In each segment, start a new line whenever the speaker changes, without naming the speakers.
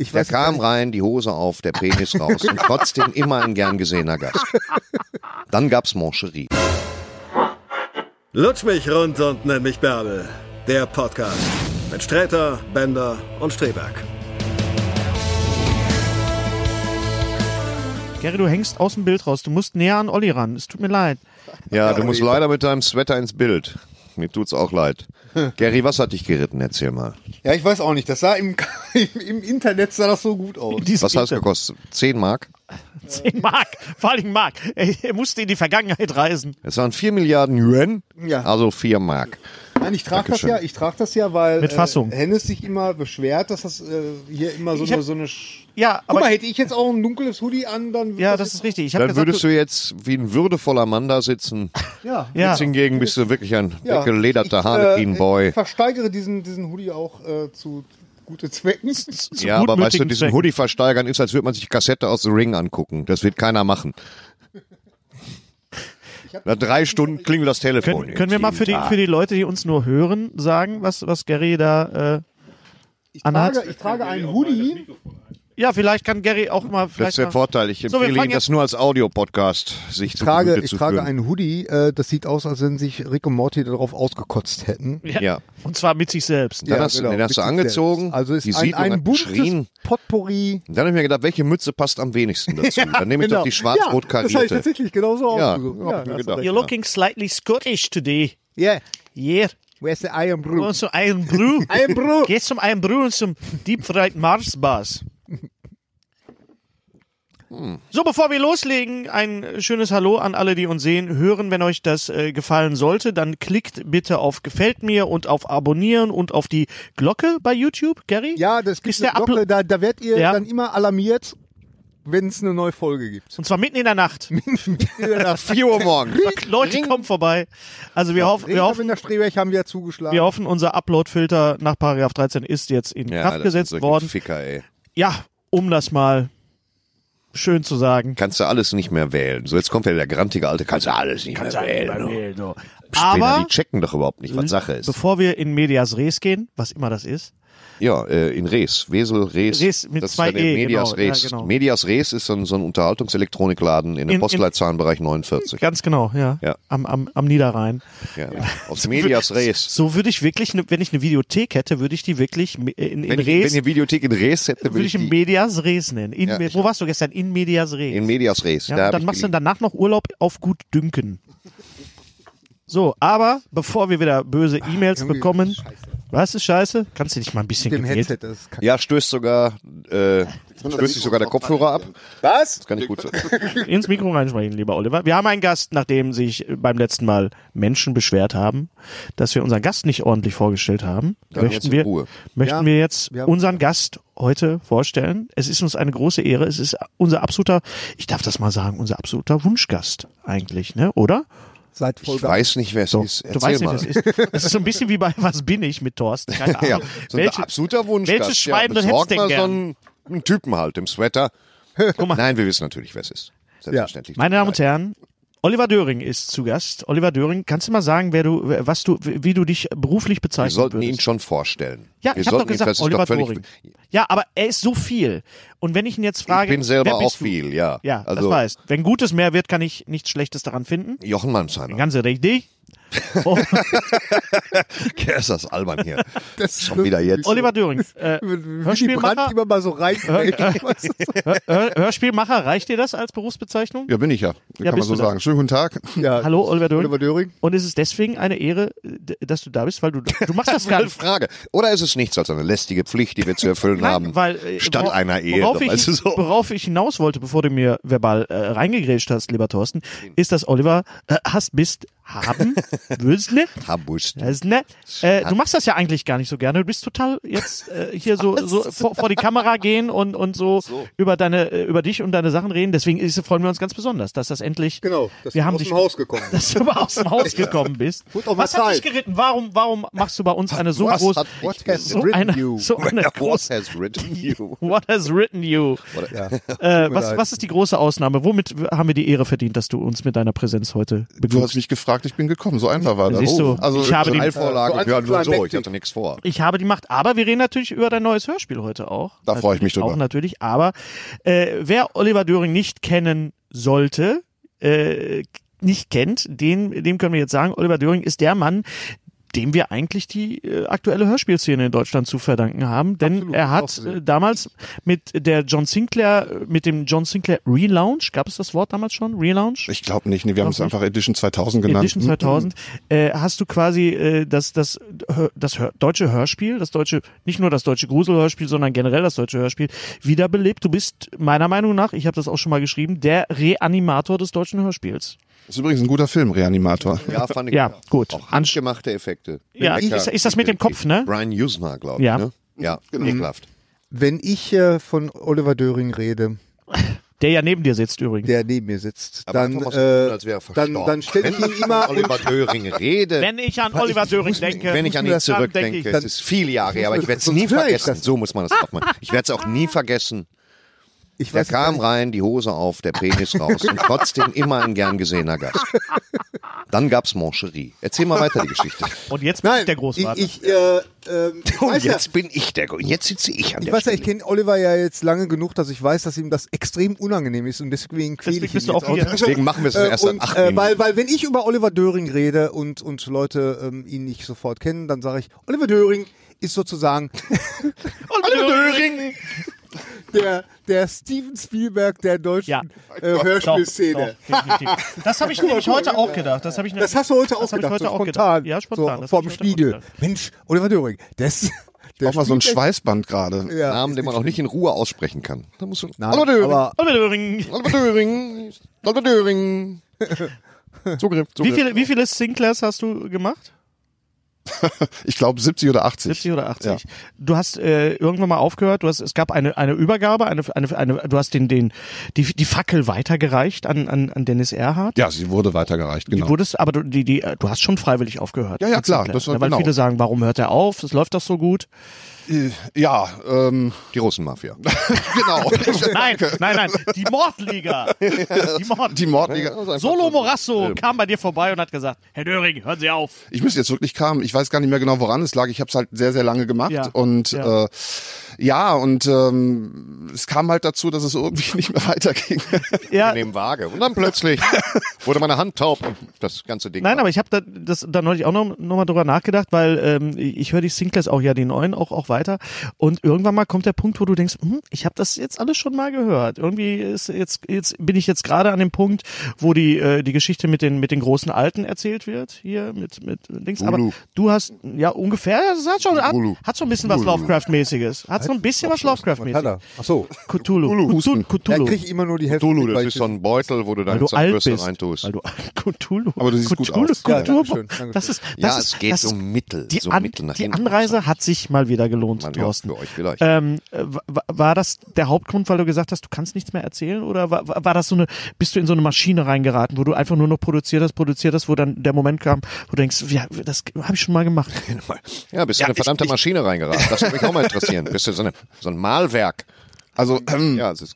Ich
Der kam rein, die Hose auf, der Penis raus und trotzdem immer ein gern gesehener Gast. Dann gab's Mancherie.
Lutsch mich rund und nenn mich Bärbel. Der Podcast mit Sträter, Bender und Streberg.
Gary, du hängst aus dem Bild raus. Du musst näher an Olli ran. Es tut mir leid.
Ja, du musst leider mit deinem Sweater ins Bild. Mir tut's auch leid. Gary, was hat dich geritten? Erzähl mal.
Ja, ich weiß auch nicht. Das sah im, im, im Internet sah das so gut aus.
Dieses
Was hast du
Bild-
gekostet? 10 Mark?
10 Mark. Vor allem Mark. Er er musste in die Vergangenheit reisen.
Es waren 4 Milliarden Yuan,
Ja.
also 4 Mark.
Nein, ich trage das
Dankeschön.
ja, ich trage das ja, weil
Mit Fassung.
Äh, Hennes sich immer beschwert, dass das äh, hier immer so
Ich
eine,
hab-
so eine Sch
Ja,
Guck
aber.
mal, hätte ich jetzt auch ein dunkles Hoodie an, dann würde
ja, das ist richtig. Ich hab
Dann
gesagt,
würdest du jetzt wie ein würdevoller Mann da sitzen.
ja.
Ja.
Jetzt hingegen bist du wirklich ein
Ja.
weggelederter
Ich, äh,
Harlequin-Boy.
Ich versteigere diesen diesen Hoodie auch äh, zu gute Zwecken.
zu
Ja, aber weißt du,
gutmütigen
diesen
Zwecken.
Hoodie versteigern ist, als würde man sich Kassette aus The Ring angucken. Das wird keiner machen. Nach drei Stunden klingelt das Telefon.
Können, können wir mal für die, für die Leute, die uns nur hören, sagen, was, was Gary da. Äh,
Ich
Anhalt.
trage, ich trage einen Hoodie.
ja, vielleicht kann Gary auch mal.
das ist
Vielleicht
der
mal,
Vorteil. Ich
So, wir
empfehle
fangen
Ihnen das nur als Audiopodcast, sich
Ich trage,
zu
ich
zu
trage
führen.
einen Hoodie. Äh, das sieht aus, als wenn sich Rick und Morty darauf ausgekotzt hätten. genau.
Ja.
Und zwar mit sich selbst.
Dann hast, du- den hast du angezogen,
Also ist
die
ein,
Siedlung
ein
hat geschrien.
buntes Potpourri. Genau.
Und dann habe ich mir gedacht, welche Mütze passt am wenigsten dazu? dann nehme ich
genau.
doch die schwarz-rot
Ja, das habe ich
karierte.
tatsächlich genauso
Ja,
ausgesucht.
hab ich mir
hast
gedacht.
du recht.
You're looking slightly Scottish today.
Yeah,
Yeah.
where's the iron brew?
Und zum Iron Brew.
Iron Brew!
Geh zum Iron Brew und zum Deep Fried Mars Bars. So, bevor wir loslegen, ein schönes Hallo an alle, die uns sehen, hören. Wenn euch das äh, gefallen sollte, dann klickt bitte auf Gefällt mir und auf Abonnieren und auf die Glocke bei YouTube, Gary.
Ja, das gibt
Ist
eine
der
Glocke,
Upload-
da, da werdet ihr
Ja.
dann immer alarmiert, wenn es eine neue Folge gibt.
Und zwar mitten in der Nacht.
4 Uhr morgens.
Leute kommen vorbei. Also wir, hoffen, wir,
Rita
hoffen,
in der Streberg haben wir zugeschlagen.
wir hoffen, unser Upload-Filter nach Paragraph 13 ist jetzt in
Ja, das
Kraft
sind
gesetzt
solche
worden.
Ficker, ey.
Ja, um das mal schön zu sagen.
Kannst du alles nicht mehr wählen. So, jetzt kommt wieder der grantige Alte, kannst du alles nicht mehr wählen. du. Spinner,
Aber
die checken doch überhaupt nicht, was Sache ist.
bevor wir in Medias Res gehen, was immer das ist,
Ja, äh, in Res. Wesel, Res.
Res mit
das ist
zwei
dann der
E,
Medias
genau, ja,
Res.
genau.
Medias Res ist so ein, so ein Unterhaltungselektronikladen in
In-
dem
in-
Postleitzahlenbereich 49.
ganz genau, ja,
Ja.
Am, am, am Niederrhein.
Ja. Aus Medias Res.
So würde ich wirklich, ne, wenn ich eine Videothek hätte, würde ich die wirklich mi- in, in
Wenn ich, wenn
Res,
ich Videothek in Res hätte,
würde ich in
die
Medias Res nennen. In,
Ja,
Me-
ich-
wo warst du gestern? In Medias Res.
in Medias Res.
ja,
da
und
hab
dann
ich
machst du
geliebt.
danach noch Urlaub auf Gut Dünken. So, aber bevor wir wieder böse E-Mails bekommen, was ist scheiße? Kannst du nicht mal ein bisschen
Dem
gewählt-
Headset, das ist kacke.
ja, stößt sogar, äh, stößt sich sogar der Kopfhörer ab.
Was?
Das kann ich gut sagen.
ins Mikro reinsprechen, lieber Oliver. Wir haben einen Gast, nachdem sich beim letzten Mal Menschen beschwert haben, dass wir unseren Gast nicht ordentlich vorgestellt haben.
Dann jetzt
möchten
in
wir,
Ruhe.
möchten
Ja,
wir jetzt
wir haben-
unseren Gast heute vorstellen. Es ist uns eine große Ehre. Es ist unser absoluter, ich darf das mal sagen, unser absoluter Wunschgast eigentlich, ne? Oder?
Seit
Ich
Folge
weiß nicht, wer es
So,
ist. Erzähl
du weißt
mal.
nicht, was es ist. Es ist so ein bisschen wie bei Was bin ich mit Thorsten. Keine Ahnung.
ja, so ein
Welche-
absoluter Wunsch.
welches Schwein
ja,
hättest
besorg
denn
mal so
gern?
einen, einen Typen halt im Sweater.
mal.
Nein, wir wissen natürlich, wer es ist. Selbstverständlich.
Meine Damen und Herren, Oliver Döring ist zu Gast. Oliver Döring, kannst du mal sagen, wer du, was du, wie du dich beruflich
Wir
bezeichnest?
sollten ihn schon vorstellen.
Ja,
wir
ich habe doch
sollten ihn-
gesagt,
das ist
Oliver
doch völlig,
Doring. Ja, aber er ist so viel. Und wenn ich ihn jetzt
Ich
frage,
bin selber
wer
auch
bist du?
viel, ja.
Ja,
also,
das weiß. Wenn Gutes mehr wird, kann ich nichts Schlechtes daran finden.
Jochen Malmsheimer.
Ganz richtig. Und
Ja, ist das albern hier.
Das ist
Schon wieder jetzt.
Oliver Döring, äh,
Willy Brandt
Hörspielmacher,
immer mal so rein.
Hör- Hör- Hörspielmacher, reicht dir das als Berufsbezeichnung?
Ja, bin ich ja.
Ja,
Kann man
bist
so
du das.
sagen. Schönen guten Tag.
ja.
Hallo, Oliver Döring.
Oliver Döring.
Und ist es deswegen eine Ehre, d- dass du da bist, weil du du machst das gar
Keine
nicht.
Frage. Oder ist es nichts als eine lästige Pflicht, die wir zu erfüllen haben,
weil, äh,
statt
wora-
einer Ehe?
Worauf ich,
weißt du, so.
worauf ich hinaus wollte, bevor du mir verbal äh, reingegrätscht hast, lieber Thorsten, ist, dass Oliver äh, hast bist haben willst ne?
Habust.
Das ist nett. Äh, du machst das ja eigentlich gar nicht so gerne. Du bist total jetzt äh, hier so, so vor, vor die Kamera gehen und, und so, über deine äh, über dich und deine Sachen reden. Deswegen ist, freuen wir uns ganz besonders, dass das endlich
Genau, dass
wir
du
haben
aus
dich,
dem Haus gekommen bist.
dass du mal aus dem Haus gekommen bist.
Wurde auch mal
Was hat dich
Zeit.
geritten? Warum warum machst du bei uns eine so
Was
große
hat
What
dich
has
so
written
eine
you?
so eine
What
große
has written you?
What has written you?
Ja.
Äh, was,
leid.
was ist die große Ausnahme? Womit haben wir die Ehre verdient, dass du uns mit deiner Präsenz heute
Du hast
beglückst?
mich gefragt, ich bin gekommen. So einfach war das.
Siehst du,
also
ich habe die-
Allvorlage,
So
ja, nur so, ich
antiklimaktisch.
hatte nichts vor.
Ich habe die Macht, aber wir reden natürlich über dein neues Hörspiel heute auch.
Da freue ich mich drüber.
Auch natürlich, aber äh, wer Oliver Döring nicht kennen sollte, äh, nicht kennt, den, dem können wir jetzt sagen, Oliver Döring ist der Mann, dem wir eigentlich die äh, aktuelle Hörspielszene in Deutschland zu verdanken haben, denn
Absolut,
er
auch
hat
sehr.
äh, damals mit der John Sinclair, mit dem John Sinclair Relaunch, gab es das Wort damals schon? Relaunch?
Ich glaube nicht. Nee, wir haben es
nicht.
einfach Edition 2000 genannt.
Edition 2000, äh, hast du quasi äh, das, das, Hör- das Hör, deutsche Hörspiel, das deutsche, nicht nur das deutsche Gruselhörspiel, sondern generell das deutsche Hörspiel wiederbelebt. Du bist meiner Meinung nach, ich habe das auch schon mal geschrieben, der Reanimator des deutschen Hörspiels.
Das ist übrigens ein guter Film, Reanimator.
Ja, fand ich
Ja, gut.
Auch handgemachte Effekte.
Ja,
Lecker.
ist- ist das mit dem Kopf, ne?
Brian Usner, glaube ich.
Ja.
Ne? Ja, genau.
Mhm.
ekelhaft.
Wenn ich äh, von Oliver Döring rede,
Der ja neben dir sitzt übrigens.
der neben mir sitzt,
Aber
dann,
einfach mal so tun,
äh,
als wäre er
dann,
verstorben.
dann stelle ich
Wenn
ihn immer
Oliver Döring rede.
Wenn ich an Oliver Döring denke,
wenn ich an ihn
dann denke
zurückdenke,
ich-
es ist viele Jahre her, aber ich werde es nie
Sonst höre ich
vergessen.
das. Ah.
So muss man das auch machen. Ich werde es auch nie vergessen.
Ich
Der
weiß gar
kam
nicht.
rein, die Hose auf, der Penis raus und trotzdem immer ein gern gesehener Gast. Dann gab's Mancherie. Erzähl mal weiter die Geschichte.
Und jetzt bin
Nein,
ich der Großvater.
Ich, ich, äh, ähm, ich
Und
weiß ja,
jetzt bin ich der, und jetzt sitze ich an
ich,
der
weiß ja, ich
Stelle.
kenne Oliver ja jetzt lange genug, dass ich weiß, dass ihm das extrem unangenehm ist und deswegen quäle
Deswegen
ich ihn
bist du
jetzt
auch hier.
Deswegen machen wir es
Äh,
erst
und,
an acht
äh,
Minuten.
weil, weil wenn ich über Oliver Döring rede und, und Leute ähm, ihn nicht sofort kennen, dann sage ich, Oliver Döring ist sozusagen
Oliver
Döring!
der, der Steven Spielberg der deutschen
Ja.
äh,
Doch,
Hörspielszene.
doch, definitiv. Das habe ich nämlich heute auch gedacht. Das, hab ich
Das hast du heute auch
hab ich
gedacht,
heute
so
auch gedacht.
spontan.
Ja,
So,
spontan. Das hab
vorm
ich heute auch
Spiegel.
gedacht.
Mensch, Oliver Döring, das, der
Auch mal so ein
spielt
Schweißband gerade.
echt- ja,
Namen,
ist
den man
nicht
auch nicht in Ruhe aussprechen kann. Da musst du,
Nein,
Hallo Döring!
aber
Oliver Döring.
Oliver Döring! Oliver Döring! Zugriff,
Wie
Zugriff.
viele, wie viele Sinclairs hast du gemacht?
Ich glaube 70 oder 80.
70 oder 80. Du hast äh, irgendwann mal aufgehört, du hast, es gab eine, eine Übergabe, eine, eine, eine, du hast den, den, die, die Fackel weitergereicht an, an, an Dennis Erhardt.
Ja, sie wurde weitergereicht,
Die
genau.
wurdest, aber du, die, die, äh, du hast schon freiwillig aufgehört.
Ja, ja,
mit
klar,
Sinclair,
das war
ne, Weil
genau.
viele sagen, warum hört er auf? Es läuft doch so gut.
Äh, ja, ähm,
Die Russenmafia.
genau.
Nein, nein, nein. Die Mordliga. Die Mord.
Die Mordliga.
Solo Morasso kam bei dir vorbei und hat gesagt, Herr Döring, hören Sie auf.
Ich müsste jetzt wirklich kamen. Ich weiß gar nicht mehr genau, woran es lag. Ich habe es halt sehr, sehr lange gemacht.
Ja,
Und
ja.
ja, äh, ja und ähm, es kam halt dazu, dass es irgendwie nicht mehr weiterging.
Ja,
Wir nehmen Waage. Und dann plötzlich wurde meine Hand taub und das ganze Ding.
Nein, aber ich habe da, das da neulich auch noch, noch mal drüber nachgedacht, weil ähm, ich höre die Singles auch ja die neuen auch auch weiter und irgendwann mal kommt der Punkt, wo du denkst, hm, ich habe das jetzt alles schon mal gehört. Irgendwie ist jetzt jetzt bin ich jetzt gerade an dem Punkt, wo die äh, die Geschichte mit den mit den großen Alten erzählt wird hier mit mit links. Aber
Lulu.
du hast ja ungefähr, das hat schon hat,
Lulu.
hat so ein bisschen was Lovecraft-mäßiges, hat so ein bisschen was
Hat
Lovecraft-mäßiges.
er. Ach so.
Cthulhu, Cthulhu,
Husten.
Da
Cthulhu.
kriege ich immer nur die Hälfte.
Tulu,
mit,
das
weil
ist
ich-
so ein Beutel, wo du
Weil
deine
du alt
Zahnbürste
bist.
reintust.
Weil du Cthulhu.
Aber du siehst gut
Cthulhu,
aus.
Ja,
Kultur.
Dankeschön, Dankeschön.
Das ist, das
Ja,
ist,
es geht
das,
um Mittel,
Die,
so
an,
Mittel nach
die
hinten
Anreise hat sich mal wieder gelohnt,
Man, ja,
Thorsten.
für euch vielleicht.
Ähm, äh, wa- wa- war das der Hauptgrund, weil du gesagt hast, du kannst nichts mehr erzählen? Oder war, war war das so eine, bist du in so eine Maschine reingeraten, wo du einfach nur noch produziert hast, produziert hast, wo dann der Moment kam, wo du denkst, ja, das habe ich schon mal gemacht.
ja, bist du in eine
ich-
verdammte
ich-
Maschine reingeraten. Das würde mich auch mal interessieren. Bist du so, eine, so ein Malwerk?
Also, ähm,
Ja, es ist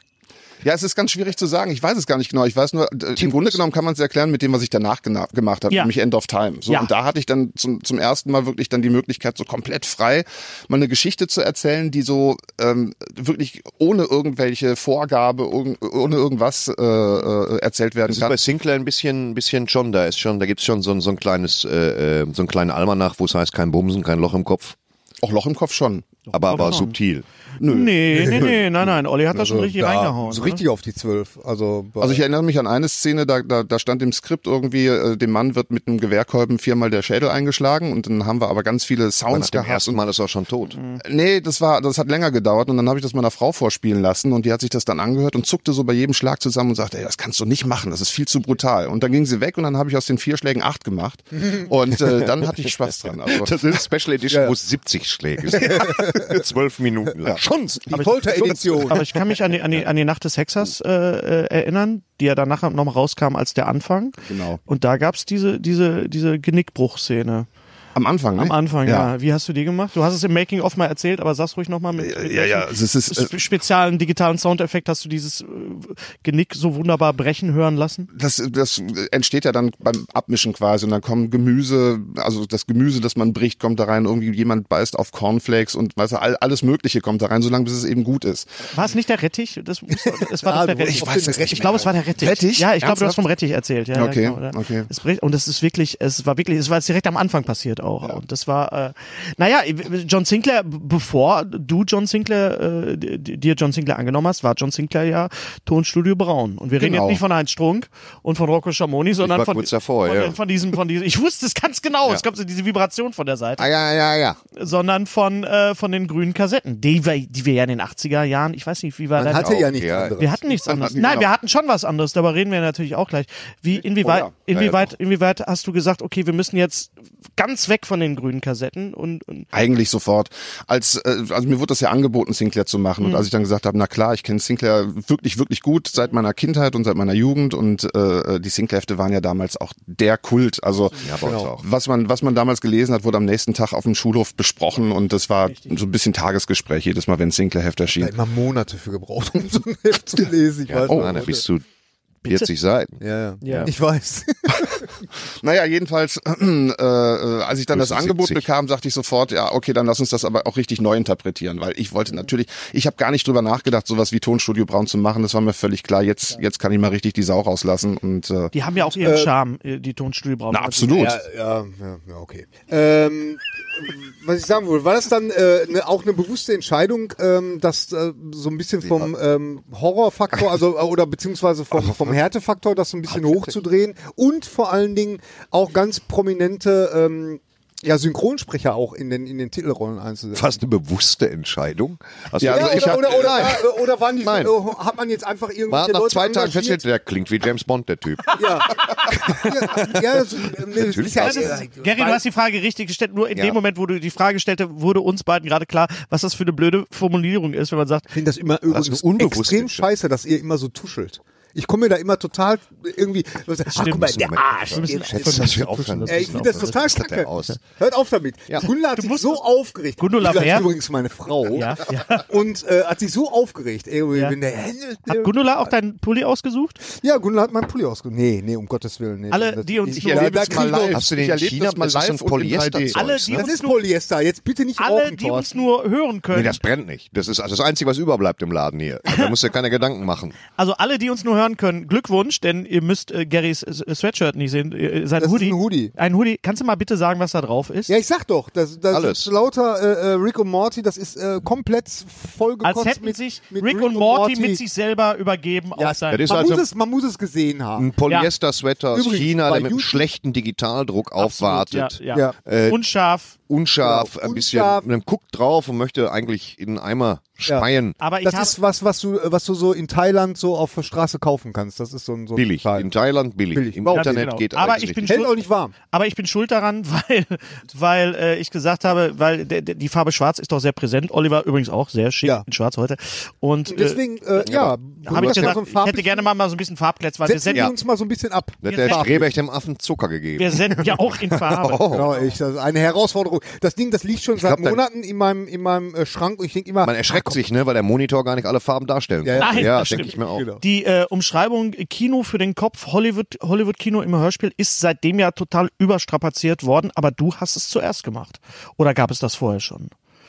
Ja, es ist ganz schwierig zu sagen. Ich weiß es gar nicht genau. Ich weiß nur, äh, im Grunde genommen kann man es erklären mit dem, was ich danach gena- gemacht habe,
Ja.
nämlich End of Time. So,
Ja.
Und da hatte ich dann zum, zum ersten Mal wirklich dann die Möglichkeit, so komplett frei mal eine Geschichte zu erzählen, die so ähm, wirklich ohne irgendwelche Vorgabe, irgend- ohne irgendwas äh, äh, erzählt werden
Das ist bei
kann.
Sinclair ein bisschen, ein bisschen schon, da ist schon, da gibt's schon so ein, so ein kleines, äh, äh, so einen kleinen Almanach, wo es heißt, kein Bumsen, kein Loch im Kopf,
Auch Loch im Kopf schon.
aber,
aber
aber
schon.
subtil.
Nee, nee, nee, nein, nein. Olli hat das schon richtig reingehauen.
so
ne?
richtig auf die zwölf. Also, bei-
Also ich erinnere mich an eine Szene, da, da, da stand im Skript irgendwie, äh, dem Mann wird mit einem Gewehrkolben viermal der Schädel eingeschlagen und dann haben wir aber ganz viele
Aber
Sounds
nach dem
gehabt.
ersten
und-
Mal ist er schon tot.
Nee, das war, das hat länger gedauert und dann habe ich das meiner Frau vorspielen lassen und die hat sich das dann angehört und zuckte so bei jedem Schlag zusammen und sagte, ey, das kannst du nicht machen, das ist viel zu brutal. Und dann ging sie weg und dann habe ich aus den vier Schlägen acht gemacht und äh, dann hatte ich Spaß dran. Also,
Das ist Special Edition, wo es 70 Schläge sind. Zwölf Minuten lang. Schon.
die Folteredition.
Aber ich kann mich an die, an die, an die Nacht des Hexers äh, äh, erinnern, die ja danach nochmal rauskam als der Anfang.
Genau.
Und da gab's diese, diese, diese Genickbruchszene
am Anfang, ne?
am Anfang. Ja. Wie hast du die gemacht? Du hast es im Making of mal erzählt, aber sag's ruhig nochmal mit, mit
Ja, ja,
welchem
es ist, es ist äh,
spe- speziellen digitalen Soundeffekt hast du dieses äh, Genick so wunderbar brechen hören lassen.
das, das entsteht ja dann beim Abmischen quasi und dann kommen Gemüse, also das Gemüse, das man bricht, kommt da rein, irgendwie jemand beißt auf Cornflakes und weißt du, all, alles Mögliche kommt da rein, solange bis es eben gut ist.
War es nicht der Rettich? Das, muss- es war
Ah,
doch der
du-
Rettich.
ich weiß es nicht
Ich glaube, es war der Rettich.
Rettich?
Ja, ich glaube, du hast
Ernsthaft?
vom Rettich erzählt. Ja, ja,
Okay,
genau, ja.
okay.
Es bricht, und es ist wirklich, es war wirklich, es war jetzt direkt am Anfang passiert auch. Und das war, äh, naja, John Sinclair, b- bevor du John Sinclair, äh, d- dir John Sinclair angenommen hast, war John Sinclair ja Tonstudio Braun. Und wir reden
Genau.
jetzt nicht von Heinz Strunk und von Rocco Schamoni, sondern
war
von,
kurz davor,
von,
ja.
von diesem, von diesem, ich wusste es ganz genau, es gab so diese Vibration von der Seite
Ah, ja, ja, ja.
sondern von, äh, von den grünen Kassetten, die wir, die wir ja in den 80er Jahren, ich weiß nicht, wie war
Man
das?
hatte ja nichts
ja.
anderes.
wir hatten nichts anderes.
Genau.
Nein, wir hatten schon was anderes, darüber reden wir natürlich auch gleich. Wie, inwieweit,
Oh ja.
inwieweit, inwieweit hast du gesagt, okay, wir müssen jetzt ganz weg von den grünen Kassetten und, und
Eigentlich sofort. Als, äh, also mir wurde das ja angeboten, Sinclair zu machen. Und als ich dann gesagt habe, na klar, ich kenne Sinclair wirklich, wirklich gut seit meiner Kindheit und seit meiner Jugend. Und äh, die Sinclair-Hefte waren ja damals auch der Kult. Also
Genau. auch.
was man, was man damals gelesen hat, wurde am nächsten Tag auf dem Schulhof besprochen. Und das war so ein bisschen Tagesgespräch jedes Mal, wenn Sinclair-Heft
Da
erschien.
immer Monate für gebraucht, um so ein Heft zu lesen. Ich weiß
Oh,
noch.
Nein, da bist du 40 Seiten.
ja, ja.
Ja.
Ich weiß.
Naja, jedenfalls, äh, äh, als ich dann das
Höchstens
Angebot
70.
bekam, sagte ich sofort, ja, okay, dann lass uns das aber auch richtig neu interpretieren, weil ich wollte natürlich, ich habe gar nicht drüber nachgedacht, sowas wie Tonstudio Braun zu machen, das war mir völlig klar, jetzt, jetzt kann ich mal richtig die Sau rauslassen und äh,
die haben ja auch ihren Charme, äh, die Tonstudio Braun.
na
Also,
absolut.
Ja, ja, ja, ja okay. Ähm, was ich sagen wollte, war das dann äh, ne, auch eine bewusste Entscheidung, ähm, dass äh, so ein bisschen vom ähm, Horrorfaktor, also äh, oder beziehungsweise vom, vom Härtefaktor, das so ein bisschen hochzudrehen und vor allen Dingen auch ganz prominente ähm, ja, Synchronsprecher auch in den, in den Titelrollen einzusetzen.
Fast eine bewusste Entscheidung. Also,
Ja,
Ja,
also ich
oder, oder,
hab-
oder, oder, waren die,
Nein.
oh, hat man jetzt einfach irgendwie
war nach zwei Tagen festgestellt, der klingt wie James Bond, der Typ.
Ja, ja, ja das, äh, nee, das ist ja,
das ist, äh, Gary, du hast die Frage richtig gestellt. Nur in dem Moment, wo du die Frage stellte, wurde uns beiden gerade klar, was das für eine blöde Formulierung ist, wenn man sagt,
Ich finde das immer übrigens
eine unbewusste
extrem
Entscheidung.
scheiße, dass ihr immer so tuschelt. Ich komme mir da immer total irgendwie. Ach, guck mal, der Arsch.
Wir müssen
der-
schätzen, dass wir aufhören.
Ey, ich finde das total
Das hat der
kacke.
aus.
Hört auf damit.
Ja.
Gundula hat
Du
sich
musst-
so aufgeregt.
Gundula
ist
wer?
übrigens meine Frau.
ja, ja.
Und äh, hat sich so aufgeregt. Irgendwie,
Ja.
wenn der,
Hat Gundula auch deinen Pulli ausgesucht?
ja, Gundula hat meinen Pulli ausgesucht. Nee, nee, um Gottes Willen. Nee,
Alle,
Das-
die uns
ich
nur-
erlebe
Ja,
es mal
kriegen wir-
live.
Hast du den
Ich
in
erlebe
China?
das mal
Das ist so ein
live und in 3D.
Polyester-Zeugs,
Alle,
ne?
die
Das
uns
ist
nur,
Polyester. Jetzt bitte nicht
alle,
rauchen,
die uns
Thorsten.
nur hören können.
Nee, das brennt nicht. Das ist also das Einzige, was überbleibt im Laden hier. Da musst du dir keine Gedanken machen.
Also alle, die uns nur hören können, Glückwunsch, denn ihr müsst äh, Garys äh, Sweatshirt nicht sehen, äh, sein
Das ist
Hoodie.
ein Hoodie.
Ein Hoodie. Kannst du mal bitte sagen, was da drauf ist?
Ja, ich sag doch, das, das
Alles.
ist lauter äh, äh, Rick und Morty, das ist äh, komplett vollgekotzt
Als hätten
mit,
sich
mit
Rick, und Morty, mit sich selber übergeben
Ja, halt
auf sein.
das ist
man,
also-
muss es, man muss es gesehen haben.
Ein Polyester-Sweater aus
Übrigens,
China,
bei
der mit einem
YouTube-
schlechten Digitaldruck aufwartet.
Ja, ja.
Ja.
Äh,
Unscharf.
Unscharf,
Genau,
ein
unscharf.
bisschen. Man guckt drauf und möchte eigentlich in den Eimer speien.
Aber ich
Das
hab-
ist was, was du, was du so in Teilland so auf der Straße kaufen kannst. Das ist so ein so ein
Billig.
Teil.
In Thailand billig.
Billig.
Im
Ja,
Internet
genau.
geht
Aber
alles
ich bin
richtig.
Hält auch nicht warm.
Aber ich bin schuld daran, weil, weil äh, ich gesagt habe, weil der- der- die Farbe Schwarz ist doch sehr präsent. Oliver übrigens auch sehr schick
Ja.
in Schwarz heute. Und,
Und deswegen, äh, ja,
äh, habe ich
das war
gesagt,
so ein
ich hätte
farbig-
gerne mal, mal so ein bisschen Farbglätz, weil wir
setzen
senden,
wir uns mal so ein bisschen ab.
Da hat der
Ja.
Streber dem Affen Zucker gegeben.
wir senden ja auch in Farbe.
Genau, ich, das ist eine Herausforderung. Das Ding, das liegt schon seit
glaub, dann-
Monaten in meinem, in meinem äh, Schrank und ich denke immer,
Man erschreckt witzig, ne? Weil der Monitor gar nicht alle Farben darstellen
Ja, ja.
kann.
Nein,
ja
das
denke
stimmt.
ich mir auch.
Genau.
Die äh, Umschreibung Kino für den Kopf, Hollywood, Hollywood Kino im Hörspiel ist seitdem ja total überstrapaziert worden, aber du hast es zuerst gemacht. Oder gab es das vorher schon?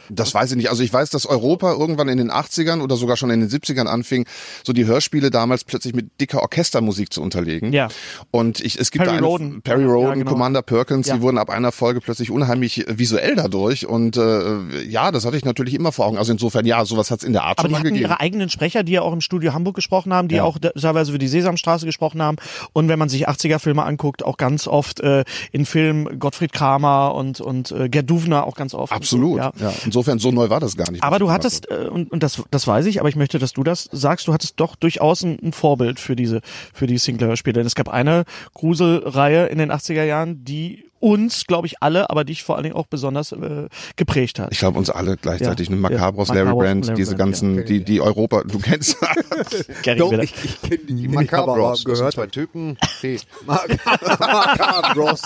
Das weiß ich nicht. Also ich weiß, dass Europa irgendwann in den 80ern oder sogar schon in den 70ern anfing, so die Hörspiele damals plötzlich mit dicker Orchestermusik zu unterlegen.
Ja.
Und ich, es gibt
Perry
da eine,
Rhodan.
Perry Roden,
Ja, genau.
Commander Perkins,
Ja.
die wurden ab einer Folge plötzlich unheimlich äh, visuell dadurch. Und äh, ja, das hatte ich natürlich immer vor Augen. Also insofern, ja, sowas hat es in der Art
Aber
schon
die
mal
hatten
gegeben.
ihre eigenen Sprecher, die ja auch im Studio Hamburg gesprochen haben, die auch da- teilweise für die Sesamstraße gesprochen haben. Und wenn man sich 80er-Filme anguckt, auch ganz oft äh, in Filmen Gottfried Kramer und, und äh, Gerd Duvner auch ganz oft.
Absolut.
Ja.
Ja. Insofern, so neu war das gar nicht.
Aber
was
du
ich
hattest, äh, und, und das, das weiß ich, aber ich möchte, dass du das sagst, du hattest doch durchaus ein, ein Vorbild für diese, für die Sinclair-Hörspiele. Denn es gab eine Gruselreihe in den 80er Jahren, die uns, glaube ich, alle, aber dich vor allen Dingen auch besonders äh, geprägt hat.
Ich glaube, uns alle gleichzeitig.
Ja.
ne? Macabros,
Ja.
Larry
Macabros,
Brand,
Larry
diese
Brand,
ganzen, die, die Europa, du kennst
Gary
Doch,
Miller.
ich, ich kenne die,
Die
die ich aber mal
Macabros, das sind
gehört.
zwei Typen. Die
Macabros.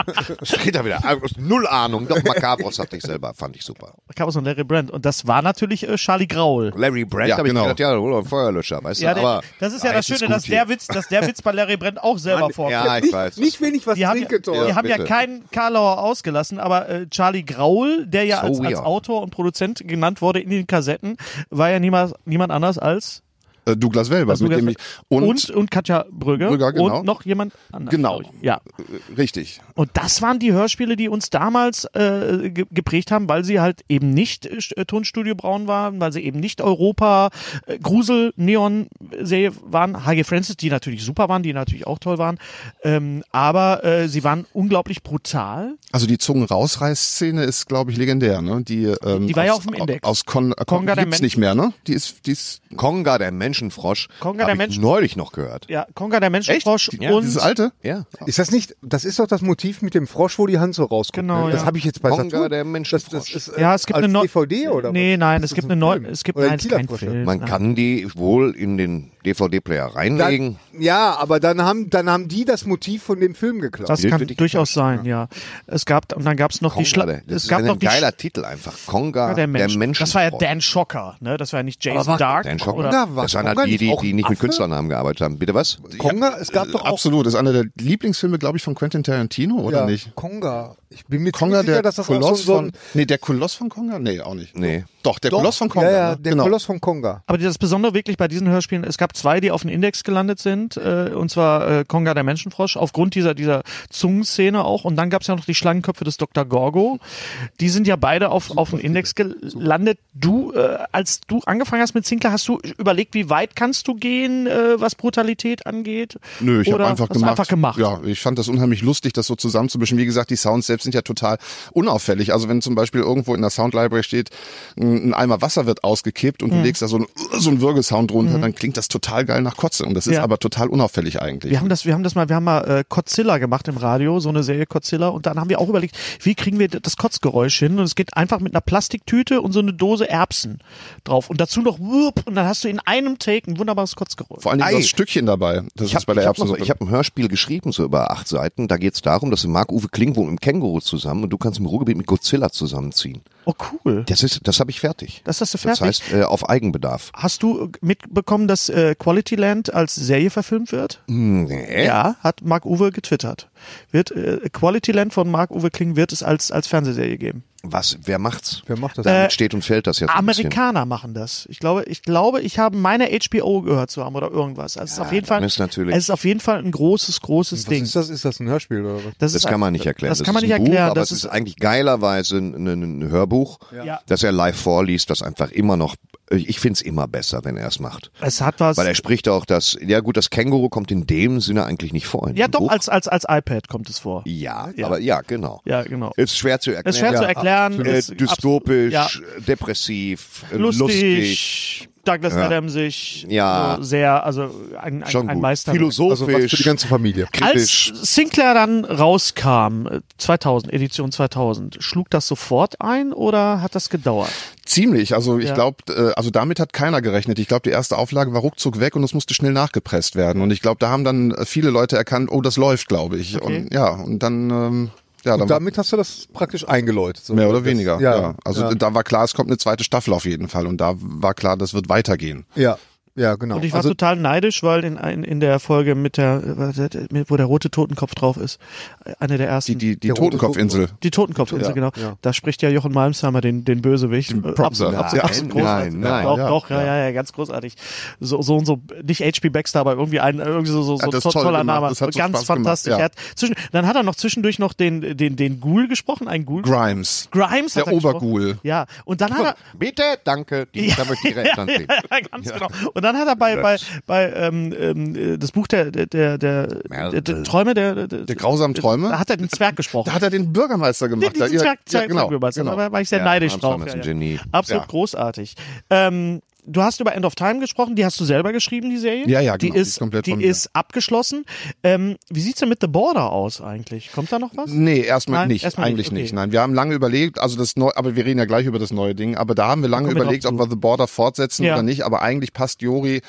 steht da wieder. Also, Null Ahnung. Doch Macabros hatte ich selber, fand ich super.
Cabos und Larry Brand. Und das war natürlich äh, Charlie Graul.
Larry Brand,
Ja,
habe ich
genau.
gedacht, ja, hol doch einen Feuerlöscher, weißt
Ja,
du.
der,
Aber
das ist ja
Ah,
das
jetzt
Schöne,
gut
dass
hier.
der, Witz, dass der Witz bei Larry Brand auch selber vorkommt.
Ja, ich weiß.
Nicht wenig was
Die haben,
trinke,
ja,
Thor.
die haben ja
bitte.
keinen Karlauer ausgelassen, aber äh, Charlie Graul, der ja
So
als, als
weird.
Autor und Produzent genannt wurde in den Kassetten, war ja niemals, niemand anders als
äh, Douglas Welber,
als
mit
Lukas-
dem ich,
und,
und,
und, Katja Brügge
Brügger, genau.
und noch jemand anders.
Genau.
glaub ich. Ja.
äh, richtig.
Und das waren die Hörspiele, die uns damals äh, ge- geprägt haben, weil sie halt eben nicht äh, St- äh, Tonstudio Braun waren, weil sie eben nicht Europa äh, Grusel Neon Serie waren, H.G. Francis, die natürlich super waren, die natürlich auch toll waren, ähm, aber äh, sie waren unglaublich brutal.
Also die Zungen-Rausreiß-Szene ist, glaube ich, legendär. Ne? Die, ähm,
Die war
aus,
ja auf dem Index.
Aus Kon äh,
Konga
Konga
der
gibt's
Men-
nicht mehr, ne? Die ist, die ist
Konga, der Menschenfrosch.
Konga,
hab
der
ich
Menschen-
neulich noch gehört.
Ja, Konga der Menschenfrosch und
dieses alte.
Ja.
Ist das nicht, das ist doch das Motiv mit dem Frosch, wo die Hand so rauskommt.
Genau,
Das
ja.
habe ich jetzt bei
Konga,
Saturn.
der
das,
Menschenfrosch.
das ist, äh,
ja, es gibt
als
eine neue
DVD oder
Nee,
was?
nein,
Ist
es
das
gibt
ein
eine neue
Film?
es gibt
Oder ein
nein, es ist kein
Kieler Frosche?
Film.
Man
nein.
kann die wohl in den DVD-Player reinlegen.
Dann, ja, aber dann haben, dann haben die das Motiv von dem Film geklaut.
das
Bild
kann
wird die
durchaus sein, ja. Es gab und dann gab es noch die
Konga,
Schla
der, das
es
ist
gab
ein
noch die
geiler Titel einfach. Konga,
Schla-
der,
der
Menschenfrosch.
Mensch. Das war ja Dan Schocker, ne? Das war ja nicht Jason Dark
Dan Schocker.
oder
war
Das waren halt
Konga
die, die,
auch
die
ein
nicht mit
Affe?
Künstlernnamen gearbeitet haben. Bitte was?
Konga, es gab doch auch
Absolut. Ist einer der Lieblingsfilme, glaube ich, von Quentin Tarantino, oder
ja,
nicht?
Konga. Ich bin mir ziemlich
Konga,
sicher,
der
dass das auch
Koloss
so, so ein,
von. Nee, der Koloss von Konga? Nee, auch nicht.
Nee.
Doch, der Koloss von Konga.
ja, ja,
ne?
der
genau.
Koloss von Konga.
Aber das Besondere wirklich bei diesen Hörspielen, es gab zwei, die auf den Index gelandet sind, äh, und zwar äh, Konga der Menschenfrosch, aufgrund dieser, dieser Zungenszene auch. Und dann gab es ja noch die Schlangenköpfe des Dr. Gorgo. Die sind ja beide auf, auf den Index gelandet. Du, äh, als du angefangen hast mit Zinkler, hast du überlegt, wie weit kannst du gehen, äh, was Brutalität angeht?
Nö, ich habe
Oder
einfach
hast du
gemacht.
einfach gemacht.
Ja, ich fand das unheimlich lustig, das so zusammenzumischen. Wie gesagt, die Sounds selbst sind ja total unauffällig. Also wenn zum Beispiel irgendwo in der Sound Library steht, ein ein Eimer Wasser wird ausgekippt und du legst da so, ein, so einen Würgesound drunter, dann klingt das total geil nach Kotze. Und das ist
Ja.
aber total unauffällig eigentlich.
Wir haben das, wir haben das mal, wir haben mal äh, Godzilla gemacht im Radio, so eine Serie Godzilla, und dann haben wir auch überlegt, wie kriegen wir das Kotzgeräusch hin? Und es geht einfach mit einer Plastiktüte und so eine Dose Erbsen drauf und dazu noch wupp, und dann hast du in einem Take ein wunderbares Kotzgeräusch.
Vor allen Dingen
Ei.
das Stückchen dabei. Das
Ich
ist bei
habe
der
hab noch-
Erbsensuppe.
ich hab ein Hörspiel geschrieben, so über acht Seiten. Da geht es darum, dass Marc-Uwe Kling wohnt mit dem Känguru zusammen und du kannst im Ruhrgebiet mit Godzilla zusammenziehen.
Oh cool.
Das, ist, das habe ich fertig.
Das hast du
Das
fertig?
heißt, äh, auf Eigenbedarf.
Hast du äh, mitbekommen, dass äh, Quality Land als Serie verfilmt wird?
Hm, Nee.
Ja, hat Mark Uwe getwittert. Wird äh, Quality Land von Mark Uwe Kling wird es als als Fernsehserie geben.
Was, wer macht's?
Wer
Äh,
macht das?
Damit steht und fällt das jetzt ein bisschen.
Amerikaner machen das. Ich glaube, ich glaube, ich habe meine HBO gehört zu haben oder irgendwas. Also es ist auf jeden Fall,
dann ist natürlich-
es ist auf jeden Fall ein großes, großes
Was
Ding.
ist das? Ist das ein Hörspiel oder was?
Das,
Das
ist-
kann man nicht erklären.
Das, kann man
ist
nicht
ein Buch,
erklären.
aber
das
es
ist,
ist eigentlich geilerweise ein, ein, ein Hörbuch,
Ja.
das er live vorliest, das einfach immer noch, ich find's immer besser, wenn er es macht.
es hat was.
Weil er spricht auch, dass, ja gut, das Känguru kommt in dem Sinne eigentlich nicht vor. in
Ja,
dem
doch
Buch.
als als als iPad kommt es vor.
Ja, aber ja, genau.
Ja, genau.
Ist schwer zu erklären.
Es ist schwer zu
Ja,
erklären.
Äh,
ist
dystopisch,
absolut-
depressiv, äh,
ja, lustig.
lustig,
Douglas
Ja.
Adams sich
Ja.
so sehr, also ein, ein,
schon
ein
gut.
Meister.
Also was für die
Philosophisch,
ganze Familie.
Als
kritisch.
Sinclair dann rauskam, äh, 2000, Edition 2000, schlug das sofort ein oder hat das gedauert?
Ziemlich. Also ich
Ja.
glaube, äh, also damit hat keiner gerechnet. Ich glaube, die erste Auflage war ruckzuck weg und es musste schnell nachgepresst werden. Und ich glaube, da haben dann äh, viele Leute erkannt, oh, das läuft, glaube ich.
Okay.
Und ja, und dann ähm, Ja, dann
Und damit hast du das praktisch eingeläutet. So.
Mehr oder
Das-
weniger, ja.
Ja,
Also
ja.
da war klar, es kommt eine zweite Staffel auf jeden Fall. Und da war klar, das wird weitergehen.
ja, ja, genau.
Und ich war
also,
total neidisch, weil in, ein- in der Folge mit der, mit- wo der rote Totenkopf drauf ist, eine der ersten.
Die, die, die
Der rote
Totenkopfinsel.
Die Totenkopfinsel, genau.
Ja,
Da spricht ja Jochen Malmsheimer den, den Bösewicht. Äh,
Props,
absolut,
ja.
absolut,
Ja,
absolut
nein,
großartig.
nein,
Doch,
ja,
doch, ja,
ja.
ja, ja, ganz großartig. So, so und so, nicht H.P. Baxter, aber irgendwie ein, irgendwie so, so, so
Hat das
to-
toll
toller
gemacht,
Name.
das hat so
ganz
Spaß gemacht,
fantastisch.
ja.
Er hat zwischen, dann hat er noch zwischendurch noch den, den, den Ghoul gesprochen, ein Ghoul.
Grimes.
Grimes
Der
hat er gesprochen.
Oberghoul.
Ja, und dann hat er,
Bitte, danke, die, da möchte ich recht antreten.
ja, ganz genau. Und dann hat er bei, bei, bei ähm, ähm, äh, das Buch der, der, der, der,
Merkel.
der, der Träume, der, der,
Der grausamen Träume?
Da hat er den Zwerg gesprochen.
Da hat er den Bürgermeister gemacht.
diesen
Ja,
Zwerg,
ja,
Zwerg,
genau,
Zwerg
genau.
genau. Da war ich sehr
Ja,
neidisch
Armstrong
drauf.
ist ein
ja,
Genie.
Ja. Absolut
Ja.
großartig. Ähm, du hast über End of Time gesprochen, die hast du selber geschrieben, die Serie?
Ja, ja, genau,
Die
die
ist,
ist komplett von
die
mir.
ist abgeschlossen. Ähm, wie sieht's denn mit The Border aus eigentlich? Kommt da noch was?
Nee, erstmal
Nein,
nicht.
erstmal nicht,
eigentlich
okay.
nicht. Nein, wir haben lange überlegt, also das neue, aber wir reden ja gleich über das neue Ding, aber da haben wir lange
kommen wir
überlegt,
drauf
ob
zu.
wir The Border fortsetzen
Ja.
oder nicht, aber eigentlich passt Jori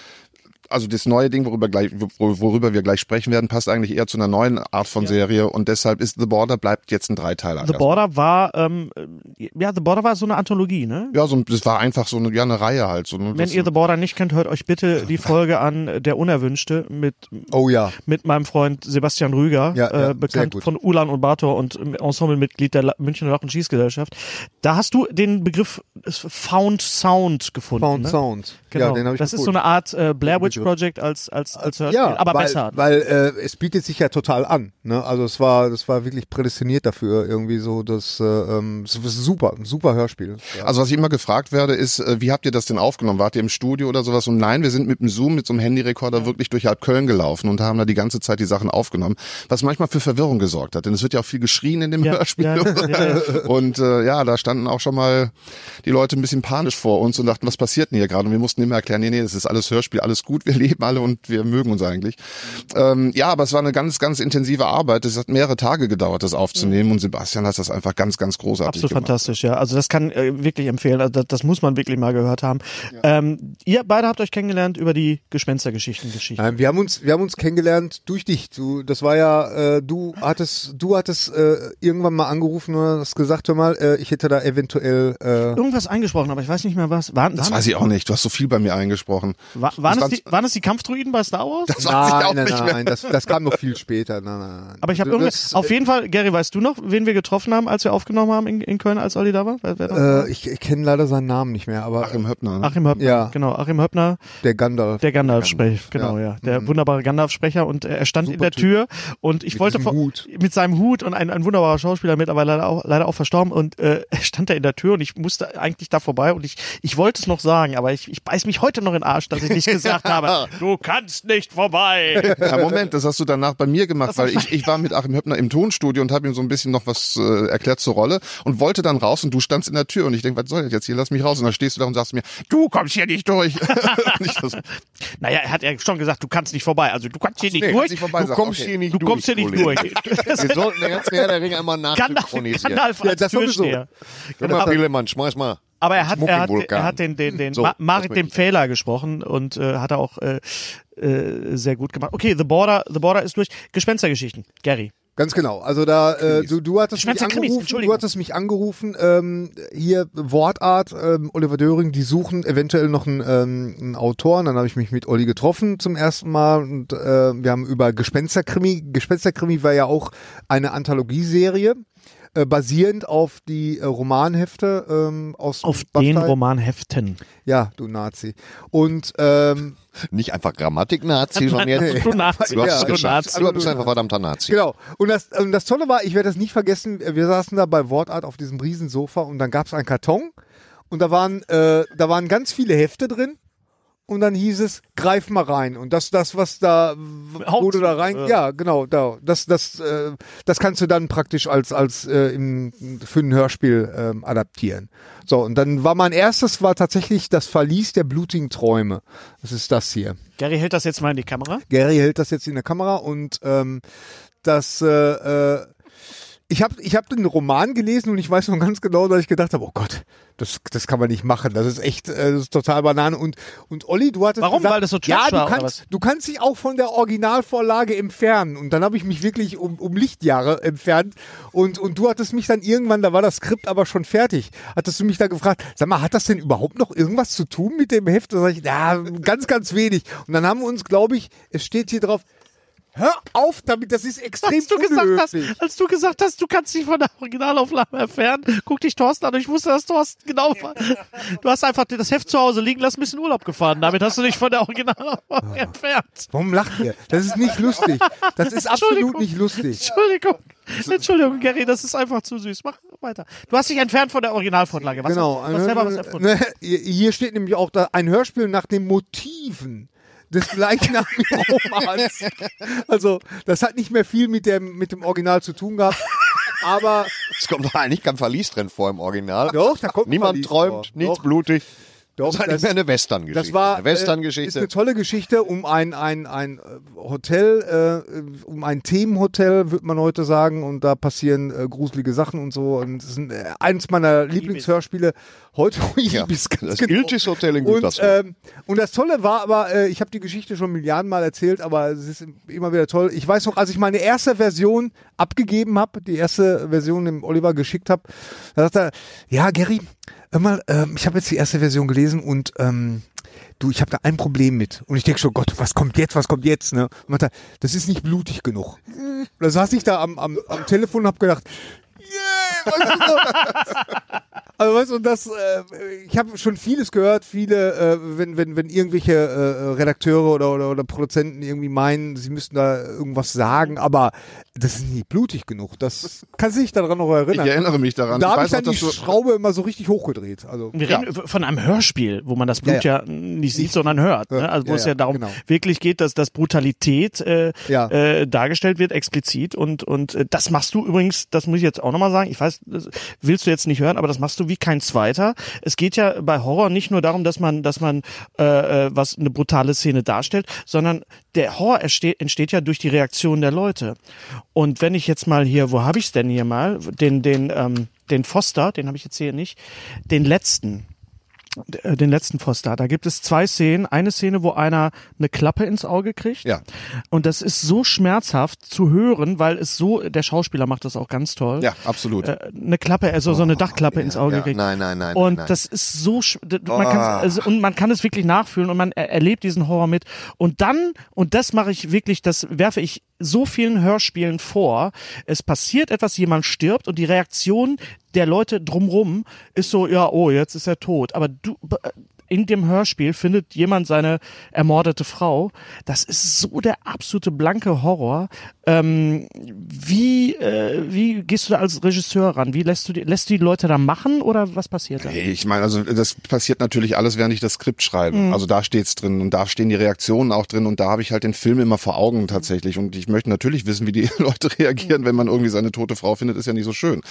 also das neue Ding, worüber, gleich, wor- worüber wir gleich sprechen werden, passt eigentlich eher zu einer neuen Art von Serie und deshalb ist The Border bleibt jetzt ein Dreiteiler.
The
erstmal.
Border war, ähm, ja, The Border war so eine Anthologie, ne?
Ja, so, ein- das war einfach so eine, ja, eine Reihe halt. So, ne,
Wenn
das,
ihr The Border nicht kennt, hört euch bitte die Folge an, äh, Der Unerwünschte, mit,
oh ja,
mit meinem Freund Sebastian Rüger,
Ja, ja,
äh,
sehr
bekannt
gut.
von Ulan und Bator und ähm, Ensemblemitglied der La Münchner Lach- und Schießgesellschaft. Da hast du den Begriff äh, Found Sound gefunden.
Found
ne?
Sound.
Genau.
Ja, den hab ich
das ist so
gefunden.
eine Art äh, Blair Witch Project als, als, als Hörspiel,
ja,
aber
weil,
besser.
Weil äh, es bietet sich ja total an. Ne? Also es war, das war wirklich prädestiniert dafür irgendwie so, dass äh, ähm, es ist super, ein super Hörspiel. Ja.
Also was ich immer gefragt werde, ist, äh, wie habt ihr das denn aufgenommen? Wart ihr im Studio oder sowas? Und nein, wir sind mit dem Zoom, mit so einem Handyrekorder wirklich durch halb Köln gelaufen und haben da die ganze Zeit die Sachen aufgenommen, was manchmal für Verwirrung gesorgt hat. Denn es wird ja auch viel geschrien in dem
Ja,
Hörspiel.
ja, ja, ja.
Und äh, ja, da standen auch schon mal die Leute ein bisschen panisch vor uns und dachten, was passiert denn hier gerade? Und wir mussten immer erklären, nee, nee, das ist alles Hörspiel, alles gut, wir leben alle und wir mögen uns eigentlich. Ähm, ja, aber es war eine ganz, ganz intensive Arbeit. Es hat mehrere Tage gedauert, das aufzunehmen und Sebastian hat das einfach ganz, ganz großartig
Mhm. Absolut
gemacht.
fantastisch, ja. Also das kann äh, wirklich empfehlen. Also das, das muss man wirklich mal gehört haben. Ähm, ihr beide habt euch kennengelernt über die Gespenstergeschichten. Geschichten.
Nein, wir haben uns, wir haben uns kennengelernt durch dich. Du, das war ja, äh, du hattest, du hattest äh, irgendwann mal angerufen und hast gesagt, hör mal, äh, ich hätte da eventuell. Äh,
Irgendwas eingesprochen, aber ich weiß nicht mehr was. Waren,
Das
waren,
weiß ich auch nicht. Du hast so viel bei mir eingesprochen.
Wa- waren,
Das
es die, waren es die Kampfdruiden bei Star Wars?
Das weiß ich auch
nein,
nicht
nein,
mehr.
nein, das, das kam noch viel später. Nein, nein, nein.
Aber ich habe
Du-
irgendwie.
das-
Auf jeden Fall, Gary, weißt du noch, wen wir getroffen haben, als wir aufgenommen haben in, in Köln, als Olli da war? Wer, wer das war?
Äh, ich ich kenne leider seinen Namen nicht mehr, aber
Achim Höppner. Ne?
Achim Höppner,
ja.
genau. Achim Höppner,
der Gandalf.
der Gandalf-Sprecher, genau, ja. Der wunderbare Gandalf-Sprecher und äh, er stand in der Tür und ich wollte
diesem
vor-
Hut.
mit seinem Hut und ein, ein wunderbarer Schauspieler, mittlerweile leider auch, leider auch verstorben und äh, er stand da in der Tür und ich musste eigentlich da vorbei und ich, ich wollte es noch sagen, aber ich, ich beiß mich heute noch in den Arsch, dass ich nicht gesagt habe, du kannst nicht vorbei.
Ja, Moment, das hast du danach bei mir gemacht, weil ich, ich war mit Achim Höppner im Tonstudio und habe ihm so ein bisschen noch was äh, erklärt zur Rolle und wollte dann raus und du standst in der Tür und ich denke, was soll das jetzt hier? Lass mich raus. Und dann stehst du da und sagst mir, du kommst hier nicht durch. und ich das,
Naja, er hat ja schon gesagt, du kannst nicht vorbei, also du kannst hier nicht
nee,
durch.
kannst nicht vorbei
du
sagen,
kommst
okay.
hier nicht durch. Du kommst hier nicht durch.
Wir sollten den ganzen Herr der Ringe einmal
Gandalf,
nachsynchronisieren.
Gandalf als
das sowieso.
Türsteher.
Guck mal, Bielemann, schmeiß mal.
Aber er hat, er hat,
Schmuckenvulkan.
er hat den, den, den
So,
Ma
das
Marit
möchte
dem Fehler gesprochen und äh, hat er auch äh, äh, sehr gut gemacht. Okay, The Border, The Border ist durch. Gespenstergeschichten, Gary.
Ganz genau. Also da äh, du, du hattest mich
Schwänze Krimis,
angerufen,
Entschuldigung.
du hattest mich angerufen. Ähm, hier Wortart, ähm, Oliver Döring, die suchen eventuell noch einen, ähm, einen Autoren. Dann habe ich mich mit Olli getroffen zum ersten Mal und äh, wir haben über Gespensterkrimi. Gespensterkrimi war ja auch eine Anthologieserie. Äh, basierend auf die äh, Romanhefte ähm, aus
Auf
Bastei.
den Roman heften.
Ja, du Nazi. Und ähm,
Nicht einfach Grammatik-Nazi, sondern jetzt.
Du Nazi.
Du hast
Ja,
es
du
geschafft.
Nazi.
Du bist einfach verdammter Nazi.
Genau. Und das, und das Tolle war, ich werde das nicht vergessen, wir saßen da bei Wortart auf diesem Riesensofa und dann gab es einen Karton und da waren, äh, da waren ganz viele Hefte drin. Und dann hieß es, greif mal rein. Und das, das, was da
Haupt-
wurde da rein,
äh.
ja, genau, da. Das, das, äh, das kannst du dann praktisch als, als äh, im, für ein Hörspiel ähm, adaptieren. So, und dann war mein erstes war tatsächlich das Verlies der blutigen Träume. Das ist das hier.
Gary hält das jetzt mal in die Kamera.
Gary hält das jetzt in der Kamera und ähm, das äh, äh, ich habe ich hab den Roman gelesen und ich weiß noch ganz genau, dass ich gedacht habe, oh Gott, das, das kann man nicht machen. Das ist echt äh, das ist total Banane. Und, und Olli, du hattest
Warum?
gesagt,
Weil das so
ja,
trash war,
du
oder
kannst,
was?
du kannst dich auch von der Originalvorlage entfernen. Und dann habe ich mich wirklich um, um Lichtjahre entfernt. Und, und du hattest mich dann irgendwann, da war das Skript aber schon fertig, hattest du mich da gefragt, sag mal, hat das denn überhaupt noch irgendwas zu tun mit dem Heft? Da sag ich, ja, ganz, ganz wenig. Und dann haben wir uns, glaube ich, es steht hier drauf, hör auf damit, das ist extrem
Als du, gesagt
unhöflich.
hast, als du gesagt hast, du kannst dich von der Originalauflage entfernen, guck dich Thorsten an. und Ich wusste, dass Thorsten genau war. Du hast einfach das Heft zu Hause liegen lassen, bist in Urlaub gefahren. Damit hast du dich von der Originalauflage entfernt.
Warum lacht ihr? Das ist nicht lustig. Das ist absolut
Entschuldigung.
nicht lustig.
Entschuldigung. Entschuldigung, Gary, das ist einfach zu süß. Mach weiter. Du hast dich entfernt von der Originalvorlage. Was
Genau.
Du hast
äh,
selber was erfunden.
Ne, Hier steht nämlich auch da ein Hörspiel nach den Motiven des gleichnamigen Romans. Also, das hat nicht mehr viel mit dem, mit dem Original zu tun gehabt. Aber
Es kommt doch eigentlich kein Verlies drin vor im Original.
Doch, da kommt ein
Niemand
Verlies vor.
träumt, nichts
Doch.
blutig.
Doch,
das ist eigentlich
das-
mehr eine Western-Geschichte.
das war
eine
äh, ist
Western-Geschichte.
eine tolle Geschichte um ein, ein, ein äh, Hotel, äh, um ein Themenhotel, würde man heute sagen. Und da passieren äh, gruselige Sachen und so. Und es ist ein, äh, eines meiner Lieblingshörspiele heute. oh
ja.
Ibis, ganz
Das
genau.
Iltis Hotel in
Und,
Gütersloh.
ähm, und das Tolle war aber, äh, ich habe die Geschichte schon Milliarden Mal erzählt, aber es ist immer wieder toll. Ich weiß noch, als ich meine erste Version abgegeben habe, die erste Version dem Oliver geschickt habe, da sagt er, ja, Gary, hör mal, ähm, ich habe jetzt die erste Version gelesen und ähm, du, ich habe da ein Problem mit. Und ich denke schon, Gott, was kommt jetzt, was kommt jetzt? Ne? Und sagt er, das ist nicht blutig genug. Und da saß ich da am, am, am Telefon und habe gedacht, yeah, was ist das? Also weißt du, und das, äh, ich habe schon vieles gehört, viele, äh, wenn, wenn, wenn irgendwelche äh, Redakteure oder, oder, oder Produzenten irgendwie meinen, sie müssten da irgendwas sagen, aber das ist nicht blutig genug. Das kann sich daran noch
Ich
erinnern.
erinnere mich daran.
da
ich
habe ich
weiß auch,
dann die
dass du,
Schraube immer so richtig hochgedreht. Also
Wir reden von einem Hörspiel, wo man das Blut
Ja,
ja, nicht sieht, sondern hört.
Ja,
Ne? Also wo
ja,
es
ja,
ja darum
genau.
wirklich geht, dass, dass Brutalität äh,
Ja.
äh, dargestellt wird, explizit. Und, und äh, das machst du übrigens, das muss ich jetzt auch nochmal sagen, ich weiß, das willst du jetzt nicht hören, aber das machst du wie kein zweiter. Es geht ja bei Horror nicht nur darum, dass man, dass man äh, äh, was eine brutale Szene darstellt, sondern der Horror entsteht, entsteht ja durch die Reaktion der Leute. Und wenn ich jetzt mal hier, wo habe ich es denn hier mal? Den, den, ähm, den Foster, den habe ich jetzt hier nicht, den letzten äh, den letzten Foster. Da gibt es zwei Szenen. Eine Szene, wo einer eine Klappe ins Auge kriegt.
Ja.
Und das ist so schmerzhaft zu hören, weil es so, der Schauspieler macht das auch ganz toll.
ja, absolut.
Äh, Eine Klappe, also so eine Dachklappe ins Auge
ja.
kriegt.
Nein, nein, nein,
Und
nein. Ah.
das ist so, sch- d- man kann's, also, und man kann es wirklich nachfühlen und man er erlebt diesen Horror mit. Und dann, und das mache ich wirklich, das werfe ich so vielen Hörspielen vor. Es passiert etwas, jemand stirbt und die Reaktion der Leute drumrum ist so, ja, oh, jetzt ist er tot. Aber du, b- äh, in dem Hörspiel findet jemand seine ermordete Frau. Das ist so der absolute blanke Horror. Ähm, wie, äh, wie gehst du da als Regisseur ran? Wie lässt du die, lässt du die Leute da machen oder was passiert da?
Hey, Ich meine, also das passiert natürlich alles, während ich das Skript schreibe. Also da steht's drin und da stehen die Reaktionen auch drin und da habe ich halt den Film immer vor Augen tatsächlich. Und ich möchte natürlich wissen, wie die Leute reagieren, wenn man irgendwie seine tote Frau findet, ist ja nicht so schön.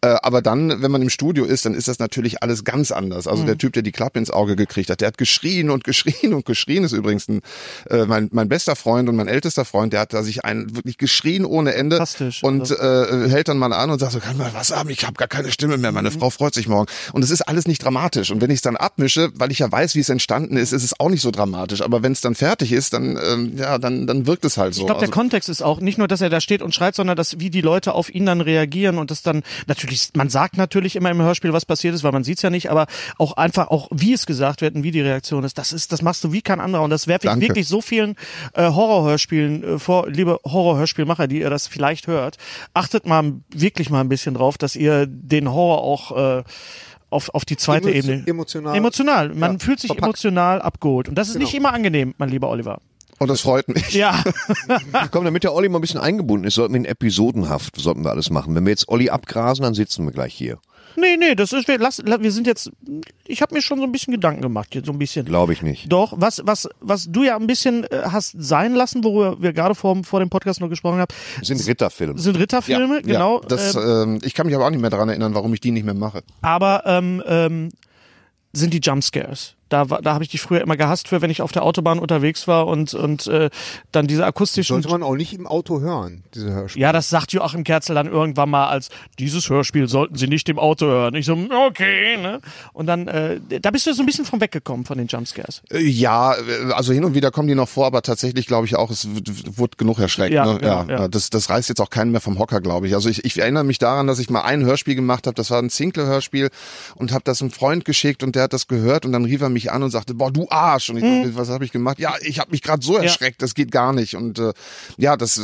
Äh, aber dann, wenn man im Studio ist, dann ist das natürlich alles ganz anders. Also der Typ, der die Klappe ins Auge gekriegt hat, der hat geschrien und geschrien und geschrien, ist übrigens ein, äh, mein, mein bester Freund und mein ältester Freund, der hat da sich einen wirklich geschrien ohne Ende
Fantastisch,
und
also.
äh, hält dann mal an und sagt so, kann mal was haben, ich habe gar keine Stimme mehr, meine
Mhm.
Frau freut sich morgen. Und es ist alles nicht dramatisch. Und wenn ich es dann abmische, weil ich ja weiß, wie es entstanden ist, ist es auch nicht so dramatisch. Aber wenn es dann fertig ist, dann, ähm, ja, dann, dann wirkt es halt so.
Ich glaube, der
also,
Kontext ist auch nicht nur, dass er da steht und schreit, sondern dass wie die Leute auf ihn dann reagieren und das dann natürlich, man sagt natürlich immer im Hörspiel, was passiert ist, weil man sieht's ja nicht, aber auch einfach auch wie es gesagt wird und wie die Reaktion ist. Das ist, das machst du wie kein anderer und das werfe ich
Danke.
wirklich so vielen äh, Horrorhörspielen äh, vor, liebe Horrorhörspielmacher, die ihr das vielleicht hört. Achtet mal wirklich mal ein bisschen drauf, dass ihr den Horror auch äh, auf, auf die zweite
Emo-
Ebene.
emotional.
Emotional. Man
Ja,
fühlt sich
verpackt.
emotional abgeholt. Und das ist nicht immer angenehm, mein lieber Oliver.
und das freut mich.
Ja.
Komm, damit der Olli mal ein bisschen eingebunden ist, sollten wir ihn episodenhaft, sollten wir alles machen. Wenn wir jetzt Olli abgrasen, dann sitzen wir gleich hier.
Nee, nee, das ist, wir, lass, la- wir sind jetzt, ich habe mir schon so ein bisschen Gedanken gemacht, jetzt so ein bisschen.
Glaube ich nicht.
Doch, was, was, was du ja ein bisschen äh, hast sein lassen, worüber wir gerade vor, vor dem Podcast noch gesprochen haben,
Das sind Ritterfilme.
sind Ritterfilme, genau.
Ja, das,
äh,
ähm, ich kann mich aber auch nicht mehr daran erinnern, warum ich die nicht mehr mache.
aber ähm, ähm, sind die Jumpscares. Da, war- da habe ich die früher immer gehasst für, wenn ich auf der Autobahn unterwegs war und, und äh, dann diese akustischen
Sollte man auch nicht im Auto hören, diese Hörspiele.
ja, das sagt Joachim Kerzel dann irgendwann mal als dieses Hörspiel sollten Sie nicht im Auto hören. Ich so, okay, ne? Und dann, äh, da bist du so ein bisschen von weggekommen von den Jumpscares.
Äh, Ja, äh, also hin und wieder kommen die noch vor, aber tatsächlich glaube ich auch, es w- w- wurde genug erschreckt.
Ja,
ne?
ja,
ja,
ja.
äh, Das, das reißt jetzt auch keinen mehr vom Hocker, glaube ich. Also ich, ich erinnere mich daran, dass ich mal ein Hörspiel gemacht habe, das war ein Zinkle-Hörspiel und habe das einem Freund geschickt und der hat das gehört und dann rief er mich an und sagte, boah, du Arsch. Und ich dachte, was habe ich gemacht? Mhm. Ja, ich habe mich gerade so erschreckt, das geht gar nicht. Und äh, ja, das äh,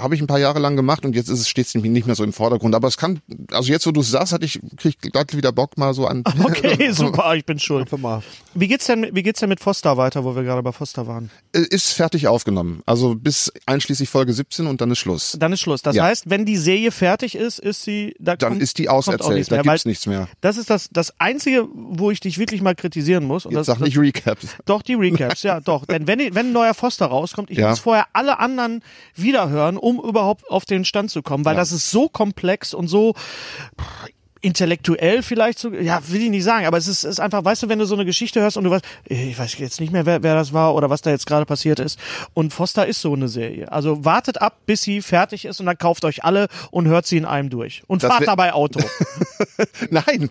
habe ich ein paar Jahre lang gemacht und jetzt ist es stets nicht mehr so im Vordergrund. Aber es kann, also jetzt, wo du es sagst, hatte ich, krieg ich gleich wieder Bock mal so an.
Okay, super, ich bin schuld.
Einfach mal.
Wie geht's denn, wie geht's denn mit Foster weiter, wo wir gerade bei Foster waren?
Äh, ist fertig aufgenommen. Also bis einschließlich Folge 17 und dann ist Schluss.
Dann ist Schluss. Das
Ja.
heißt, wenn die Serie fertig ist, ist sie, da
Dann
kommt,
ist die
kommt auch
auserzählt,
nichts
da
mehr,
gibt's
weil
nichts mehr.
Das ist das, das einzige, wo ich dich wirklich mal kritisieren muss. Und
Jetzt
das,
sag nicht Recap.
Doch, die Recaps, ja, doch. Denn wenn, wenn ein neuer Foster rauskommt, ich
Ja.
muss vorher alle anderen wiederhören, um überhaupt auf den Stand zu kommen, weil das ist so komplex und so pff, intellektuell vielleicht so, ja, will ich nicht sagen, aber es ist, ist einfach, weißt du, wenn du so eine Geschichte hörst und du weißt, ich weiß jetzt nicht mehr, wer, wer das war oder was da jetzt gerade passiert ist. Und Foster ist so eine Serie. Also wartet ab, bis sie fertig ist und dann kauft euch alle und hört sie in einem durch. Und
Das
fahrt
wär-
dabei Auto.
Nein.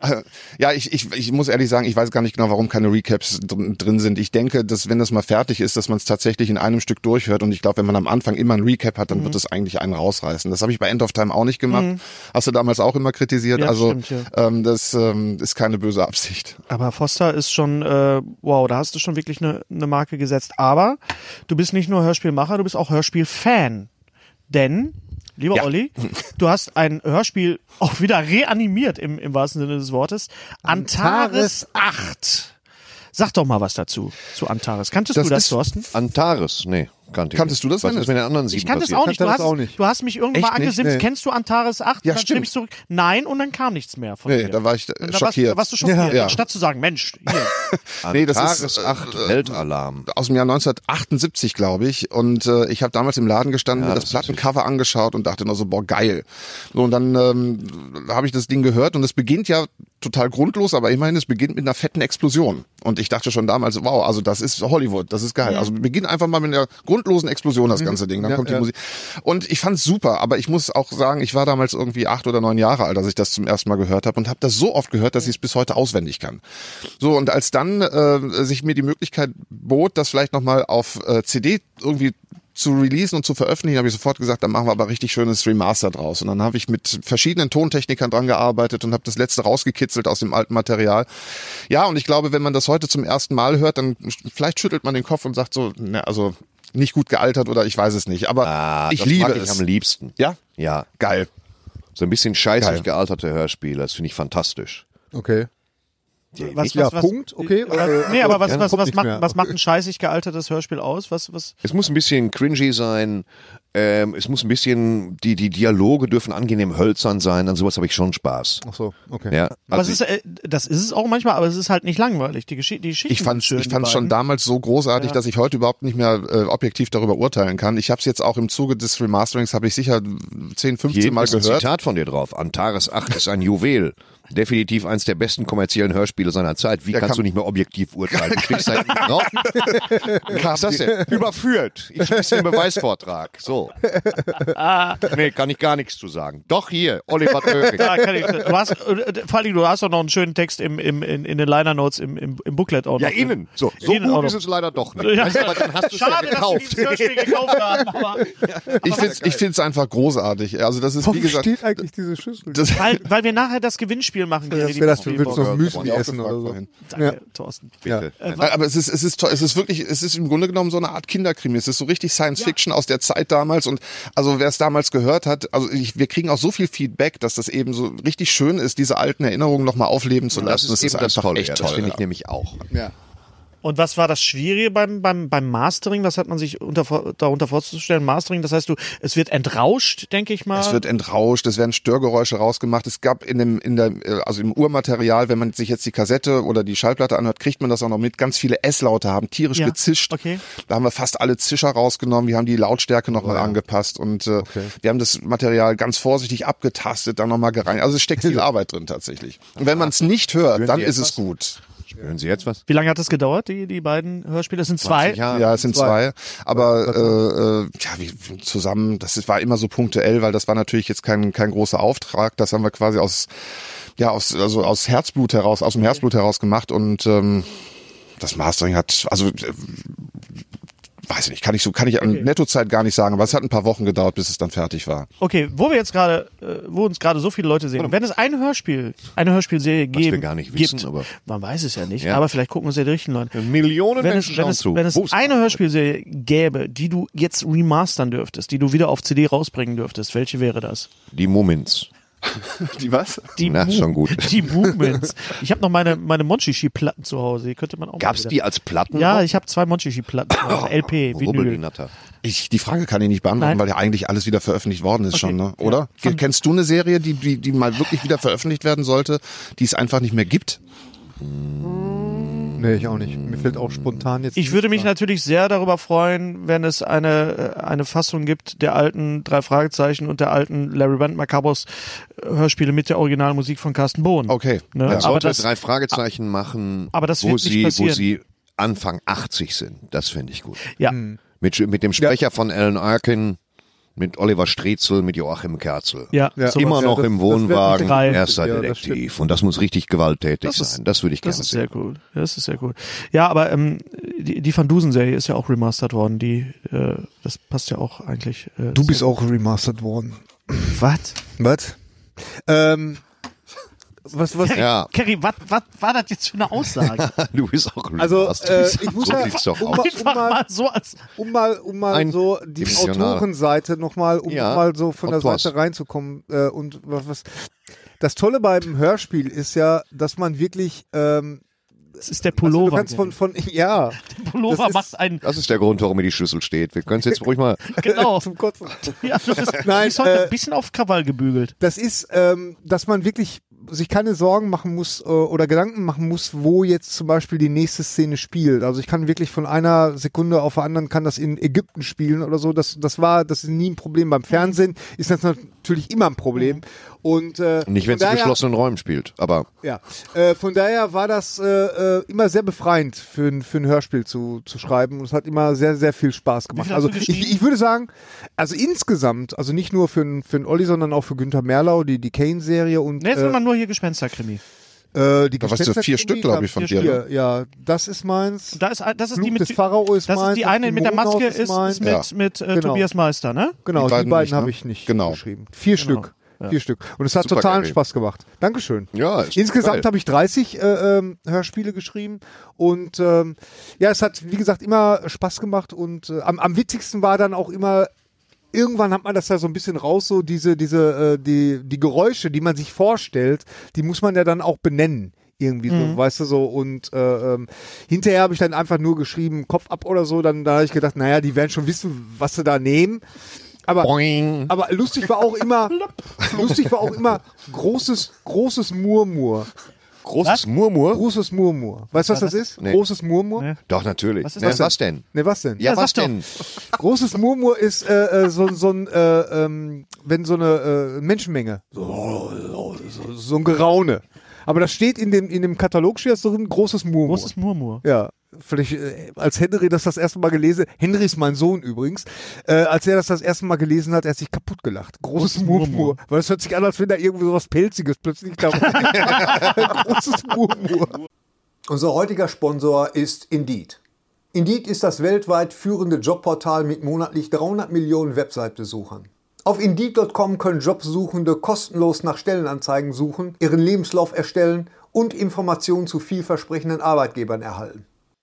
Äh, Ja, ich, ich, ich muss ehrlich sagen, ich weiß gar nicht genau, warum keine Recaps drin drin sind. Ich denke, dass wenn das mal fertig ist, dass man es tatsächlich in einem Stück durchhört. Und ich glaube, wenn man am Anfang immer ein Recap hat, dann
Mhm.
wird es eigentlich einen rausreißen. Das habe ich bei End of Time auch nicht gemacht. Hast du damals auch immer kritisiert.
Ja,
also
stimmt,
ähm, das ähm, ist keine böse Absicht.
Aber Foster ist schon, äh, wow, da hast du schon wirklich eine ne Marke gesetzt. Aber du bist nicht nur Hörspielmacher, du bist auch Hörspielfan. Denn, lieber Olli, du hast ein Hörspiel auch wieder reanimiert im, im wahrsten Sinne des Wortes. Antares 8. Sag doch mal was dazu, zu Antares. Kanntest
Das
du das,
ist- also
Thorsten?
Antares, nee, kannte ich
Kanntest
nicht.
du das,
Was
Dennis?
ist mit den anderen sieben
Ich kannte es
passiert?
auch nicht. Du
Kannte
hast,
das auch nicht.
du hast mich irgendwann mal
Echt nicht?
angesimst.
Nee.
Kennst du Antares 8?
Ja,
dann schrieb
stimmt.
ich zurück, nein, und dann kam nichts mehr von
Nee,
dir.
da war ich, äh,
Und da warst-
schockiert.
Da warst du schockiert.
Ja.
Statt zu sagen, Mensch, hier,
Nee, das
Antares
ist, äh,
8 Weltalarm.
aus dem Jahr 1978, glaube ich. Und äh, ich habe damals im Laden gestanden, mir das, Plattencover angeschaut und dachte nur so, boah, geil. So, und dann ähm, habe ich das Ding gehört und es beginnt ja total grundlos, aber immerhin, es beginnt mit einer fetten Explosion. Und ich dachte schon damals, wow, also das ist Hollywood, das ist geil. Also beginnt einfach mal mit einer grundlosen Explosion, das ganze Ding. Dann kommt die Musik. Und ich fand's super, aber ich muss auch sagen, ich war damals irgendwie acht oder neun Jahre alt, als ich das zum ersten Mal gehört habe und habe das so oft gehört, dass ich es bis heute auswendig kann. So, und als dann äh, sich mir die Möglichkeit bot, das vielleicht nochmal auf äh, CD irgendwie zu releasen und zu veröffentlichen, habe ich sofort gesagt, dann machen wir aber richtig schönes Remaster draus. Und dann habe ich mit verschiedenen Tontechnikern dran gearbeitet und habe das letzte rausgekitzelt aus dem alten Material. Ja, und ich glaube, wenn man das heute zum ersten Mal hört, dann sch- vielleicht schüttelt man den Kopf und sagt so, na, also nicht gut gealtert oder ich weiß es nicht. Aber
Ah,
ich
das
liebe
mag ich
es.
am liebsten.
Ja?
Ja,
Geil.
so ein bisschen scheißig gealterte Hörspiele, das finde ich fantastisch.
Okay.
Äh, was,
Ja,
was, was,
Punkt, okay.
Was, nee, aber was, was,
Kommt
was,
nicht
macht,
mehr.
was macht ein scheißig gealtertes Hörspiel aus? Was, was?
Es muss ein bisschen cringy sein. Ähm, es muss ein bisschen, die, die Dialoge dürfen angenehm hölzern sein, an sowas habe ich schon Spaß.
Ach so, okay.
Ja, also
was ist, äh, das ist es auch manchmal, aber es ist halt nicht langweilig. Die, Geschichte, die Geschichten
Ich fand
sind schön,
ich fand's
die
schon
beiden.
damals so großartig, dass ich heute überhaupt nicht mehr äh, objektiv darüber urteilen kann. Ich habe es jetzt auch im Zuge des Remasterings habe ich sicher 10, 15
Jeden
Mal
ist ein
gehört.
Zitat von dir drauf. Antares 8 ist ein Juwel. Definitiv eins der besten kommerziellen Hörspiele seiner Zeit. Wie
Ja,
kannst
kann-
du nicht mehr objektiv urteilen? Du schlägst halt drauf. Was ist das denn? Überführt. Ich schließe den Beweisvortrag. So. Nee, kann ich gar nichts zu sagen. Doch hier, Oliver Törig.
Ja, kann ich, du hast, äh, vor allem, du hast auch noch einen schönen Text im, im, in, in den Liner Notes im, im, im Booklet auch
Ja,
noch.
innen. So, so
Innen auch
gut
noch.
ist es leider doch nicht.
Ja.
Weißt du, aber dann hast du es ja
Schade, dass wir
gekauft.
dieses Hörspiel gekauft haben, aber
Ich find's, ich find's einfach großartig. Also das ist wie
Warum
gesagt,
steht eigentlich diese Schüssel?
das
weil, halt, weil wir nachher das Gewinnspiel machen. gegen
Das
die
wäre das,
Bock.
wir würden noch Müsli
Ja,
essen oder so.
vorhin.
Danke, Thorsten.
Ja.
Äh,
Nein, aber es ist, es ist toll. Es ist wirklich, es ist im Grunde genommen so eine Art Kinderkrimi. Es ist so richtig Science Fiction aus der Zeit damals. Und also wer es damals gehört hat, also ich, wir kriegen auch so viel Feedback, dass das eben so richtig schön ist, diese alten Erinnerungen nochmal aufleben zu
Das
lassen.
ist eben das
einfach
Tolle. Ja,
echt
das
toll.
finde ich
ja.
nämlich auch.
Und was war das Schwierige beim, beim, beim Mastering? Was hat man sich unter, darunter vorzustellen? Mastering, das heißt du, es wird entrauscht, denke ich mal.
Es wird entrauscht, es werden Störgeräusche rausgemacht. Es gab in dem, in der, äh, also im Urmaterial, wenn man sich jetzt die Kassette oder die Schallplatte anhört, kriegt man das auch noch mit. Ganz viele S-Laute haben tierisch
Ja,
gezischt.
okay.
Da haben wir fast alle Zischer rausgenommen. Wir haben die Lautstärke nochmal angepasst und äh, wir haben das Material ganz vorsichtig abgetastet, dann nochmal gereinigt. Also es steckt viel Arbeit drin tatsächlich. Und wenn man es nicht hört, dann ist es gut.
Hören Sie jetzt was?
Wie lange hat das gedauert, die, die beiden Hörspiele? Es sind zwei.
Ja,
Ja, es sind zwei. Aber äh, äh, ja, wie, zusammen, das ist- war immer so punktuell, weil das war natürlich jetzt kein, kein großer Auftrag. Das haben wir quasi aus, ja, aus, also aus Herzblut heraus, aus dem Herzblut heraus gemacht und ähm, das Mastering hat, also äh, weiß ich nicht, kann ich so, kann ich an Nettozeit gar nicht sagen, aber es hat ein paar Wochen gedauert, bis es dann fertig war.
Okay, wo wir jetzt gerade, äh, wo uns gerade so viele Leute sehen. Wenn es ein Hörspiel, eine Hörspielserie
Was
geben,
wir gar nicht
gibt,
wissen, aber
man weiß es ja nicht,
Ja.
aber vielleicht gucken uns ja die richtigen Leute.
Millionen
wenn
Menschen
es, wenn
schauen
es,
zu.
Wenn es
Wo ist-
eine Hörspielserie gäbe, die du jetzt remastern dürftest, die du wieder auf CD rausbringen dürftest, welche wäre das?
die Moments.
Die was?
Die
Na, schon gut.
Die Movements. Ich habe noch meine, meine Monchishi-Platten zu Hause, die könnte man auch
Gab's
mal
die
wieder-
als Platten?
Ja,
noch?
ich habe zwei Monchishi-Platten, also LP,
Rubbel die
Vinyl.
Natter.
Ich, die Frage kann ich nicht beantworten,
Nein.
weil ja eigentlich alles wieder veröffentlicht worden ist schon, ne? oder? Ge- Kennst du eine Serie, die, die, die mal wirklich wieder veröffentlicht werden sollte, die es einfach nicht mehr gibt?
Nee, ich auch nicht. Mir fällt auch spontan jetzt.
Ich würde mich halt natürlich sehr darüber freuen, wenn es eine, äh, eine Fassung gibt der alten drei Fragezeichen und der alten Larry Band Macabros äh, Hörspiele mit der Originalmusik von Carsten Bohn.
Okay.
Ne?
Ja.
Aber
Sollte
das,
drei Fragezeichen machen,
aber das
wo,
wird nicht
sie, wo
passieren.
sie Anfang 80 sind. Das fände ich gut.
ja,
Mit, mit dem Sprecher von Alan Arkin, mit Oliver Strezel, mit Joachim Kerzel.
ja,
Ja.
sowas.
Immer
Ja,
noch
das-
im
das wird nicht
Wohnwagen,
drei.
erster
Ja, das
Detektiv. Und das muss richtig gewalttätig
Das ist-
sein. Das würde ich
Das
gerne
ist
sehen.
sehr cool. Das ist sehr cool. Ja, aber ähm, die, die Van Dusen-Serie ist ja auch remastert worden. Die, äh, das passt ja auch eigentlich. Äh,
du bist auch remastered worden.
was?
Was? Ähm, was, was?
Ja,
Kerry, was war das jetzt für eine Aussage?
du bist auch
Also, äh, ich muss
so
ja-
sieht's doch
um
aus.
Einfach mal so als.
Um mal, um mal
Ein
so die
Divisionar.
Autorenseite nochmal, um
Ja,
mal so von der
Autors.
Seite reinzukommen. Äh, und was, was das Tolle beim Hörspiel ist ja, dass man wirklich ähm,
Das ist der
also
Pullover.
du kannst von, von ja
Kerry. Pullover
das ist-
macht einen.
Das ist der Grund, warum mir die Schüssel steht. Wir können es jetzt ruhig mal.
Genau.
zum Kotzen.
Ja, du bist,
Nein,
du bist heute
äh,
ein bisschen auf Krawall gebügelt.
Das ist, ähm, dass man wirklich sich keine Sorgen machen muss äh, oder Gedanken machen muss, wo jetzt zum Beispiel die nächste Szene spielt. Also ich kann wirklich von einer Sekunde auf die anderen kann das in Ägypten spielen oder so. Das, das war, das ist nie ein Problem
Mhm.
beim Fernsehen. Ist das natürlich immer ein Problem. Und äh,
Nicht, wenn
von
es in
daher-
geschlossenen Räumen spielt, aber
Ja, äh, von daher war das äh, äh, immer sehr befreiend für, ein- für ein Hörspiel zu, zu schreiben und es hat immer sehr, sehr viel Spaß gemacht.
viel hast
Also
du
ich,
geschrieben?
ich würde sagen, also insgesamt, also nicht nur für, n- für einen Olli, sondern auch für Günther Merlau, die, die Kane-Serie und
Ne, jetzt
äh,
sind wir nur hier Gespensterkrimi.
äh, die
Da warst du
Geschwister-
vier Stück, glaube ich, von
vier
dir. Ne?
Ja, ja, das ist meins.
Da ist, ein- das ist
Flug
die mit.
des Pharao ist
das ist
meins,
die eine
das
mit der
Dämonenhaus
Maske,
ist
ist, ist
meins.
mit,
Ja.
mit äh,
Genau.
Tobias Meister, ne?
Genau, die beiden,
beiden nicht, ne?
habe ich nicht
Genau.
geschrieben. Vier
Genau,
Stück. Vier Stück. Und es hat
Super
totalen
geil.
Spaß gemacht. Dankeschön.
Ja, ist
Insgesamt
geil.
habe ich 30 äh, ähm, Hörspiele geschrieben und ähm, ja, es hat, wie gesagt, immer Spaß gemacht und äh, am, am witzigsten war dann auch immer, irgendwann hat man das ja so ein bisschen raus, so diese, diese, äh, die, die Geräusche, die man sich vorstellt, die muss man ja dann auch benennen. Irgendwie so, weißt du so, und äh, ähm, hinterher habe ich dann einfach nur geschrieben, Kopf ab oder so, dann da habe ich gedacht, naja, die werden schon wissen, was sie da nehmen. Aber
boing.
aber lustig war auch immer, lustig war auch immer großes, großes Murmur.
Großes Murmur?
Großes Murmur. Weißt du, was das ist?
Nee.
Großes Murmur?
Nee.
Ne,
Doch, natürlich.
Was ist
Ne,
das
was denn?
was denn?
Ja,
Ja,
was
sag doch.
denn?
Großes Murmur ist äh, äh, so, so ein, äh, ähm, wenn so eine äh, Menschenmenge. So, so, so ein Geraune. Aber das steht in dem, in dem Katalog, steht das drin, großes Murmur.
Großes Murmur.
Ja, vielleicht äh, als Henry das das erste Mal gelesen, Henry ist mein Sohn übrigens, äh, als er das das erste Mal gelesen hat, er hat sich kaputt gelacht. Großes Murmur. Weil es hört sich an, als wenn da irgendwie sowas Pelziges plötzlich da Großes Murmur.
Unser heutiger Sponsor ist Indeed. Indeed ist das weltweit führende Jobportal mit monatlich 300 Millionen Website-Besuchern. Auf Indeed.com können Jobsuchende kostenlos nach Stellenanzeigen suchen, ihren Lebenslauf erstellen und Informationen zu vielversprechenden Arbeitgebern erhalten.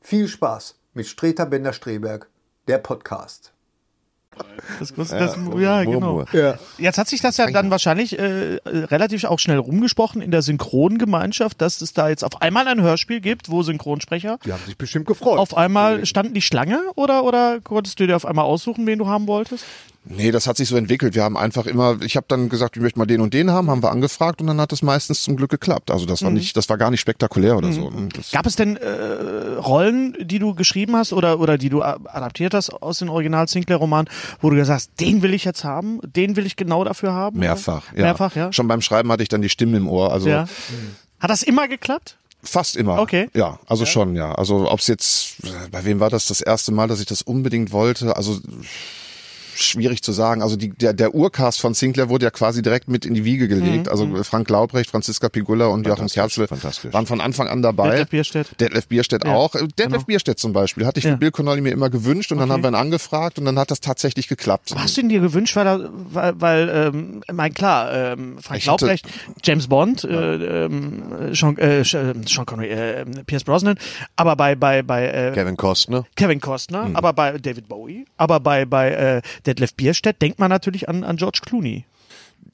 viel Spaß mit Streter Bender-Streberg, der Podcast.
Das, das, das, ja, genau.
Äh, Ja.
Jetzt hat sich das ja dann wahrscheinlich äh, relativ auch schnell rumgesprochen in der Synchrongemeinschaft, dass es da jetzt auf einmal ein Hörspiel gibt, wo Synchronsprecher.
Die haben sich bestimmt gefreut.
Auf einmal standen die Schlange oder, oder konntest du dir auf einmal aussuchen, wen du haben wolltest?
Nee, das hat sich so entwickelt. Wir haben einfach immer, ich habe dann gesagt, ich möchte mal den und den haben, haben wir angefragt und dann hat das meistens zum Glück geklappt. Also
Mhm.
das war nicht, das war gar nicht spektakulär oder so. Das,
Gab es denn äh, Rollen, die du geschrieben hast oder, oder die du a- adaptiert hast aus den Original-Sinclair-Romanen, wo du gesagt hast, den will ich jetzt haben, den will ich genau dafür haben?
mehrfach, ja.
Mehrfach, ja.
Schon beim Schreiben hatte ich dann die Stimme im Ohr. Also
ja. Hat das immer geklappt?
Fast immer.
Okay.
Ja, also schon, ja. Also ob es jetzt, bei wem war das das erste Mal, dass ich das unbedingt wollte? Also schwierig zu sagen. Also die, der, der Urcast von Sinclair wurde ja quasi direkt mit in die Wiege gelegt.
Mhm.
Also Frank Laubrecht, Franziska Pigula und Joachim Kerzle
fantastisch.
waren von Anfang an dabei.
Detlef Bierstedt. genau.
Detlef Bierstedt auch. Äh, Detlef Bierstedt zum Beispiel hatte ich
Ja.
von Bill Connolly mir immer gewünscht und dann haben wir ihn angefragt und dann hat das tatsächlich geklappt.
Hast du ihn dir gewünscht, weil, er, weil, weil ähm, mein klar, ähm, Frank
Ich hatte-
Laubrecht, James Bond, äh, ähm, Sean, äh, Sean Connery, äh, Pierce Brosnan, aber bei bei bei äh,
Kevin Costner.
Kevin Costner,
Hm.
aber bei David Bowie, aber bei bei äh, Detlef Bierstedt denkt man natürlich an an George Clooney.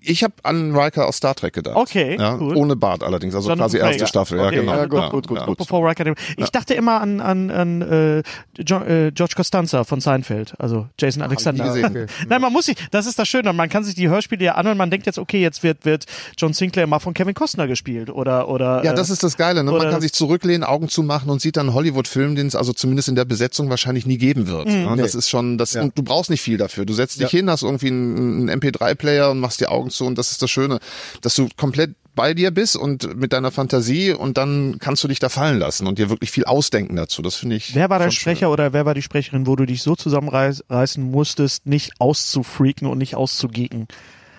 Ich habe an Riker aus Star Trek gedacht.
Okay,
ja,
cool.
Ohne Bart allerdings, also
Sondern-
quasi
okay,
erste
ja.
Staffel. Ja,
Okay,
genau.
ja, gut,
ja,
gut, gut,
ja.
gut. Before Riker dem- Ich dachte immer an an an äh, jo äh, George Costanza von Seinfeld, also Jason
Ah,
Alexander.
gesehen.
Nein, man muss sich, das ist das Schöne, man kann sich die Hörspiele ja anhören, man denkt jetzt, okay, jetzt wird wird John Sinclair mal von Kevin Costner gespielt oder oder
Ja,
äh,
das ist das Geile. Ne? Man
oder-
kann sich zurücklehnen, Augen zumachen und sieht dann einen Hollywood-Film, den es also zumindest in der Besetzung wahrscheinlich nie geben wird.
Mhm.
Ne? Das ist schon, das, und du brauchst nicht viel dafür. Du setzt dich hin, hast irgendwie einen, einen MP3-Player und machst die Augen zu und das ist das Schöne, dass du komplett bei dir bist und mit deiner Fantasie und dann kannst du dich da fallen lassen und dir wirklich viel ausdenken dazu. Das finde ich.
Wer war der
schon schön.
Sprecher oder wer war die Sprecherin, wo du dich so zusammenreißen musstest, nicht auszufreaken und nicht auszugeeken?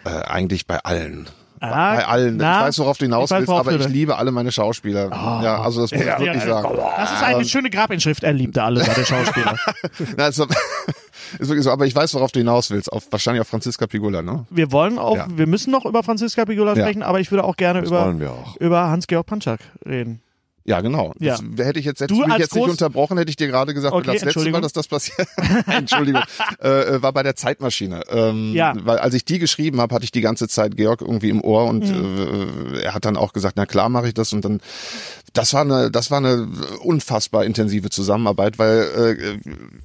Äh, eigentlich bei allen.
Ah,
bei allen.
na,
ich weiß, worauf du hinaus
ich weiß,
willst,
worauf
aber
du
ich
da- Oh.
liebe alle meine Schauspieler. Ja, also das muss ich wirklich sagen. Ähm,
Das ist eine schöne Grabinschrift. Er liebte alle seine Schauspieler.
Na, ist, doch- ist wirklich so, aber ich weiß, worauf du hinaus willst. Auf, wahrscheinlich auf Franziska Pigula, ne?
Wir wollen auch,
Ja.
wir müssen noch über Franziska Pigula
Ja.
sprechen, aber ich würde auch gerne
Das
über,
wollen wir auch.
über Hans-Georg Panczak reden.
Ja, genau.
Ja.
Das hätte ich jetzt, hättest
Du
du mich
als
jetzt nicht
groß-
unterbrochen, hätte ich dir gerade gesagt,
Okay,
das letzte Mal,
Entschuldigung.
dass das passiert, Entschuldigung, äh, äh, war bei der Zeitmaschine. Ähm,
Ja.
Weil als ich die geschrieben habe, hatte ich die ganze Zeit Georg irgendwie im Ohr und
Mhm.
äh, er hat dann auch gesagt, na klar mache ich das und dann, das war eine, das war eine unfassbar intensive Zusammenarbeit, weil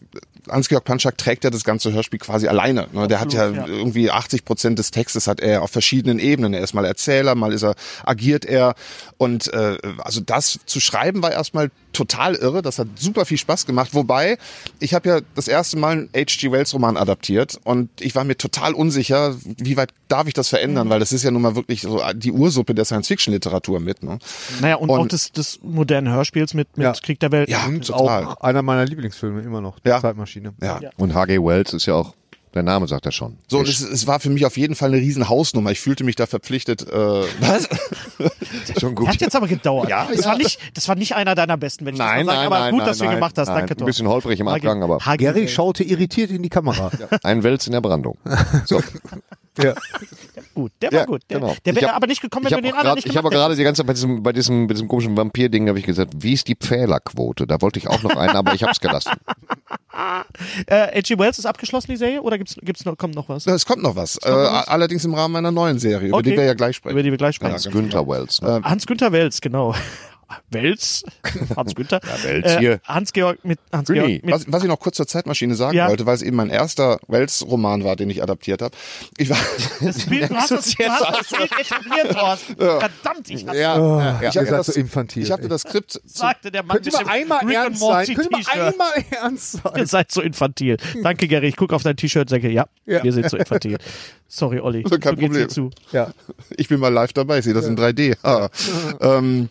äh, Hans-Georg Panschak trägt ja das ganze Hörspiel quasi alleine. Ne? Der hat ja,
Absolut, ja.
irgendwie 80 Prozent des Textes hat er auf verschiedenen Ebenen. Er ist mal Erzähler, mal ist er, agiert er. Und äh, also das zu schreiben war erstmal total irre. Das hat super viel Spaß gemacht. Wobei, ich habe ja das erste Mal einen H.G. Wells Roman adaptiert und ich war mir total unsicher, wie weit darf ich das
Mhm.
verändern, weil das ist ja nun mal wirklich so die Ursuppe der Science-Fiction-Literatur mit. Ne?
Naja, und,
Und-
auch des, des modernen Hörspiels mit, mit
Ja.
Krieg der Welt.
Ja,
Und
Mhm, total.
auch einer meiner Lieblingsfilme immer noch, die
Ja.
Zeitmaschine.
Ja.
Und H.G. Wells ist ja auch, der Name sagt er schon.
So, und es, es war für mich auf jeden Fall eine Riesenhausnummer. Ich fühlte mich da verpflichtet. Äh, was?
schon
Hat jetzt aber gedauert.
Ja,
das,
ja.
War nicht, das war nicht einer deiner besten, wenn ich
Nein,
das mal sage,
nein,
aber
nein,
gut,
nein,
dass du ihn
nein,
gemacht hast.
nein.
Danke, Tom.
Ein bisschen holprig im Abgang, aber
Hagi-
Gary schaute irritiert in die Kamera.
ein Wels in der Brandung. So.
Ja.
gut. Der war
Ja,
gut. Der,
genau.
der
Ich
wäre
hab-
aber nicht gekommen,
Ich
wenn
habe
du den anderen
gerade
nicht
ich hab auch
gemacht
gerade die ganze Zeit bei diesem, bei diesem, bei diesem komischen Vampir-Ding habe ich gesagt, wie ist die Pfählerquote? Da wollte ich auch noch einen, aber ich habe es gelassen.
hättest. Äh, H.G. Wells ist abgeschlossen, die Serie, oder gibt's, gibt's noch, kommt noch was?
Es kommt noch was. äh, allerdings im Rahmen meiner neuen Serie, über
Okay.
die wir ja gleich sprechen.
Über die wir gleich sprechen.
Hans Günther Wells. Ne?
Hans-Günther Welz, genau. Welz? Hans-Günther? Ja,
Welz hier.
Hans-Georg mit,
Günni,
Hans-Georg mit,
was, was ich noch kurz zur Zeitmaschine sagen
Ja.
wollte, weil es eben mein erster Wells-Roman war, den ich adaptiert habe. Ich war,
Das Bild, du hast das, du hast das Bild etabliert, Thorsten. Verdammt, ich hab's
ja,
Oh,
ja,
ihr
ich habe
seid
das,
so infantil,
Ich habe das Skript. zu-
sagte der Mann
Könnt
mit
ihr
dem
mal einmal
Rick and
ernst sein?
Morty
Könnt ihr mal
T-Shirt.
einmal ernst sein?
Ihr seid so infantil. Danke, Gary. Ich gucke auf dein T-Shirt und denke, ja,
Ja.
wir sind so infantil. Sorry, Olli.
Kein
so geht's dir
Problem.
zu.
Ja.
Ich bin mal live dabei. Ich sehe das in 3D. Ah. ähm,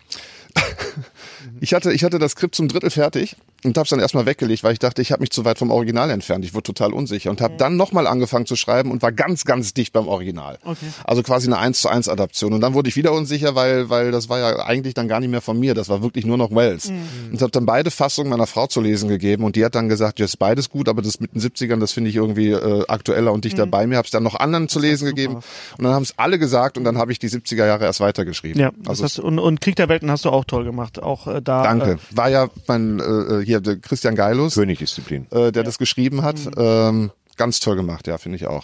ich hatte, ich hatte das Skript zum Drittel fertig und hab's dann erstmal weggelegt, weil ich dachte, ich habe mich zu weit vom Original entfernt. Ich wurde total unsicher und habe dann nochmal angefangen zu schreiben und war ganz, ganz dicht beim Original. Okay. Also quasi eine 1 zu 1 Adaption. Und dann wurde ich wieder unsicher, weil, weil das war ja eigentlich dann gar nicht mehr von mir. Das war wirklich nur noch Wells.
Mhm.
Und habe dann beide Fassungen meiner Frau zu lesen gegeben und die hat dann gesagt, ja, ist beides gut, aber das mit den 70ern, das finde ich irgendwie äh, aktueller und
Mhm.
dichter bei mir. Hab's dann noch anderen zu lesen gegeben und dann haben es alle gesagt und dann habe ich die 70er Jahre erst weitergeschrieben. Also
Ja,
Also
das hast, du- und, und Krieg der Welten hast du auch toll gemacht. Auch äh, da.
Danke. War ja mein äh, hier der Christian Geilus, äh,
Königdisziplin.
der das geschrieben hat. Ähm, ganz toll gemacht, ja, finde ich auch.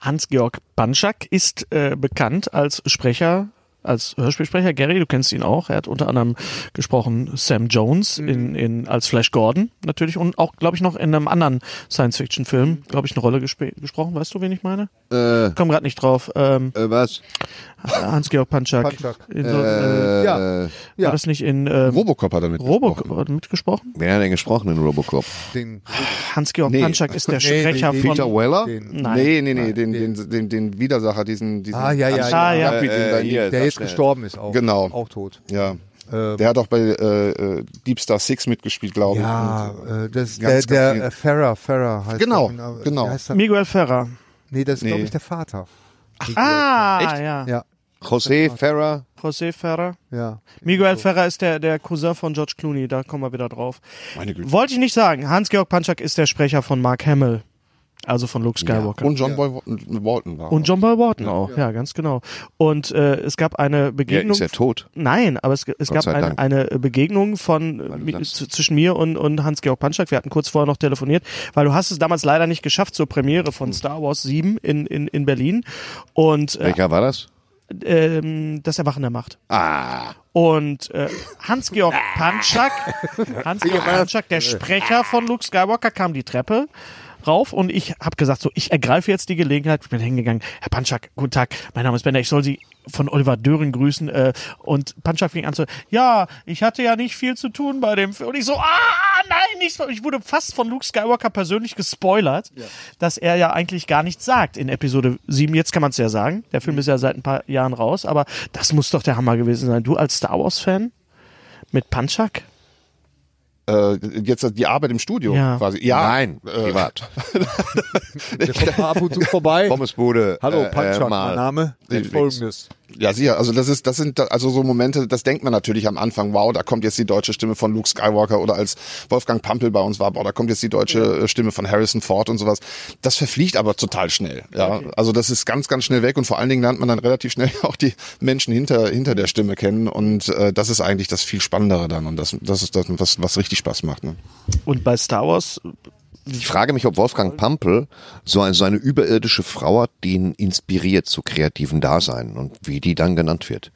Hans-Georg Banschak ist äh, bekannt als Sprecher, als Hörspielsprecher. Gary, du kennst ihn auch. Er hat unter anderem gesprochen Sam Jones
Mhm.
in, in, als Flash Gordon natürlich und auch, glaube ich, noch in einem anderen
Mhm.
Science-Fiction-Film, glaube ich, eine Rolle gesp gesprochen. Weißt du, wen ich meine?
Äh, äh,
Komm gerade nicht drauf. Ähm,
äh,
was?
Hans-Georg Banschak.
Banschak.
In so, äh,
Ja. Äh,
War das nicht in ähm,
Robocop hat damit.
Robocop mitgesprochen?
wer hat denn gesprochen in Robocop?
Den,
Hans-Georg
Nee.
Banschak ist der Sprecher
nee, nee.
von...
Peter Weller?
den,
Nein.
Nee, nee, nee, den, den, den, den Widersacher, diesen, diesen
ah, ja, ja, ja.
Ah, ja.
Äh, äh,
der
hier, sag
jetzt
schnell.
gestorben ist auch.
Genau.
Auch tot. Ähm,
ja. Der hat auch bei äh, äh, Deep Star Six mitgespielt, glaube ich. Und,
Ja, äh, das, der,
ganz, ganz
der
viel.
äh, Farrah, Farrah heißt
Genau,
der, äh,
genau.
wie Heißt er?
Miguel Ferrer.
Nee, das ist, glaube
Nee.
ich, der Vater.
Ah, ja.
Ja,
José Ferrer?
José Ferrer.
ja.
Miguel Ferrer ist der, der Cousin von George Clooney, da kommen wir wieder drauf.
Meine Güte.
Wollte ich nicht sagen, Hans-Georg Panschak ist der Sprecher von Mark Hamill, also von Luke Skywalker.
Und John Boy Walton war.
Und John Boy Wharton auch, ja. ganz genau. Und äh, es gab eine
Ja,
Begegnung.
ist ja tot.
Nein, aber es, es gab
sei
eine,
Dank.
eine Begegnung von
du
mi-
sagst.
z- zwischen mir und, und Hans-Georg Panschak. Wir hatten kurz vorher noch telefoniert, weil du hast es damals leider nicht geschafft zur Premiere
Hm.
von Star Wars 7 in, in, in Berlin. Und äh,
Welcher war das?
ähm, das Erwachen der Macht.
Ah,
Und äh, Hans-Georg Panschak, Hans-Georg Panschak, der Sprecher von Luke Skywalker, kam die Treppe rauf und ich habe gesagt, so, ich ergreife jetzt die Gelegenheit, ich bin hingegangen, Herr Panschak, guten Tag, mein Name ist Bender, ich soll Sie von Oliver Döring grüßen äh, und Panschak fing an zu, ja, ich hatte ja nicht viel zu tun bei dem Film und ich so, ah, nein, nicht, so." ich wurde fast von Luke Skywalker persönlich gespoilert, dass er ja eigentlich gar nichts sagt in Episode 7, jetzt kann man es ja sagen, der Film ist ja seit ein paar Jahren raus, aber das muss doch der Hammer gewesen sein, du als Star Wars Fan mit Panschak?
äh, jetzt die Arbeit im Studio
Ja.
quasi. Ja,
Nein, privat.
Der kommt mal ab und zu vorbei.
Pommesbude.
Hallo,
äh,
Punchak,
äh, mal.
mein Name.
Netflix.
Folgendes.
Ja, sicher. Also das ist, das sind da- also so Momente, das denkt man natürlich am Anfang, wow, da kommt jetzt die deutsche Stimme von Luke Skywalker oder als Wolfgang Pampel bei uns war, boah, da kommt jetzt die deutsche äh, Stimme von Harrison Ford und sowas. Das verfliegt aber total schnell. Ja, also das ist ganz, ganz schnell weg und vor allen Dingen lernt man dann relativ schnell auch die Menschen hinter hinter der Stimme kennen und äh, das ist eigentlich das viel Spannendere dann und das das ist das was was richtig Spaß macht. Ne?
Und bei Star Wars
Ich frage mich, ob Wolfgang Pampel so eine, so eine überirdische Frau hat, die ihn inspiriert zu kreativen Dasein und wie die dann genannt wird.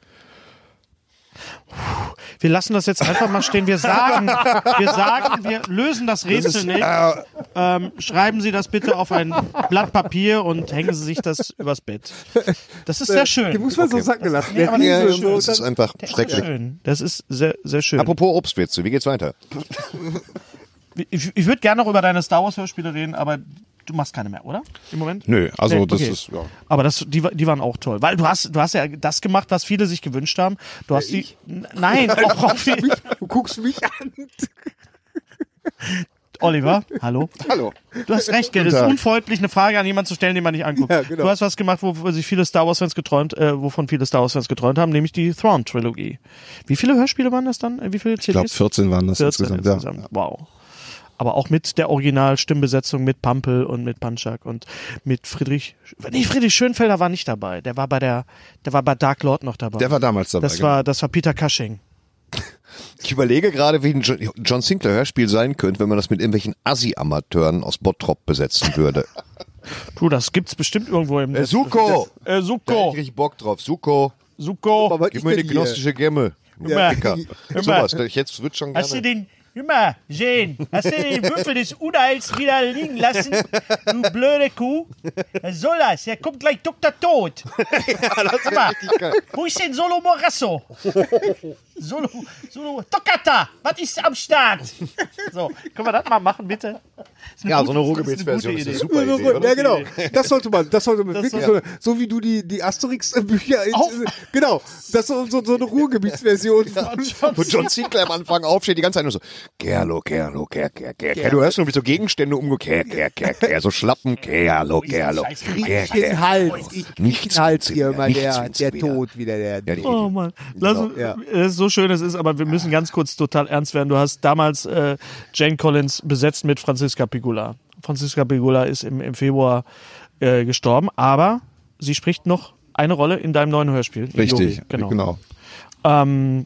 Wir lassen das jetzt einfach mal stehen. Wir sagen, wir sagen, wir lösen das Rätsel nicht. ähm, schreiben Sie das bitte auf ein Blatt Papier und hängen Sie sich das übers Bett. Das ist sehr
Den
schön.
muss man so sacken lassen.
Nee, aber
Der
das
ist
ist
so-
Das ist einfach schrecklich.
Schön. Das ist sehr, sehr schön.
Apropos Obstwitze, wie geht's weiter?
Ich, ich würde gerne noch über deine Star Wars Hörspiele reden, aber du machst keine mehr, oder? Im Moment?
Nö, also
Nee,
das
okay.
ist ja.
Aber das, die, wa- die waren auch toll. Weil du hast, du hast ja das gemacht, was viele sich gewünscht haben. Du hast die. N- Nein, auch auf die,
Du guckst mich an.
Oliver, hallo.
Hallo.
Du hast recht, Gerd. Es ist unfreundlich, eine Frage an jemanden zu stellen, den man nicht anguckt.
Ja, genau.
Du hast was gemacht, wovon sich viele Star Wars-Fans geträumt, äh, wovon viele Star Wars-Fans geträumt haben, nämlich die Thrawn-Trilogie. Wie viele Hörspiele waren das dann? Äh, Wie viele CDs?
Ich glaube 14 waren das
14
insgesamt. Ja.
insgesamt. Wow. Aber auch mit der Originalstimmbesetzung mit Pampel und mit Panchak und mit Friedrich. Nee, Friedrich Schönfelder war nicht dabei. Der war bei der, der war bei Dark Lord noch dabei.
Der war damals dabei. genau.
das war, das war Peter Cushing.
Ich überlege gerade, wie ein Jo- John Sinclair Hörspiel sein könnte, wenn man das mit irgendwelchen Assi-Amateuren aus Bottrop besetzen würde.
Du, das gibt's bestimmt irgendwo im
Äh, Suko!
Äh,
Da hab
Suko!
ich richtig Bock drauf. Suko,
Suko!
Was
Oh, gib
ist
mir
denn
eine
hier?
gnostische Gemme.
Ja.
Dicker.
Immer.
Sowas, ne? ich jetzt würde schon
Hast du
gerne.
den, immer, Jane, hast du den Würfel des Unheils wieder liegen lassen? Du blöde Kuh. Was soll das? Da kommt gleich Dr. Tod. Immer. Wo ist denn Solo Morasso? Solo, Solo, Toccata, was ist am Start? So, können wir das mal machen, bitte? Ja,
so eine Ruhrgebietsversion ist eine
Idee.
super Idee.
ja,
oder?
genau. Das sollte man, das sollte man
Das
wirklich,
sollte-
so, so wie du die, die Asterix-Bücher, in- genau, das so, so, so eine Ruhrgebietsversion.
Wo John Sinclair am Anfang aufsteht, die ganze Zeit nur so, Kerlo, Kerlo, Ker, Ker, Ker, Ker. Du hörst nur, wie so Gegenstände umgekehrt, Ker, Ker, Ker, so Schlappen,
Oh,
Kerlo, Kerlo, Ker, Ker.
Hals, ich
Nichts
Hals
wird's
hier
wieder,
mal
nichts
der,
wird's
der
wieder.
Tod wieder, der.
Ja, die-
Oh Mann, Lass uns, äh,
Ja.
es ist so schön es ist, aber wir müssen ganz kurz total ernst werden. Du hast damals äh, Jane Collins besetzt mit Franziska Pigula. Franziska Pigula ist im, im Februar äh, gestorben, aber sie spricht noch eine Rolle in deinem neuen Hörspiel. in
Richtig,
Yogi,
genau.
Ähm,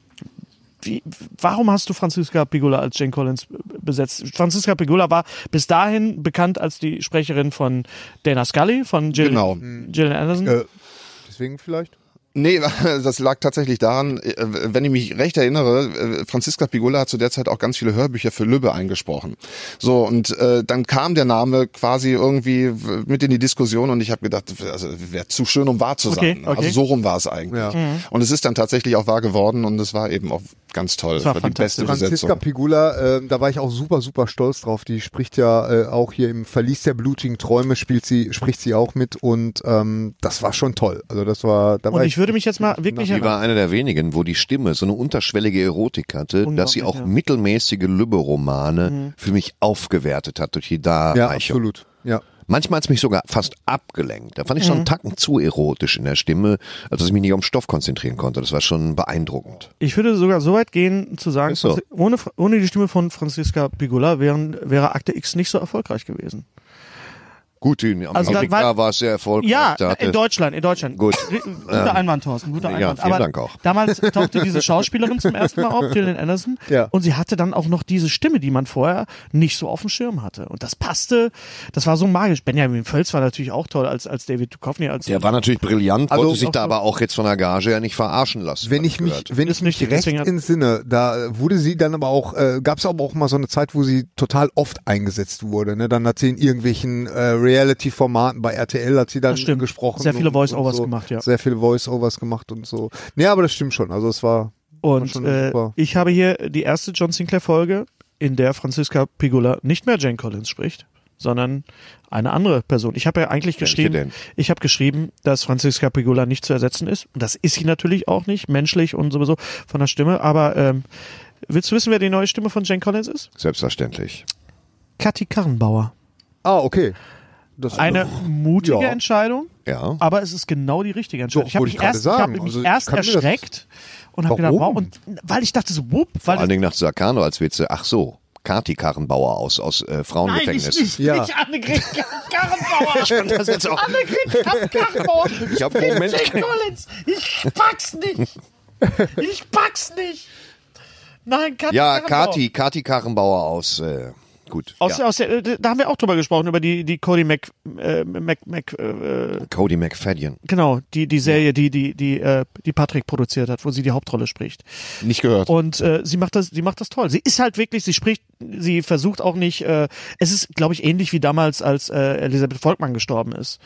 wie, warum hast du Franziska Pigula als Jane Collins besetzt? Franziska Pigula war bis dahin bekannt als die Sprecherin von Dana Scully, von Jill,
Genau.
Jill Anderson.
Äh, Deswegen vielleicht.
Nee, das lag tatsächlich daran, äh, wenn ich mich recht erinnere, äh, Franziska Pigula hat zu der Zeit auch ganz viele Hörbücher für Lübbe eingesprochen. So, und äh, dann kam der Name quasi irgendwie w- mit in die Diskussion und ich habe gedacht, w- also wäre zu schön, um wahr zu
Okay,
sein.
okay.
Also so rum war es eigentlich. Und es ist dann tatsächlich auch wahr geworden und es war eben auch ganz toll. Es
war
die beste
fantastisch.
Besetzung.
Franziska Pigula, ähm, da war ich auch super, super stolz drauf. Die spricht ja äh, auch hier im Verlies der blutigen Träume, spielt sie, spricht sie auch mit und ähm, das war schon toll. Also das war, da war
Und ich würde mich jetzt mal wirklich
Die war einer der wenigen, wo die Stimme so eine unterschwellige Erotik hatte, dass sie
Unglaublich,
auch
ja.
mittelmäßige Lübbe-Romane für mich aufgewertet hat durch die
Mhm. ja,
Darreichung.
absolut. Ja.
Manchmal hat's mich sogar fast abgelenkt. Da fand ich schon
Mhm.
einen Tacken zu erotisch in der Stimme, als dass ich mich nicht auf den Stoff konzentrieren konnte. Das war schon beeindruckend.
Ich würde sogar so weit gehen zu sagen,
Ist so.
Franzi- ohne, ohne die Stimme von Franziska Pigula wären, wäre Akte X nicht so erfolgreich gewesen.
Gut, in
Also da
Amerika
war-
war es sehr erfolgreich.
Ja,
Da hatte-
in Deutschland, in Deutschland.
Gut. Ähm,
R- Guter Einwand, Thorsten, guter
Ja,
Einwand.
vielen
Aber
Dank auch.
Damals tauchte diese Schauspielerin zum ersten Mal auf, Gillian Anderson.
Ja.
Und sie hatte dann auch noch diese Stimme, die man vorher nicht so auf dem Schirm hatte. Und das passte, das war so magisch. Benjamin Völz war natürlich auch toll als, als David Duchovny. Als
Der war natürlich brillant,
Also-
wollte sich da aber auch jetzt von der Gage ja nicht verarschen lassen.
Wenn
hab
ich mich,
gehört.
wenn
Ist
ich mich
richtig,
recht
deswegen hat-
entsinne, da wurde sie dann aber auch, äh, gab es aber auch mal so eine Zeit, wo sie total oft eingesetzt wurde. Ne? Dann hat sie in irgendwelchen äh, Reality-Formaten bei RTL hat sie dann
Das stimmt.
gesprochen.
Sehr viele
und-
Voice-Overs
und so.
gemacht, ja.
Sehr viele Voice-Overs gemacht und so. Nee, aber das stimmt schon. Also es war
Und
schon
äh,
super.
ich habe hier die erste John Sinclair-Folge, in der Franziska Pigula nicht mehr Jane Collins spricht, sondern eine andere Person. Ich habe ja eigentlich
Welche
geschrieben,
denn?
ich habe geschrieben, dass Franziska Pigula nicht zu ersetzen ist. Und das ist sie natürlich auch nicht, menschlich und sowieso von der Stimme. Aber ähm, willst du wissen, wer die neue Stimme von Jane Collins ist?
Selbstverständlich.
Kathi Karrenbauer.
Ah, okay. Das
Eine mutige
Ja.
Entscheidung.
Ja.
Aber es ist genau die richtige Entscheidung.
Doch,
ich habe
wollte
mich
ich gerade
erst, ich habe
sagen.
mich
Also,
erst
kann mir das-
erschreckt und habe gedacht, wow,
Warum?
und weil ich dachte so, wupp,
Vor
weil
allen Dingen nach Sakano als Witze. Ach so, Kati Karrenbauer aus, aus äh,
Nein,
Frauengefängnis.
nicht, nicht,
Ja.
nicht Annegret Karrenbauer.
Das jetzt auch.
Annegret Karrenbauer.
Ich hab einen Moment.
Jane Collins. Ich pack's nicht. Ich pack's nicht. Nein, Kathi
Ja,
Karrenbauer.
Kati, Kati Karrenbauer aus, äh, gut.
Aus,
ja.
aus der, da haben wir auch drüber gesprochen, über die, die Cody Mac, äh, Mac, Mac äh,
Cody McFadden.
genau, die, die Serie, die, die, die, äh, die Patrick produziert hat, wo sie die Hauptrolle spricht.
Nicht gehört.
Und äh, sie macht das, sie macht das toll. Sie ist halt wirklich, sie spricht, sie versucht auch nicht. Äh, es ist, glaube ich, ähnlich wie damals, als äh, Elisabeth Volkmann gestorben ist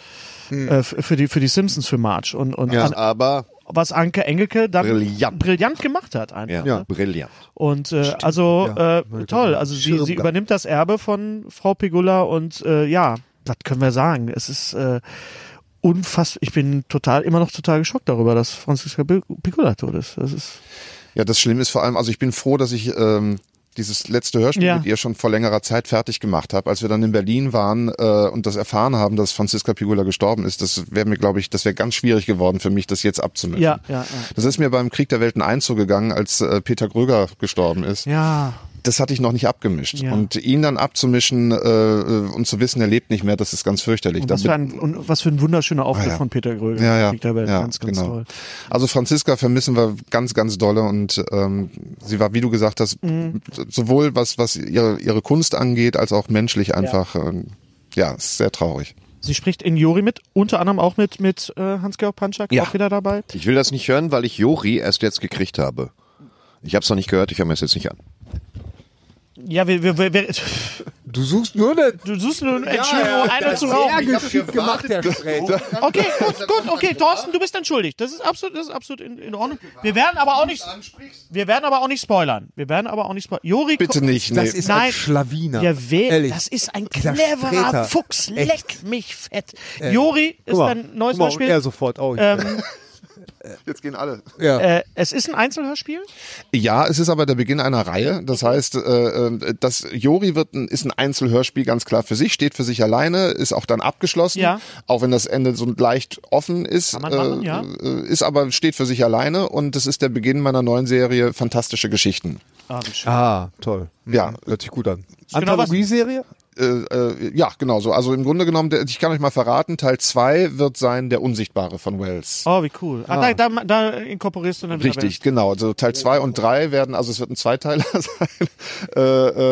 Hm.
äh, f- für die für die Simpsons für March und und an,
Aber
was Anke Engelke dann
Brillant.
brillant gemacht hat
ja,
einfach.
Ja.
brillant.
Und äh, also
Ja,
äh, toll, also sie, sie
Schirmgar-
übernimmt das Erbe von Frau Pegula und äh, ja, was können wir sagen? Es ist äh, unfassbar. Ich bin total immer noch total geschockt darüber, dass Franziska Pegula tot ist. Das ist
Ja, das Schlimme ist vor allem, also ich bin froh, dass ich ähm, dieses letzte Hörspiel
Ja.
mit ihr schon vor längerer Zeit fertig gemacht habe. Als wir dann in Berlin waren äh, und das erfahren haben, dass Franziska Pigula gestorben ist, das wäre mir, glaube ich, das wäre ganz schwierig geworden für mich, das jetzt abzumischen.
ja, ja, ja.
Das ist mir beim Krieg der Welten einzugegangen, als äh, Peter Gröger gestorben ist.
Ja,
Das hatte ich noch nicht abgemischt.
Ja.
Und ihn dann abzumischen äh, und zu wissen, er lebt nicht mehr, das ist ganz fürchterlich.
und was,
Da
für
bin-
ein, und was für ein wunderschöner Auftritt
Ah, ja.
von Peter Gröger.
ja, ja.
Krieg der Welt.
ja,
ganz, ganz
genau.
toll.
Also Franziska vermissen wir ganz, ganz dolle und ähm, sie war, wie du gesagt hast,
Mhm.
sowohl was, was ihre, ihre Kunst angeht, als auch menschlich einfach, ja, ähm, ja ist sehr traurig.
Sie spricht in Jori mit, unter anderem auch mit, mit äh, Hans-Georg Panschak,
Ja.
auch wieder dabei.
Ich will das nicht hören, weil ich Jori erst jetzt gekriegt habe. Ich habe es noch nicht gehört, ich höre mir es jetzt nicht an.
Ja, wir, wir, wir, wir
Du suchst nur eine
Du suchst nur eine Entschuldigung, eine Äh, zu rauchen.
geschickt gemacht, Herr Spreng.
Okay, gut, gut, okay, Thorsten, du bist dann schuldig. Das ist absolut, das ist absolut in, in Ordnung. Wir werden aber auch nicht, wir werden aber auch nicht spoilern. Wir werden aber auch nicht spoilern. Jori,
Bitte nicht, nee.
Das ist ein
Nein.
Schlawiner.
Ja, weh,
Ehrlich.
das ist ein
Dieser
cleverer
Streter.
Fuchs.
Echt.
Leck mich fett.
Äh.
Jori ist ein neues Hörspiel.
Er sofort auch.
Ähm,
Jetzt gehen alle.
äh, es ist ein Einzelhörspiel.
Ja, es ist aber der Beginn einer Reihe. Das
Mhm.
heißt, äh, äh, das Jori wird ein, ist ein Einzelhörspiel ganz klar für sich, steht für sich alleine, ist auch dann abgeschlossen,
Ja.
auch wenn das Ende so leicht offen ist,
man machen,
äh,
ja.
äh, ist aber steht für sich alleine und das ist der Beginn meiner neuen Serie Fantastische Geschichten.
ah, toll.
Ja.
Hört sich gut an.
genau
Anthologie-Serie?
Äh, äh, ja, genau so. Also im Grunde genommen, der, ich kann euch mal verraten, Teil zwei wird sein Der Unsichtbare von Wells.
Oh, wie cool. Ah, da, da, da inkorporierst du dann wieder
Richtig, genau. Also Teil 2 und 3 werden, also es wird ein Zweiteiler sein. Äh,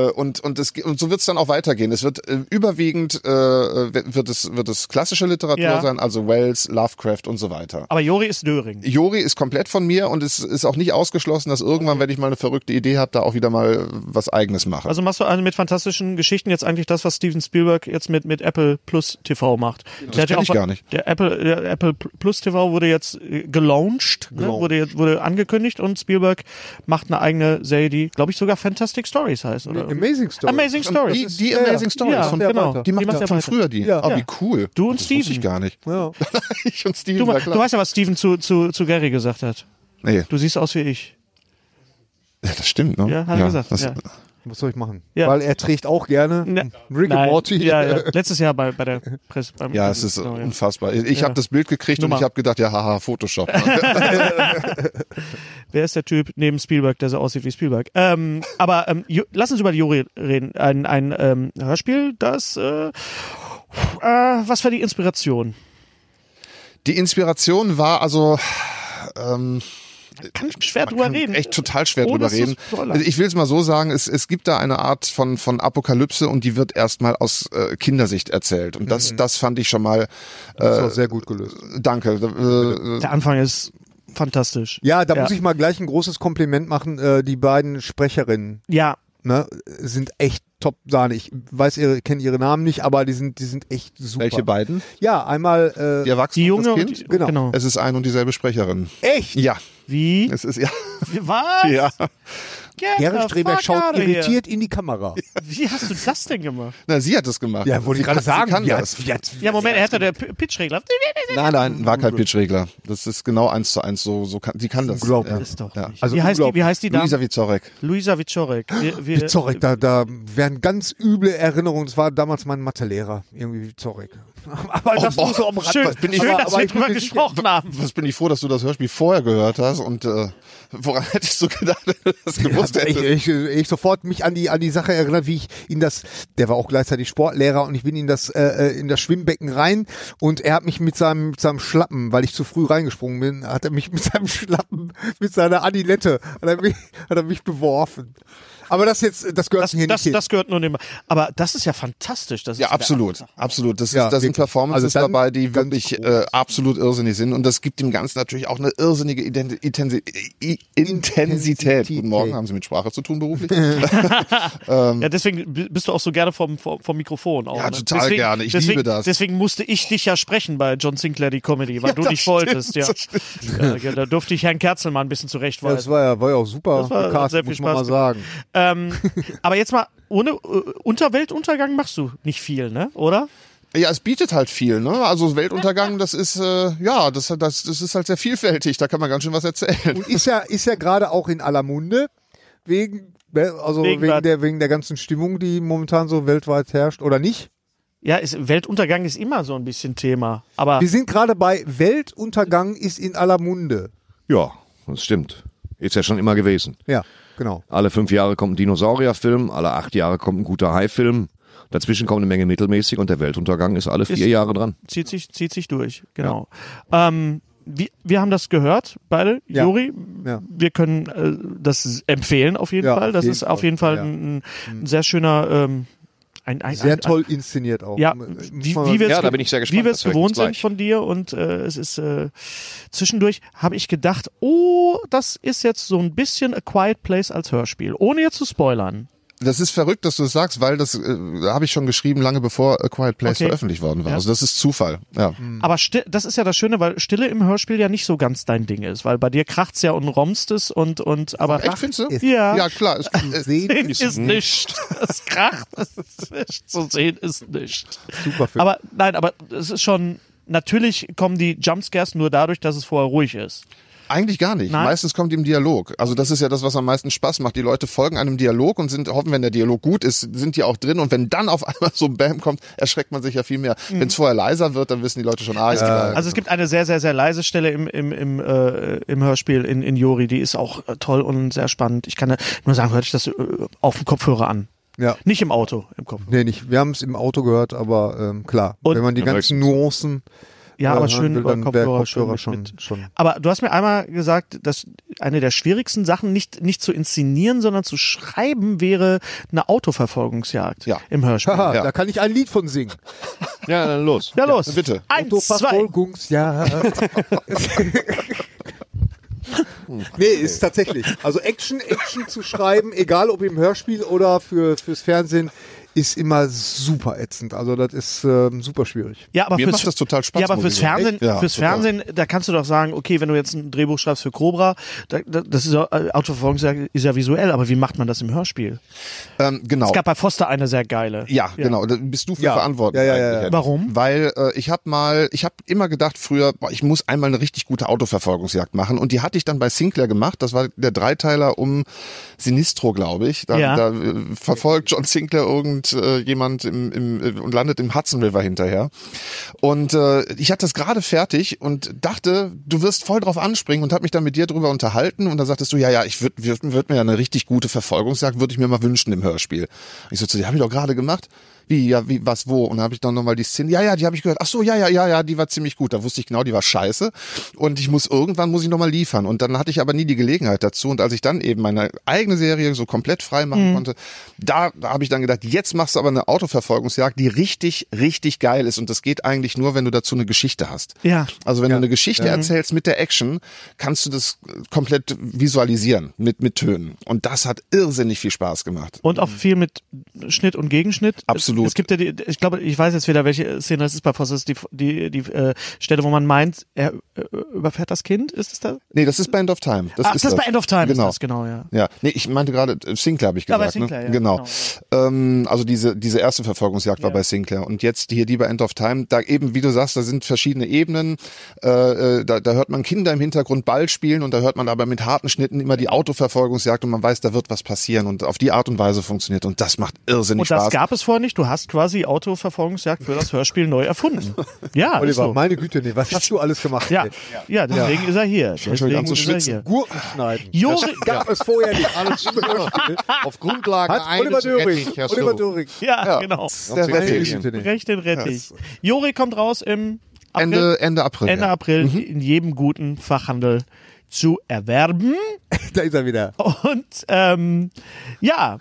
äh, und, und, es, ge- und so wird es dann auch weitergehen. Es wird äh, überwiegend äh, wird, wird es, wird es klassische Literatur
Ja.
sein, also Wells, Lovecraft und so weiter.
Aber Jori ist Döring.
Jori ist komplett von mir und es ist auch nicht ausgeschlossen, dass irgendwann, wenn ich mal eine verrückte Idee habe, da auch wieder mal was eigenes mache.
Also machst du also mit fantastischen Geschichten jetzt eigentlich das, was Steven Spielberg jetzt mit, mit Apple Plus TV macht. Das
kenn ich gar nicht.
Der Apple, der Apple Plus TV wurde jetzt äh, gelauncht, ne? wurde, jetzt, wurde angekündigt und Spielberg macht eine eigene Serie, die, glaube ich, sogar Fantastic Stories heißt. Oder?
Amazing Story.
Amazing
die,
Stories.
die
ja,
Amazing
ja.
Stories
Ja,
von
genau.
Die
Die
macht
macht's
ja
ja
von
weiter.
früher die.
Ja.
Oh, wie
Ja.
cool.
Du und
das wusste
Steven.
ich gar nicht.
Ja.
ich und Steven,
Du,
na
ma-
klar.
du weißt ja, was Steven zu, zu, zu Gary gesagt hat.
nee.
Du siehst aus wie ich.
Ja, das stimmt, ne?
Ja, hat er gesagt,
Das,
ja.
Was soll ich machen?
Ja.
Weil er trägt auch gerne
Ne-
Rick
Nein.
and Morty.
Ja, ja. Letztes Jahr bei, bei der Presse. beim-
Ja, es ist
Genau, ja.
unfassbar. Ich
Ja.
habe das Bild gekriegt
Nummer.
und ich habe gedacht, ja, haha, Photoshop.
Wer ist der Typ neben Spielberg, der so aussieht wie Spielberg? Ähm, aber ähm, Ju- lass uns über die Juri reden. Ein, ein ähm, Hörspiel, das. Äh, äh, was war die Inspiration?
Die Inspiration war also
Kann ich schwer drüber
kann
reden.
echt total schwer
Ohne
drüber
dass
reden. Also
es Spoiler-
Ich will es mal so sagen, es, es gibt da eine Art von, von Apokalypse und die wird erstmal aus äh, Kindersicht erzählt. Und
Mhm.
das, das fand ich schon mal, äh,
Das ist auch sehr gut gelöst.
danke. Äh,
Der Anfang ist fantastisch.
Ja, da
Ja.
muss ich mal gleich ein großes Kompliment machen. Äh, die beiden Sprecherinnen
Ja,
ne, sind echt top Sahne. Ich weiß ihre, kenne ihre Namen nicht, aber die sind, die sind echt super.
Welche beiden?
Ja, einmal äh,
Die Erwachsenen
die Junge
und das
und
Kind?
die,
Genau.
Es ist ein und dieselbe Sprecherin.
echt.
Ja,
Wie?
es ist ja.
Was?
ja.
Get
Gary
the
Streberg
fuck
schaut
out of here.
irritiert in die Kamera.
Wie hast du das denn gemacht?
Na, sie hat es gemacht. Sie kann- Sie kann
ja,
das.
jetzt-
Ja, Moment, er hatte der P- Pitchregler.
Nein, nein, war kein Pitchregler. Das ist genau eins zu eins. So, so kann, sie kann das.
Unglaublich.
Ja.
Ist doch
Ja.
nicht.
Also
wie, heißt die, wie heißt die Dame?
Luisa Vizorek.
Luisa Wiczorek. Wir, wir,
Zorek, da, da wären ganz üble Erinnerungen. Das war damals mein Mathelehrer, irgendwie Zorek. Aber das
boah.
nur so am Rand.
Schön,
Was bin ich-
schön
aber-
dass
aber
wir
ich bin
drüber
mir sicher-
gesprochen haben.
Was bin ich froh, dass du das Hörspiel vorher gehört hast und äh, woran hättest du gedacht, wenn du das gewusst
ich, ich,
hättest?
ich sofort mich an die an die Sache erinnert, wie ich ihn das, der war auch gleichzeitig Sportlehrer und ich bin in das äh, äh, in das Schwimmbecken rein und er hat mich mit seinem mit seinem Schlappen, weil ich zu früh reingesprungen bin, hat er mich mit seinem Schlappen mit seiner Adilette hat er mich, hat er mich beworfen. Aber das jetzt das gehört
Das,
hier
das,
nicht
das gehört nur dem. Aber das ist ja fantastisch. Das
Ja,
ist der-
absolut, absolut. Das,
Ja,
ist, das sind
wirklich.
Performances
Also dann
dabei, die
ganz
wirklich
groß.
äh, absolut irrsinnig sind und das gibt dem Ganzen natürlich auch eine irrsinige Ident Intensi I Intensität.
Intensität.
Guten Morgen, haben Sie mit Sprache zu tun beruflich?
Ja, deswegen bi- bist du auch so gerne vom, vom, vom Mikrofon. Auch,
Ähm, Ja,
ne?
total
deswegen,
gerne. Ich
deswegen,
liebe das.
Deswegen musste ich dich ja sprechen bei John Sinclair, die Comedy, weil du
das
nicht
stimmt,
wolltest. Ja. Ja, ja, da durfte ich Herrn Kerzelmann ein bisschen
Ja, das
zurechtweisen.
war ja, war ja auch super
Das war- hat
gecastet,
sehr viel
muss man mal
Spaß
sagen.
ähm, aber jetzt mal, ohne äh, Unterweltuntergang machst du nicht viel, ne? oder?
ja, es bietet halt viel. Ne? Also Weltuntergang, das ist äh, ja, das, das, das ist halt sehr vielfältig. Da kann man ganz schön was erzählen.
Und ist ja, ist ja gerade auch in aller Munde wegen, ne, also
Wegen
wegen,
was?
der, wegen der ganzen Stimmung, die momentan so weltweit herrscht, oder nicht?
Ja, ist, Weltuntergang ist immer so ein bisschen Thema. Aber
Wir sind gerade bei Weltuntergang ist in aller Munde.
Ja, das stimmt. Ist ja schon immer gewesen.
Ja, genau.
Alle fünf Jahre kommt ein Dinosaurierfilm, alle acht Jahre kommt ein guter Hai-Film. Dazwischen kommt eine Menge mittelmäßig und der Weltuntergang ist alle vier
Ist-
Jahre dran.
zieht sich, zieht sich durch, genau. Ähm, wir, wir haben das gehört, beide,
Ja.
Juri.
Ja.
Wir können äh, das empfehlen auf jeden
Ja,
Fall.
auf
Das
jeden
ist auf
Fall,
jeden Fall
ja. Mhm.
ein, ein sehr schöner, ähm, ein, ein,
Sehr
ein,
toll inszeniert auch.
Ja,
Muss
wie,
man-
wie wir es
Ja, da
ge-
bin ich sehr gespannt,
wie wir es
das höre ich
gewohnt
jetzt
sind
gleich.
von dir und äh, es ist äh, zwischendurch habe ich gedacht, oh, das ist jetzt so ein bisschen A Quiet Place als Hörspiel, ohne jetzt zu spoilern.
Das ist verrückt, dass du es das sagst, weil das äh, habe ich schon geschrieben, lange bevor A Quiet Place
Okay.
veröffentlicht worden war.
Ja.
Also das ist Zufall. Ja.
Mhm.
Aber Sti- das ist ja das Schöne, weil Stille im Hörspiel ja nicht so ganz dein Ding ist, weil bei dir kracht's ja und romst es und und aber
Echt, findest du?
Ja.
Ja, klar. Es, äh, es,
Sehen
ist, ist nicht. Es kracht, es ist nicht. Zu sehen ist nicht.
Super Film.
Aber nein, aber es ist schon. Natürlich kommen die Jumpscares nur dadurch, dass es vorher ruhig ist.
Eigentlich gar nicht.
Nein.
Meistens kommt im Dialog. Also das ist ja das, was am meisten Spaß macht. Die Leute folgen einem Dialog und sind, hoffen, wenn der Dialog gut ist, sind die auch drin. Und wenn dann auf einmal so ein Bam kommt, erschreckt man sich ja viel mehr. Wenn es vorher leiser wird, dann wissen die Leute schon, ah, ist klar.
Mhm. Also es gibt eine sehr, sehr, sehr leise Stelle im, im, im, äh, im Hörspiel in, in Jori, die ist auch äh, toll und sehr spannend. Ich kann ja nur sagen, hört euch das äh, auf dem Kopfhörer an.
Ja.
Nicht im Auto, im Kopf.
Nee, nicht. Wir haben es im Auto gehört, aber ähm, klar,
Und-
wenn man die ganzen Nuancen
Ja,
äh,
aber
hören
schön
will,
über
dann wäre
Kopfhörer,
Kopfhörer
schön
schon,
mit, mit.
schon.
Aber du hast mir einmal gesagt, dass eine der schwierigsten Sachen nicht, nicht zu inszenieren, sondern zu schreiben wäre eine Autoverfolgungsjagd
Ja.
im Hörspiel.
Haha,
Ja.
Ah, da kann ich ein Lied von singen.
Ja, dann los.
Ja, los.
bitte.
Eins, zwei.
Autoverfolgungsjagd. nee, ist tatsächlich. Also Action, Action zu schreiben, egal ob im Hörspiel oder für, fürs Fernsehen, ist immer super ätzend. Also das ist ähm, super schwierig.
Ja, aber
Mir
fürs,
macht das total Spaß,
Ja, aber
muss
fürs
ich sagen.
Fernsehen,
Echt? Ja,
fürs
total.
Fernsehen, da kannst du doch sagen, okay, wenn du jetzt ein Drehbuch schreibst für Cobra, da, da, das ist ja, äh, Autoverfolgungsjagd ist ja visuell, aber wie macht man das im Hörspiel?
Ähm, genau.
Es gab bei Foster eine sehr geile.
Ja, genau. Da bist du für
Äh, Ja.
verantwortlich.
Ja, ja, ja,
eigentlich,
ja.
Henning.
Warum?
Weil äh, ich habe mal, ich habe immer gedacht früher, boah, ich muss einmal eine richtig gute Autoverfolgungsjagd machen. Und die hatte ich dann bei Sinclair gemacht. Das war der Dreiteiler um Sinistro, glaube ich. Da,
Ja.
da äh, verfolgt John Sinclair irgend äh, jemand im, im, äh, und landet im Hudson River hinterher. Und äh, ich hatte das gerade fertig und dachte, du wirst voll drauf anspringen und habe mich dann mit dir drüber unterhalten und dann sagtest du, ja, ja, ich würde würd, würd mir ja eine richtig gute Verfolgungsjagd, würde ich mir mal wünschen im Hörspiel. Ich so, zu dir, habe ich doch gerade gemacht. Wie, ja, wie, was, wo? Und dann habe ich dann nochmal die Szene, ja, ja, die habe ich gehört. Ach so, ja, ja, ja, ja, die war ziemlich gut. Da wusste ich genau, die war scheiße. Und ich muss, irgendwann muss ich nochmal liefern. Und dann hatte ich aber nie die Gelegenheit dazu. Und als ich dann eben meine eigene Serie so komplett frei machen
Mhm.
konnte, da, da habe ich dann gedacht, jetzt machst du aber eine Autoverfolgungsjagd, die richtig, richtig geil ist. Und das geht eigentlich nur, wenn du dazu eine Geschichte hast.
Ja.
Also wenn du eine Geschichte erzählst mit der Action, kannst du das komplett visualisieren mit, mit Tönen. Und das hat irrsinnig viel Spaß gemacht.
Und auch viel mit Schnitt und Gegenschnitt. Es,
Absolut.
es gibt ja die, ich glaube, ich weiß jetzt wieder, welche Szene das ist bei Foster, das ist die, die, die äh, Stelle, wo man meint, er äh, überfährt das Kind, ist es da?
Nee, das ist bei End of Time. Das
Ach,
ist
das ist bei End of Time,
Genau.
ist das, genau, ja.
Ja, nee, ich meinte gerade äh, Sinclair habe ich
Ja, bei
gesagt.
Sinclair,
ne?
ja,
genau. Ähm, also diese diese erste Verfolgungsjagd war
Ja.
bei Sinclair und jetzt hier die bei End of Time. Da eben, wie du sagst, da sind verschiedene Ebenen. Äh, äh, da, da hört man Kinder im Hintergrund Ball spielen und da hört man aber mit harten Schnitten immer die Autoverfolgungsjagd und man weiß, da wird was passieren und auf die Art und Weise funktioniert und das macht irrsinnig
Und das
Spaß.
gab es vorher nicht. Du hast quasi Autoverfolgungsjagd für das Hörspiel neu erfunden. Ja, ist
Oliver,
so.
meine Güte, nee, was hast du alles gemacht?
Ja,
ey?
ja, deswegen ist er hier.
schon
Deswegen
wieder
ist er
anzuschwitzen.
hier.
Gurken schneiden.
Jori,
Gab es vorher nicht.
Alles auf Grundlage
Hat Oliver
eines
Döring.
Rettich, hast
Oliver
du.
Döring.
ja, genau.
Der
Erzähl
Rettich.
mir.
Recht den Rettich. Jori kommt raus im April,
Ende Ende April.
Ende
ja. Mhm.
April in jedem guten Fachhandel zu erwerben.
Da ist er wieder.
Oh. Und ähm, ja,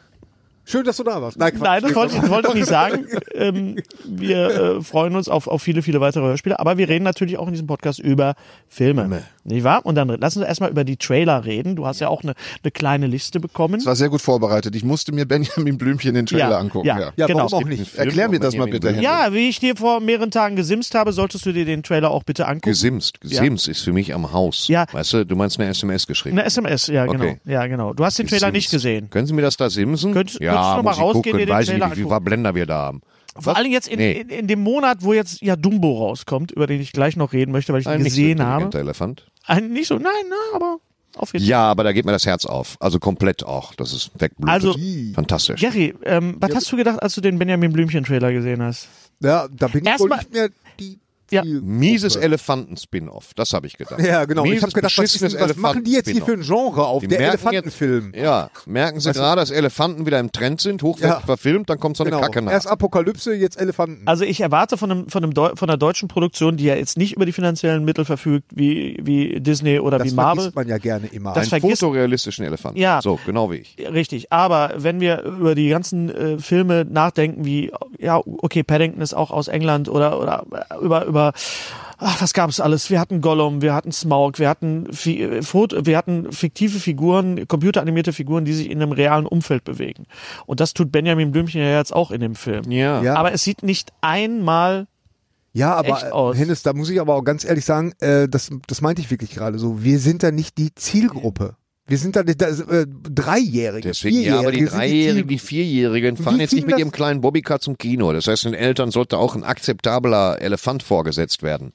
Schön, dass du da warst. Nein, Quatsch.
Nein, das wollte, ich- wollte ich nicht sagen. Ähm, wir äh, freuen uns auf, auf viele, viele weitere Hörspiele, aber wir reden natürlich auch in diesem Podcast über Filme. Nicht wahr? Und dann lass uns erstmal über die Trailer reden. Du hast ja auch eine, eine kleine Liste bekommen.
Das war sehr gut vorbereitet. Ich musste mir Benjamin Blümchen den Trailer
Ja,
angucken.
ja.
ja,
genau.
warum auch nicht?
Erklär mir das mal bitte. Henry.
Also
Ja, wie ich dir vor mehreren Tagen gesimst habe, solltest du dir den Trailer auch bitte angucken.
Gesimst. Gesimst ist für mich am Haus.
Ja.
Weißt du, du meinst eine SMS geschrieben.
Eine SMS, ja genau.
Okay.
Ja, genau. Du hast den Trailer nicht
Simms.
gesehen.
Können Sie mir das da simsen?
Könntest- könntest du
ja,
noch mal
muss ich
rausgehen,
gucken.
dir den
Weiß ich
Trailer
nicht, wie
angucken.
viele Blender wir da haben.
Vor allem jetzt in,
Nee.
in, in dem Monat, wo jetzt ja Dumbo rauskommt, über den ich gleich noch reden möchte, weil ich ihn
Ein nicht so
gesehen habe.
intelligenter Elefant.
Ein, nicht so, nein, na, aber auf jeden Fall.
Ja, aber da geht mir das Herz auf. Also komplett auch. Das ist wegblutet.
Also-
fantastisch.
Jerry, ähm, was hast du gedacht, als du den Benjamin Blümchen-Trailer gesehen hast?
Ja, da bin ich wohl
Erstmal-
nicht mehr die.
Ja.
Zielgruppe.
Mieses Elefanten-Spin-Off, das habe ich gedacht.
Ja, genau.
Mieses,
ich habe gedacht, was, ist, denn-
beschissenes
was machen die jetzt hier für ein
Elefanten-Spin-off.
Genre auf?
Die
der
merken
Elefantenfilm.
Jetzt, ja, merken Sie gerade, dass Elefanten wieder im Trend sind, hochwertig
Ja.
verfilmt, dann kommt so eine
Genau.
Kacke nach.
Erst Apokalypse, jetzt Elefanten.
Also ich erwarte von, einem, von, einem Deu von einer deutschen Produktion, die ja jetzt nicht über die finanziellen Mittel verfügt, wie, wie Disney oder
das
wie Marvel.
vergisst man ja gerne immer.
Das-
Einen
vergisst-
fotorealistischen Elefanten.
Ja.
So, genau wie
Äh,
ich.
Richtig, aber wenn wir über die ganzen äh, Filme nachdenken, wie, ja, okay, Paddington ist auch aus England oder, oder über, über über ach, was gab's alles? Wir hatten Gollum, wir hatten Smaug, wir hatten fi äh, Fot- wir hatten fiktive Figuren, computeranimierte Figuren, die sich in einem realen Umfeld bewegen. Und das tut Benjamin Blümchen ja jetzt auch in dem Film.
Ja.
Ja.
Aber es sieht nicht einmal
Ja, aber
echt aus.
äh, Hennes, da muss ich aber auch ganz ehrlich sagen, äh, das, das meinte ich wirklich gerade so. Wir sind da nicht die Zielgruppe. Wir sind da nicht, das, äh, Dreijährige.
Deswegen, ja, aber die
Vierjährige sind
Dreijährigen, die
Zielgruppe.
Vierjährigen fahren
Wie
jetzt nicht
kriegen
mit
das-
ihrem kleinen Bobbycar zum Kino. Das heißt, den Eltern sollte auch ein akzeptabler Elefant vorgesetzt werden.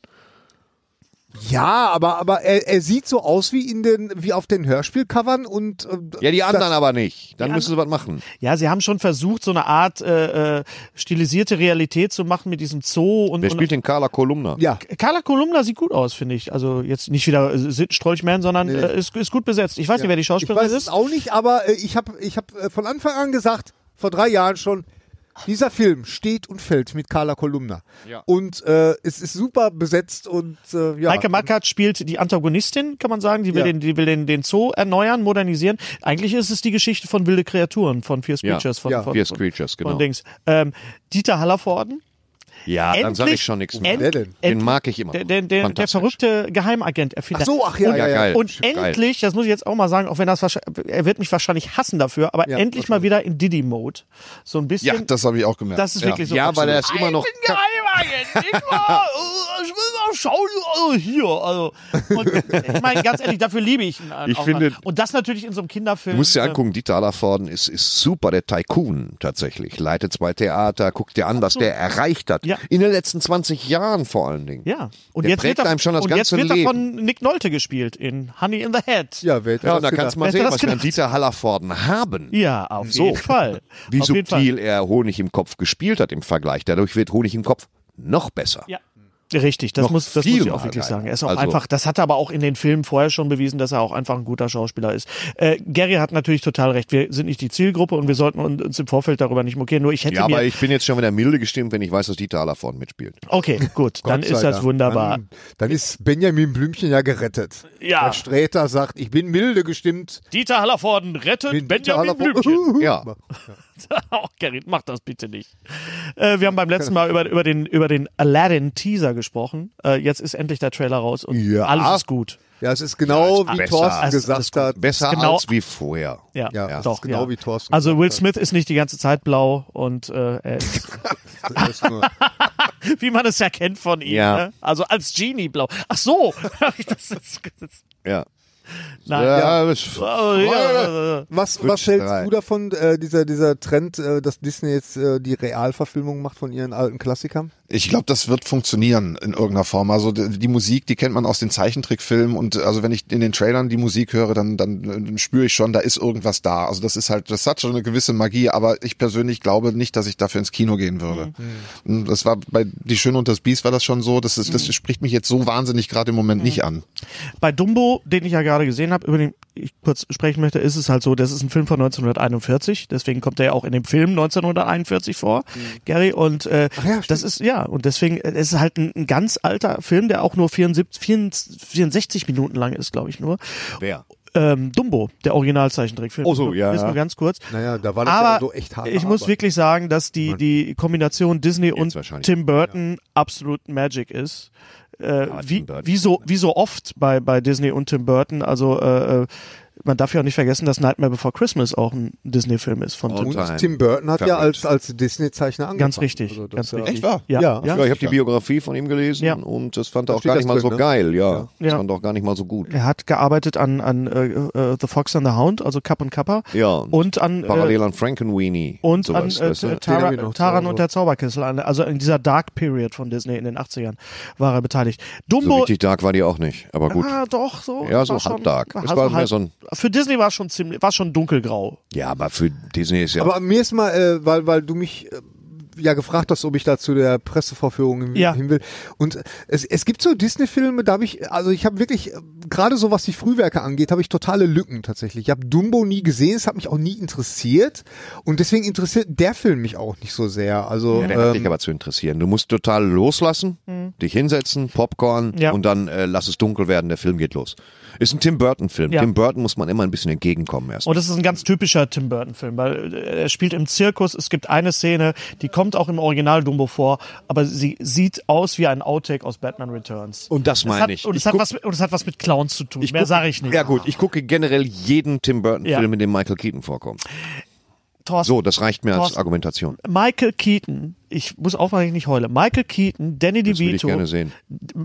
Ja, aber, aber er, er sieht so aus wie in den, wie auf den Hörspielcovern und. äh,
Ja, die anderen aber nicht. Dann
Die
müssen sie was machen.
Ja, sie haben schon versucht, so eine Art äh, äh, stilisierte Realität zu machen mit diesem Zoo und,
Wer spielt
und
den Carla Kolumna?
Ja.
Carla Kolumna sieht gut aus, finde ich. Also jetzt nicht wieder äh, Sid Strolchman, sondern äh, ist, ist gut besetzt. Ich weiß nicht, wer die
Ich
Schauspielerin
weiß es
ist.
auch nicht, aber äh, ich habe ich hab, äh, von Anfang an gesagt, vor drei Jahren schon, dieser Film steht und fällt mit Carla Kolumna.
Ja.
Und äh, es ist super besetzt und äh, ja.
Heike Mackert spielt die Antagonistin, kann man sagen. Die will,
Ja.
den, die will den, den Zoo erneuern, modernisieren. Eigentlich ist es die Geschichte von Wilde Kreaturen, von Fierce
Ja.
Creatures. Von,
Ja.
von,
Fierce
von,
Creatures, genau.
Von Dings. Ähm, Dieter Hallervorden.
Ja, dann sage ich
Endlich-
schon nichts mehr.
end-
denn?
Den
end-
mag ich immer.
Der,
noch.
der, der, der
Fantastisch.
verrückte Geheimagent erfindet.
Ach so, ach ja,
Und-
ja, ja.
geil.
Und
Geil.
endlich, das muss ich jetzt auch mal sagen, auch wenn das wahrscheinlich, er wird mich wahrscheinlich hassen dafür, aber
Ja,
endlich mal wieder in Diddy-Mode. So ein bisschen.
Ja, das habe ich auch gemerkt.
Das ist
ja.
wirklich so.
Ja, weil er
absolut.
ist immer noch.
Ich bin Geheimagent. Ich, war, oh, ich will mal schauen. Oh, hier. Also, und, ich meine, ganz ehrlich, dafür liebe ich ihn. äh,
Ich
auch
finde-
mal. Und das natürlich in so einem Kinderfilm.
Du musst dir
äh,
angucken, Dieter Hallervorden ist, ist super, der Tycoon tatsächlich. Leitet zwei Theater, guck dir an, was der erreicht hat.
Ja.
In den letzten 20 Jahren vor allen Dingen.
Ja, und
Der
jetzt
prägt
wird er,
einem schon das
und
ganze
jetzt wird er
Leben.
von Nick Nolte gespielt in Honey in the Head.
ja, wer hätte
Ja,
das
und da
gedacht?
kannst du mal
Wer hätte
sehen,
das
was wir an
gedacht?
Dieter Hallervorden haben.
Ja, auf jeden Fall.
Wie
auf jeden Fall.
subtil er Honig im Kopf gespielt hat im Vergleich. Dadurch wird Honig im Kopf noch besser.
Ja. Richtig, das
Noch
muss, das
viel
muss ich auch
mal
wirklich
geiler.
sagen. Er ist auch
Also-
einfach, das hat er aber auch in den Filmen vorher schon bewiesen, dass er auch einfach ein guter Schauspieler ist. Äh, Gary hat natürlich total recht. Wir sind nicht die Zielgruppe und wir sollten un- uns im Vorfeld darüber nicht mokieren. Nur ich hätte
Ja,
mir.
aber ich bin jetzt schon wieder milde gestimmt, wenn ich weiß, dass Dieter Hallervorden mitspielt.
okay, gut, dann
Gott
ist
sei
das
Dank.
wunderbar.
Dann, dann ist Benjamin Blümchen ja gerettet.
Ja.
Herr Sträter sagt, ich bin milde gestimmt.
Dieter Hallervorden rettet
Bin
Benjamin
totaler-
Blümchen.
Ja.
oh, Gerrit, mach das bitte nicht. Äh, wir haben beim letzten Mal über, über den, über den Aladdin-Teaser gesprochen. Äh, jetzt ist endlich der Trailer raus und
Ja.
alles ist gut.
Ja, es ist genau
Ja, ist
wie
besser.
Thorsten
Alles-
Also, alles
gesagt
gut.
hat.
Besser
Genau.
als wie vorher.
Ja,
Ja, das ist
doch.
genau
ja.
wie Thorsten
Also Will Smith ist nicht die ganze Zeit blau und äh, er ist,
Das ist nur-
wie man es ja kennt von ihm.
Ja.
Ne? Also als Genie blau. Ach so. das ist, das ist,
Ja.
nein.
Ja, das-
Oh, ja.
Was, was hältst
drei.
du davon, äh, dieser, dieser Trend, äh, dass Disney jetzt äh, die Realverfilmung macht von ihren alten Klassikern?
Ich glaube, das wird funktionieren in irgendeiner Form. Also die die Musik, die kennt man aus den Zeichentrickfilmen und also wenn ich in den Trailern die Musik höre, dann dann, äh, spüre ich schon, da ist irgendwas da. Also das ist halt, das hat schon eine gewisse Magie, aber ich persönlich glaube nicht, dass ich dafür ins Kino gehen würde.
Mhm.
Und Das war bei Die Schöne und das Biest war das schon so. Das ist, das
Mhm.
spricht mich jetzt so wahnsinnig gerade im Moment nicht an.
Bei Dumbo, den ich ja gerade gesehen habe, über den ich kurz sprechen möchte, ist es halt so, das ist ein Film von 1941, deswegen kommt er ja auch in dem Film 1941 vor,
Mhm.
Gary. Und äh,
ja,
das
stimmt.
ist, ja, und deswegen, äh, es ist halt ein, ein ganz alter Film, der auch nur 74, 64 Minuten lang ist, glaube ich nur.
Wer?
Ähm, Dumbo, der Originalzeichentrickfilm.
Oh so, ja,
Ist nur
ja.
ganz kurz.
Naja, da war das ja
Aber
so echt hart.
ich muss wirklich sagen, dass die, die Kombination Disney und
wahrscheinlich.
Tim Burton absolut Magic ist. Äh, wie,
Tim Burton.
wie, so, wie so oft bei, bei Disney und Tim Burton. Also äh, äh, man darf ja auch nicht vergessen, dass Nightmare Before Christmas auch ein Disney-Film ist von Tim.
Und-
Und Tim Burton hat ja als,
Verrückt.
als Disney-Zeichner angefangen.
Ganz richtig,
Also das
ganz
ist ja-
richtig.
Echt wahr?
Ja,
Ja.
ja,
Ja, ich habe die Biografie von ihm gelesen
Ja.
und das fand er
Da
auch
steht
gar nicht
das
mal so
drin, ne?
geil. Ja, das
Ja.
fand er auch gar nicht mal so gut.
Er hat gearbeitet an, an äh, äh, The Fox and the Hound, also Cup und Kappa.
Ja.
Und an äh,
Parallel an Frankenweenie.
Und
sowas,
an äh,
weißt du?
Den hab
Tara,
ich noch zu
Taran
Hause.
und der Zauberkessel, an- also in dieser Dark Period von Disney in den 80ern war er beteiligt.
So
Dumbo,
richtig dark war die auch nicht, aber gut.
ah, doch, so.
Ja, so
war schon-
halbdark. Es
also
war mehr
halb-
so ein-
für Disney war es schon ziemlich, war schon dunkelgrau.
Ja, aber für Disney ist ja
Aber mir ist mal, äh, weil, weil du mich äh, ja gefragt hast, ob ich da zu der Pressevorführung hin,
Ja.
hin will. Und es, es gibt so Disney-Filme, da habe ich, also ich habe wirklich, äh, gerade so was die Frühwerke angeht, habe ich totale Lücken tatsächlich. Ich habe Dumbo nie gesehen, es hat mich auch nie interessiert. Und deswegen interessiert der Film mich auch nicht so sehr. Also,
Ja, der hat
ähm,
dich aber zu interessieren. Du musst total loslassen dich hinsetzen, Popcorn
Hm. Ja.
und dann äh, lass es dunkel werden, der Film geht los. Ist ein Tim Burton-Film.
Ja.
Tim Burton muss man immer ein bisschen entgegenkommen erst.
Und das ist ein ganz typischer Tim Burton-Film, weil äh, er spielt im Zirkus. Es gibt eine Szene, die kommt auch im Original Dumbo vor, aber sie sieht aus wie ein Outtake aus Batman Returns.
Und das
Es
meine
hat,
ich.
Und es,
Ich
hat
guck-
was, mit- und es hat was mit Clowns zu tun.
Ich
Mehr
guck-
sage ich nicht.
Ja gut, ich gucke generell jeden Tim Burton-Film,
Ja.
in dem Michael Keaton vorkommt.
Thorsten,
So, das reicht mir als
Thorsten.
Argumentation.
Michael Keaton, ich muss aufpassen, dass ich nicht heule. Michael Keaton, Danny
Das will ich
DeVito.
gerne sehen.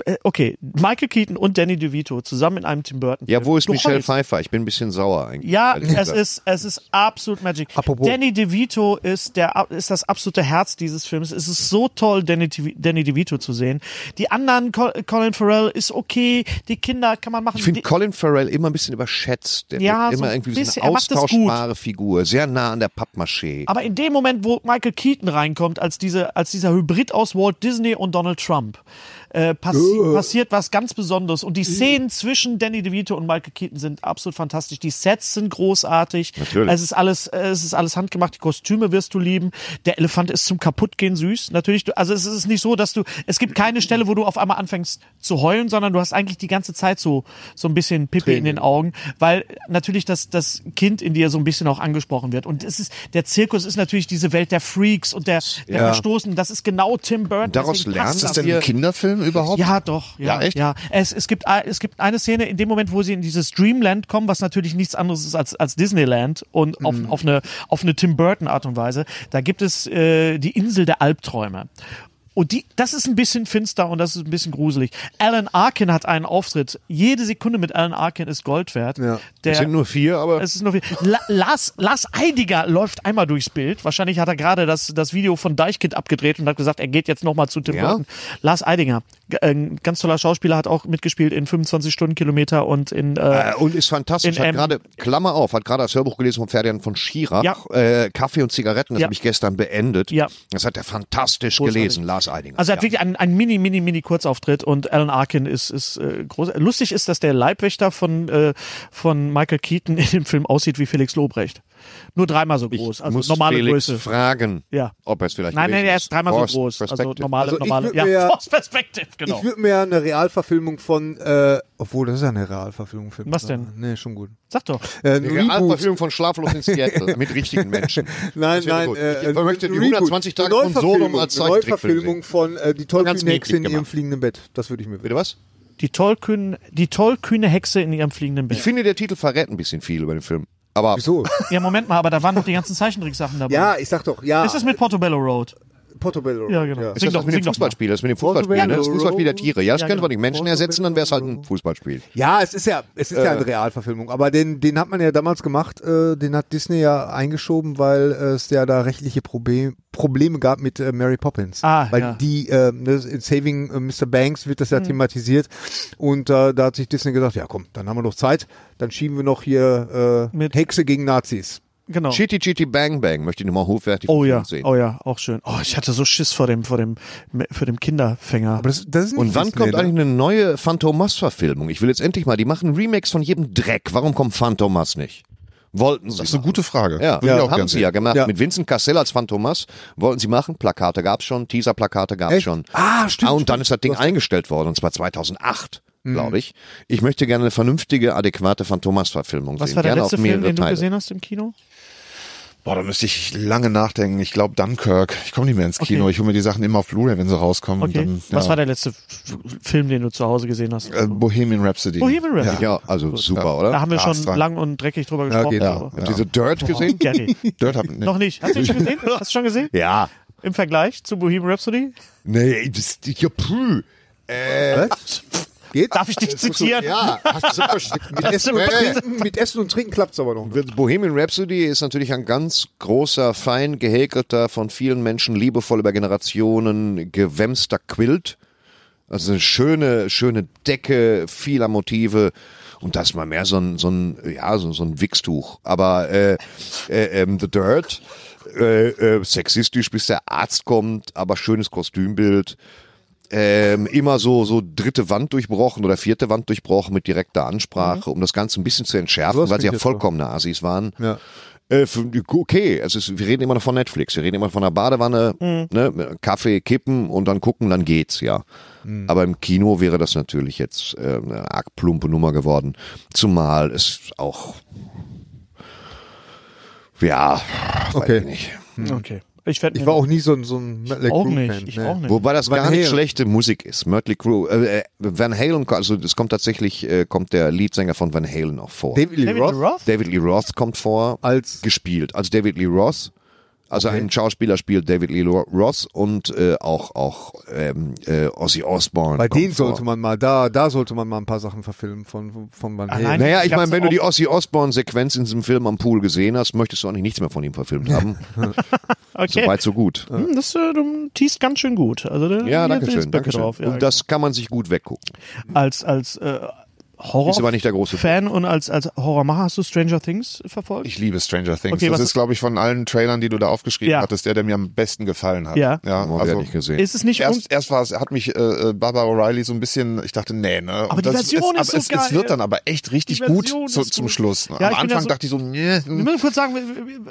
Äh, Okay, Michael Keaton und Danny DeVito zusammen in einem Tim Burton.
Ja, wo ist
Du
Michelle
heulst.
Pfeiffer? Ich bin ein bisschen sauer eigentlich.
Ja,
ehrlich
es
gesagt.
ist, es ist absolut Magic.
Apropos-
Danny DeVito ist, der, ist das absolute Herz dieses Films. Es ist so toll, Danny, De- Danny DeVito zu sehen. Die anderen, Col Colin Farrell ist okay, die Kinder kann man machen.
Ich finde
Die-
Colin Farrell immer ein bisschen überschätzt. Der
Ja,
wird
so
immer
ein
irgendwie so
bisschen.
eine
Er macht das gut.
austauschbare Figur, sehr nah an der Pappmaché.
aber in dem Moment, wo Michael Keaton reinkommt, als, diese, als dieser Hybrid aus Walt Disney und Donald Trump, äh, passi passiert was ganz Besonderes. Und die Szenen zwischen Danny DeVito und Michael Keaton sind absolut fantastisch. Die Sets sind großartig.
Natürlich.
Es ist alles, äh, es ist alles handgemacht. Die Kostüme wirst du lieben. Der Elefant ist zum Kaputtgehen süß. Natürlich, du, also es ist nicht so, dass du, es gibt keine Stelle, wo du auf einmal anfängst zu heulen, sondern du hast eigentlich die ganze Zeit so, so ein bisschen Pippe in den Augen, weil natürlich das, das Kind in dir so ein bisschen auch angesprochen wird. Und es ist, der Zirkus ist natürlich diese Welt der Freaks und der, der Verstoßenen. Das ist genau Tim Burton.
Daraus
Deswegen
lernst
passt
du,
Ist
dass
das
das
denn ein Kinderfilm überhaupt?
ja, doch. Ja,
Ja, echt?
Ja. Es, es, gibt, ein- es gibt eine Szene in dem Moment, wo sie in dieses Dreamland kommen, was natürlich nichts anderes ist als, als Disneyland und auf, auf, eine, auf eine Tim Burton Art und Weise. Da gibt es äh, die Insel der Albträume. Und die, das ist ein bisschen finster und das ist ein bisschen gruselig. Alan Arkin hat einen Auftritt. Jede Sekunde mit Alan Arkin ist Gold wert. Ja. Der,
es sind nur vier, aber
es ist nur viel. La Lars, Lars Eidiger läuft einmal durchs Bild. Wahrscheinlich hat er gerade das, das Video von Deichkind abgedreht und hat gesagt, er geht jetzt nochmal zu Tim
Ja?
Burton. Lars Eidinger, g- äh, ein ganz toller Schauspieler, hat auch mitgespielt in 25 Stundenkilometer und in.
Ah,
Äh,
äh, und ist fantastisch.
In,
hat
ähm,
gerade, Klammer auf, hat gerade das Hörbuch gelesen von Ferdinand von Schirach.
Ja.
Äh, Kaffee und Zigaretten, das
Ja.
habe ich gestern beendet.
Ja.
Das hat er fantastisch gelesen, Lars Eidinger.
also er hat
ja.
wirklich einen, einen mini, mini, mini Kurzauftritt und Alan Arkin ist, ist äh, groß. Lustig ist, dass der Leibwächter von, äh, von Michael Keaton in dem Film aussieht wie Felix Lobrecht. Nur dreimal so groß, also
Muss
normale
Felix
Größe.
fragen,
Ja.
ob er es vielleicht
Nein, nein,
gewesen
er ist dreimal
Forced
so groß. Also
Perspective.
normale,
Also ich
normale.
würd mir ja-
Forced Perspective, genau.
Ich würde mir ja eine Realverfilmung von, äh, obwohl das ist ja eine Realverfilmung. Film.
Was denn?
Nee, schon gut.
Sag doch.
Äh, ein
Die
Reboot.
Realverfilmung von Schlaflos in Seattle mit richtigen Menschen.
Nein,
Das wäre
nein.
gut.
Äh,
ich möchte die
ein Reboot.
120 Tage
Eine
von Sodom
Neuverfilmung,
als
eine
Zeichentrickfilm sehen.
Neuverfilmung von äh, Die
Ganz
tollkühne
niedlich
Hexe in ihrem
gemacht.
fliegenden Bett. Das würde ich mir wünschen.
Bitte was?
Die tollkühne, die tollkühne Hexe in ihrem fliegenden Bett.
Ich finde, der Titel verrät ein bisschen viel über den Film. Aber
Wieso?
ja, Moment mal, aber da waren doch die ganzen Zeichentricksachen dabei.
ja, ich sag doch, ja.
Ist das mit Portobello Road?
Portobello.
Ja, genau.
Ist das,
Sing
das
doch,
mit
sing
dem
doch mal.
Fußballspiel? Das mit dem Fußballspiel, ne? Das
Portobello
Fußballspiel der Tiere. Ja, das
Ja,
könnte man
genau.
nicht Menschen ersetzen, dann wäre es halt ein Fußballspiel.
Ja, es ist ja, es ist
Äh.
ja eine Realverfilmung, aber den, den hat man ja damals gemacht, äh, den hat Disney ja eingeschoben, weil es ja da rechtliche Probe Probleme gab mit äh, Mary Poppins.
Ah,
weil
ja. Hm.
die äh, ne, in Saving äh, Mr. Banks wird das ja thematisiert und äh, da hat sich Disney gesagt, ja komm, dann haben wir noch Zeit, dann schieben wir noch hier äh,
Mit-
Hexe gegen Nazis.
Genau.
Chitty Chitty Bang Bang möchte ich nochmal hochwertig
Oh ja,
sehen.
oh ja, auch schön. Oh, ich hatte so Schiss vor dem, vor dem, vor dem Kinderfänger.
Aber das, das ist nicht
Und wann
Disney,
kommt
ne?
eigentlich eine neue Phantomas-Verfilmung? Ich will jetzt endlich mal, die machen Remakes von jedem Dreck. Warum kommt Phantomas nicht? Wollten sie.
Das ist eine gute Frage.
Ja,
Würde ich Äh, auch
haben
gern
sie
sehen.
ja gemacht.
Ja.
Mit Vincent Cassell als Phantomas wollten sie machen. Plakate gab's schon, Teaser-Plakate gab's
Echt?
schon.
Ah, stimmt,
Ah, und dann
stimmt.
ist das Ding eingestellt worden, und zwar 2008,
Mhm.
glaube ich. Ich möchte gerne eine vernünftige, adäquate Phantomas-Verfilmung
Was
sehen.
war der
gerne
letzte
auf mehrere
Film, den du
Teile.
gesehen hast im Kino?
Boah, da müsste ich lange nachdenken. Ich glaube Dunkirk. Ich komme nicht mehr ins Kino.
Okay.
Ich hole mir die Sachen immer auf Blu-ray, wenn sie rauskommen.
Okay.
Und dann,
Was
ja.
war der letzte F- Film, den du zu Hause gesehen hast?
Äh, Bohemian Rhapsody.
Bohemian Rhapsody.
Ja, also super,
Da
oder?
haben wir
Ja,
schon
ist dran.
lang und dreckig drüber gesprochen.
geht ja.
aber-
Habt ihr diese Dirt gesehen?
Gary,
Dirt hab,
noch nicht. Hast du ihn schon gesehen? Hast du schon gesehen?
Ja.
Im Vergleich zu Bohemian Rhapsody?
Nee, das, ja, puh.
Äh?
Darf ich dich zitieren?
Ja, hast du verstanden?
mit, Essen und Trinken, mit Essen und Trinken klappt's aber noch.
Bohemian Rhapsody ist natürlich ein ganz großer, fein gehäkelter, von vielen Menschen liebevoll über Generationen gewemster Quilt. Also eine schöne, schöne Decke vieler Motive. Und das mal mehr so ein, so ein, ja, so, so ein Wichstuch. Aber äh, äh, ähm, The Dirt, äh, äh, sexistisch, bis der Arzt kommt, aber schönes Kostümbild. ähm, immer so, so dritte Wand durchbrochen oder vierte Wand
Mhm.
durchbrochen mit direkter Ansprache, um das Ganze ein bisschen zu entschärfen,
Sowas
weil sie
klingt
ja
jetzt so.
vollkommene Asis waren.
Ja.
Äh, f- okay, es ist, wir reden immer noch von Netflix, wir reden immer von einer Badewanne,
Mhm.
ne, Kaffee kippen und dann gucken, dann geht's, ja.
Mhm.
Aber im Kino wäre das natürlich jetzt äh, eine arg plumpe Nummer geworden. Zumal es auch, ja,
Okay.
weiß ich nicht.
Okay. Ich, werd
Ich
mir-
war auch nie so ein, so ein ne. Mötley
auch
Crüe
nicht.
Fan,
Ich
nee.
auch nicht.
Wobei das
Van
gar nicht
Halen.
schlechte Musik ist. Mötley Crüe, äh, äh, Van Halen, also das kommt tatsächlich, äh, kommt der Leadsänger von Van Halen auch vor.
David Lee
David
Roth,
Roth?
David Lee Roth kommt vor,
Als-
gespielt, als David Lee Roth. Also ein Schauspieler spielt David Lee Ro- Roth und äh, auch auch ähm, äh, Ozzy Osbourne.
bei
kommt
denen sollte
vor.
man mal, da, da sollte man mal ein paar Sachen verfilmen von, von Van Halen. Ne?
Allein-
Naja, ich
Ganz
meine, wenn du die
oft-
Ozzy Osbourne-Sequenz in diesem Film am Pool gesehen hast, möchtest du eigentlich nichts mehr von ihm verfilmt haben. So
okay.
weit, so gut.
Hm, das äh, du tiest ganz schön gut. Also da
Ja,
hier
danke
ist
schön.
Böcke
Danke schön.
drauf. Ja,
und das kann man sich gut weggucken.
als als äh, Horror
Ist aber nicht der große
Fan und als als Horrormacher hast du Stranger Things verfolgt?
Ich liebe Stranger Things.
Okay,
das
was-
ist, glaube ich, von allen Trailern, die du da aufgeschrieben
Ja.
hattest, der, der mir am besten gefallen hat.
Ja.
ja
Haben wir
also,
nicht gesehen.
ist es nicht un-
Erst, erst war es, hat mich äh, äh, Barbara O'Reilly so ein bisschen, ich dachte, nee, ne?
Aber die Version
es,
ist so
es,
geil.
Es wird dann aber echt richtig
Die
gut,
Version
zu,
ist
zum
gut.
Schluss. ne?
Ja,
Am
ich bin da
Anfang
so-
dachte ich so, nee,
Wir müssen kurz sagen,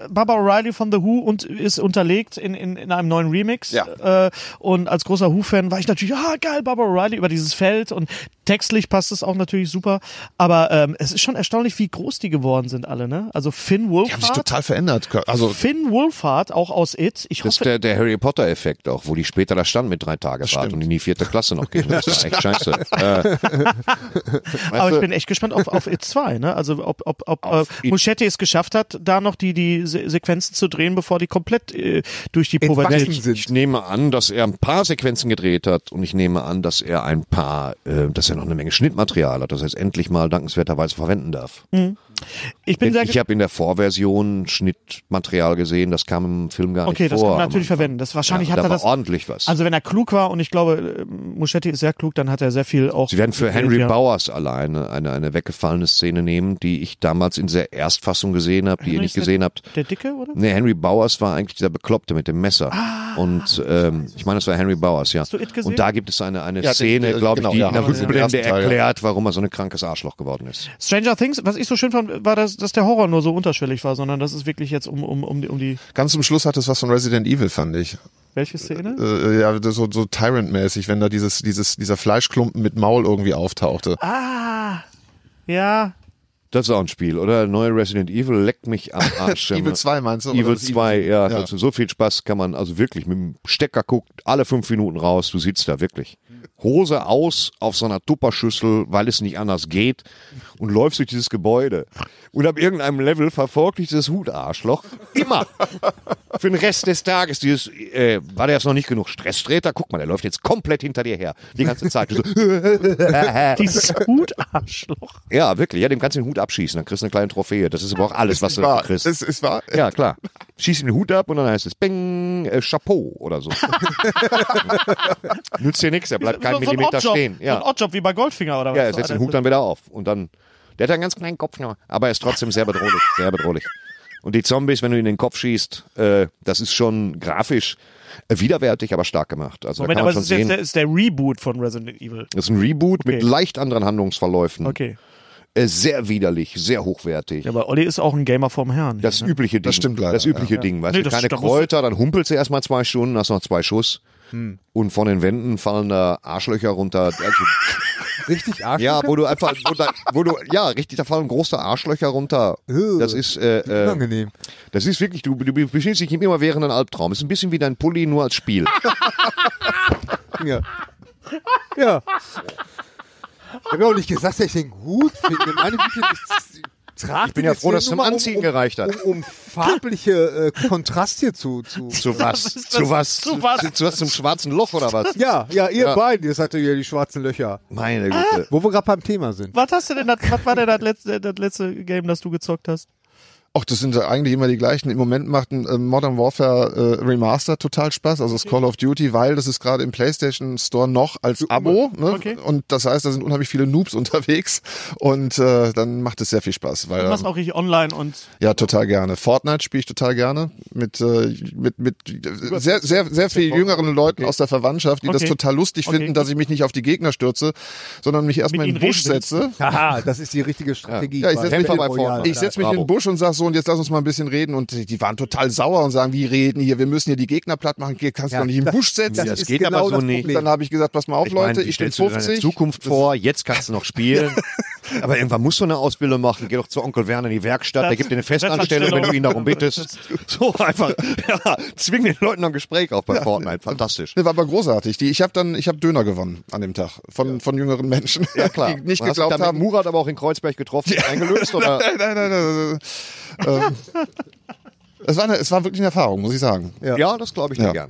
Barbara O'Reilly von The Who und ist unterlegt in, in, in einem neuen Remix.
Ja.
Äh, und als großer Who-Fan war ich natürlich, ah geil, Barbara O'Reilly über dieses Feld und textlich passt es auch natürlich super. Aber ähm, es ist schon erstaunlich, wie groß die geworden sind alle, ne? Also Finn
die haben sich
Wolfhard.
total verändert. Also
Finn Wolfhard, auch aus It. Ich
Das ist
hoffe,
der, der Harry Potter-Effekt auch, wo die später da stand mit drei Tage Fahrt und in die vierte Klasse noch gehen. Das war echt scheiße. Äh,
aber ich bin echt gespannt auf, auf It 2, ne? Also ob, ob, ob äh, Muschetti es geschafft hat, da noch die, die Se Sequenzen zu drehen, bevor die komplett äh, durch die
Entwachsen
Pubertät.
sind.
ich nehme an, dass er ein paar Sequenzen gedreht hat und ich nehme an, dass er ein paar, äh, dass er noch eine Menge Schnittmaterial hat, das er jetzt endlich mal dankenswerterweise verwenden darf.
Ich bin
Denn
sehr
ich habe in der Vorversion Schnittmaterial gesehen, das kam im Film gar
Okay,
nicht vor.
das kann man
am
natürlich
Anfang.
verwenden. Das wahrscheinlich
ja,
hat
da
er
war
das.
ordentlich was.
Also wenn er klug war und ich glaube, äh, Muschetti ist sehr klug, dann hat er sehr viel auch.
Sie werden für Henry
ja.
Bowers alleine eine, eine weggefallene Szene nehmen, die ich damals in der Erstfassung gesehen habe, die ihr
Henry
nicht
ist der-
gesehen habt.
Der Dicke, oder?
Nee, Henry Bowers war eigentlich dieser Bekloppte mit dem Messer.
Ah,
und ähm, ich meine, das war Henry Bowers, ja.
du It gesehen?
Und da gibt es eine, eine
Ja,
Szene,
die- die-
glaube ich,
genau,
die
ja,
in der
haben wir gesehen.
Rückblende
Ersten Teil, ja.
erklärt, warum er so ein krankes Arschloch geworden ist.
Stranger Things, was ich so schön fand, war, dass, dass der Horror nur so unterschwellig war, sondern dass es wirklich jetzt um, um, um, die, um die.
ganz zum Schluss hat es was von Resident Evil, fand ich.
Welche Szene?
Äh, ja, das so, so Tyrant-mäßig, wenn da dieses, dieses, dieser Fleischklumpen mit Maul irgendwie auftauchte.
Ah! Ja.
Das ist auch ein Spiel, oder? Neue Resident Evil leckt mich am Arsch.
Evil 2 meinst du? Oder
Evil
das
2, ja.
Ja.
Das ist so viel Spaß kann man also wirklich mit dem Stecker guckt, alle fünf Minuten raus, du sitzt da wirklich. Hose aus auf so einer Tupperschüssel, weil es nicht anders geht und läufst durch dieses Gebäude. Und ab irgendeinem Level verfolgt dich dieses Hutarschloch immer. Für den Rest des Tages dieses, äh, war der jetzt noch nicht genug Stresstreter? Guck mal, der läuft jetzt komplett hinter dir her. Die ganze Zeit. Du so,
Dieses Hutarschloch.
ja, wirklich. Ja, dem kannst du den Hut abschießen. Dann kriegst du eine kleine Trophäe. Das ist aber auch alles, was du
War,
kriegst.
es, es war,
ja, klar. Schieß ihm den Hut ab und dann heißt es Bing, äh, Chapeau oder so. Nützt dir nichts, er bleibt kein
so, so ein
Millimeter
Oddjob.
stehen.
So ein
Ja,
Oddjob wie bei Goldfinger oder was?
ja er setzt
So
den
einer-
Hut dann wieder auf. Und dann, der hat einen ganz kleinen Kopf noch, aber er ist trotzdem sehr bedrohlich. Sehr bedrohlich. Und die Zombies, wenn du ihnen in den Kopf schießt, äh, das ist schon grafisch äh, widerwärtig, aber stark gemacht. Also
Moment,
da kann
aber
man
es
schon
ist jetzt
sehen,
der, ist der Reboot von Resident Evil.
das ist ein Reboot mit
Okay.
leicht anderen Handlungsverläufen.
Okay.
Äh, sehr widerlich, sehr hochwertig.
Ja, aber Olli ist auch ein Gamer vom Herrn.
Das übliche Ding. Das
stimmt leider,
Das übliche Ding. Weißt
Nee,
du,
das-
keine
da musst du-
Kräuter, dann humpelst du erstmal zwei Stunden, hast noch zwei Schuss. Und von den Wänden fallen da Arschlöcher runter. Also,
Richtig Arsch.
ja, wo du einfach, wo, da, wo du, ja, richtig, da fallen große Arschlöcher runter. Das ist, äh, äh,
Unangenehm.
das ist wirklich, du, du beschließt dich immer während einem Albtraum. Ist ein bisschen wie dein Pulli, nur als Spiel.
Ja. Ja. Ich habe ja auch nicht gesagt, dass ich den gut finde. Meine Güte, ich trage Ich
bin ja froh, dass es zum Anziehen gereicht hat.
Um, um farbliche äh, Kontrast hier zu, zu.
Zu was?
ist
Zu
das-
was?
zu was?
Zu, zu was? Zum schwarzen Loch oder was?
Ja, ja, ihr
Ja.
beiden, ihr seid ja die schwarzen Löcher.
Meine Güte.
Wo wir gerade beim Thema sind.
Was hast du denn, das- was war denn das letzte, das letzte Game, das du gezockt hast?
Ach, das sind ja eigentlich immer die gleichen. Im Moment macht ein äh, Modern Warfare äh, Remaster total Spaß, also das Call of Duty, weil das ist gerade im PlayStation Store noch als Abo. Ne?
Okay.
Und das heißt, da sind unheimlich viele Noobs unterwegs und äh, dann macht es sehr viel Spaß, weil
Du machst
ähm,
auch richtig online und
ja total gerne. Fortnite spiele ich total gerne mit äh, mit mit äh, sehr sehr sehr viel jüngeren Leuten aus der Verwandtschaft, die das
Okay.
total lustig
Okay.
finden, dass ich mich nicht auf die Gegner stürze, sondern mich erstmal
Mit
in den
ihnen
Busch
reden willst.
setze.
Haha, das Ah, ist die richtige Strategie.
Ja, ich setze mich,
Kämpfer
bei vorne.
ich setz mich in den Busch und sag so, und jetzt lass uns mal ein bisschen reden. Und die die waren total sauer und sagen, wie reden hier, wir müssen hier die Gegner platt machen, hier kannst du doch nicht im Busch setzen.
das
ist
geht
genau
aber so
das
nicht.
Problem. Dann habe ich gesagt, pass mal auf,
Ich meine,
Leute,
wie
ich bin
stellst du dir deine
50.
Zukunft vor, jetzt kannst du noch spielen. Aber irgendwann musst du eine Ausbildung machen. Geh doch zu Onkel Werner in die Werkstatt, der gibt dir eine Festanstellung,
genau
wenn du ihn darum bittest. So einfach, ja, zwing den Leuten ein Gespräch auf bei Fortnite. Fantastisch.
Das war aber großartig. Die, ich habe dann, ich habe Döner gewonnen an dem Tag von von jüngeren Menschen,
Ja, klar.
die nicht
Hast du
geglaubt
damit
haben.
Murat aber auch in Kreuzberg getroffen, eingelöst oder?
Nein, nein, nein, nein, nein. ähm, es war, eine, es war wirklich eine Erfahrung, muss ich sagen.
Ja, das glaube ich dir
Ja.
gern.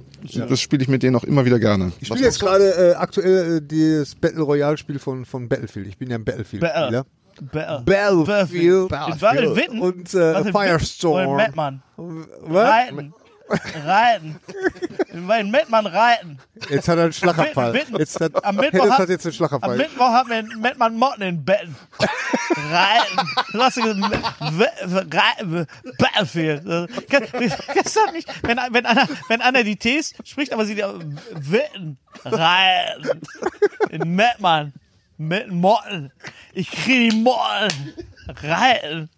Das spiele ich mit denen auch immer wieder gerne.
Ich spiele jetzt gerade äh, aktuell äh, das Battle Royale Spiel von, von Battlefield. Ich bin ja ein Battlefield-Spieler.
Bell.
Battlefield.
In Witten?
Und äh,
In
Firestorm.
Mettmann.
Was?
Reiten. Reiten. In Mettmann reiten.
Jetzt hat er einen Schlagabfall.
Witten.
Jetzt hat,
Am Mittwoch
Hennes
hat-
hat jetzt einen
Am
Schlagabfall.
Mittwoch haben wir in Mettmann Motten in Betten. reiten. Lass ich reiten. Battlefield. Äh, Kannst du das nicht, wenn, wenn, einer, wenn einer die T's spricht, aber sie die Witten. Reiten. In Mettmann. Mit Motten. Ich krieg die Motten. Reiten.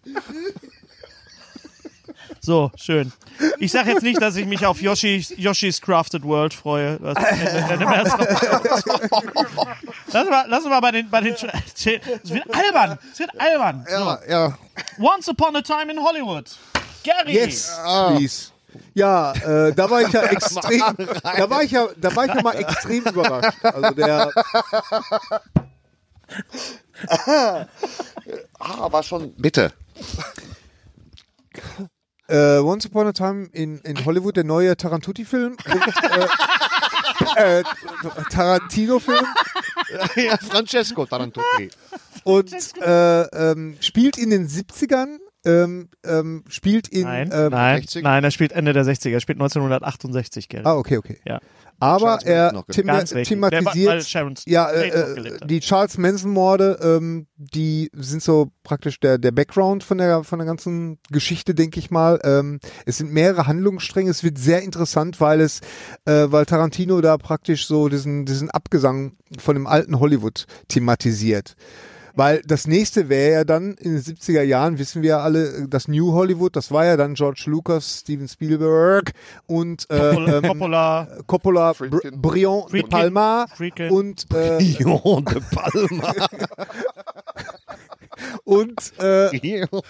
So, schön. Ich sag jetzt nicht, dass ich mich auf Yoshi's, Yoshi's Crafted World freue. Das, lass mal, lass mal bei den, bei den, es wird albern, es wird albern.
Ja, ja.
Once upon a time in Hollywood. Gary.
Yes, please. Ja, äh, da war ich ja extrem, da war ich ja, da war ich ja mal extrem überrascht. Also der,
Ah, war schon. Bitte.
äh, Once Upon a Time in, in Hollywood, der neue Tarantuti-Film. und, Äh, äh, Tarantino-Film.
ja, Francesco Tarantucci.
und äh, ähm, spielt in den 70ern, ähm, ähm, spielt in.
Nein,
ähm,
nein,
60?
nein, er spielt Ende der 60er, er spielt 1968, Gary.
Ah, okay, okay.
Ja.
Aber
Charles Manson
er
noch
thema
Ganz richtig. Der war- weil
thematisiert.
Sharon Tate
ja,
noch
äh,
gelebt
äh,
hat.
die Charles Manson-Morde, ähm, die sind so praktisch der, der Background von der, von der ganzen Geschichte, denke ich mal. Ähm, es sind mehrere Handlungsstränge. Es wird sehr interessant, weil es, äh, weil Tarantino da praktisch so diesen, diesen Abgesang von dem alten Hollywood thematisiert. Weil das nächste wäre ja dann in den 70er Jahren, wissen wir ja alle, äh, das New Hollywood, das war ja dann George Lucas, Steven Spielberg und äh,
Coppola-
ähm,
Coppola,
Coppola, Br
Friedkin.
Brion de
Friedkin.
Palma
Friedkin.
und äh,
Rio de Palma.
und äh,
Rio.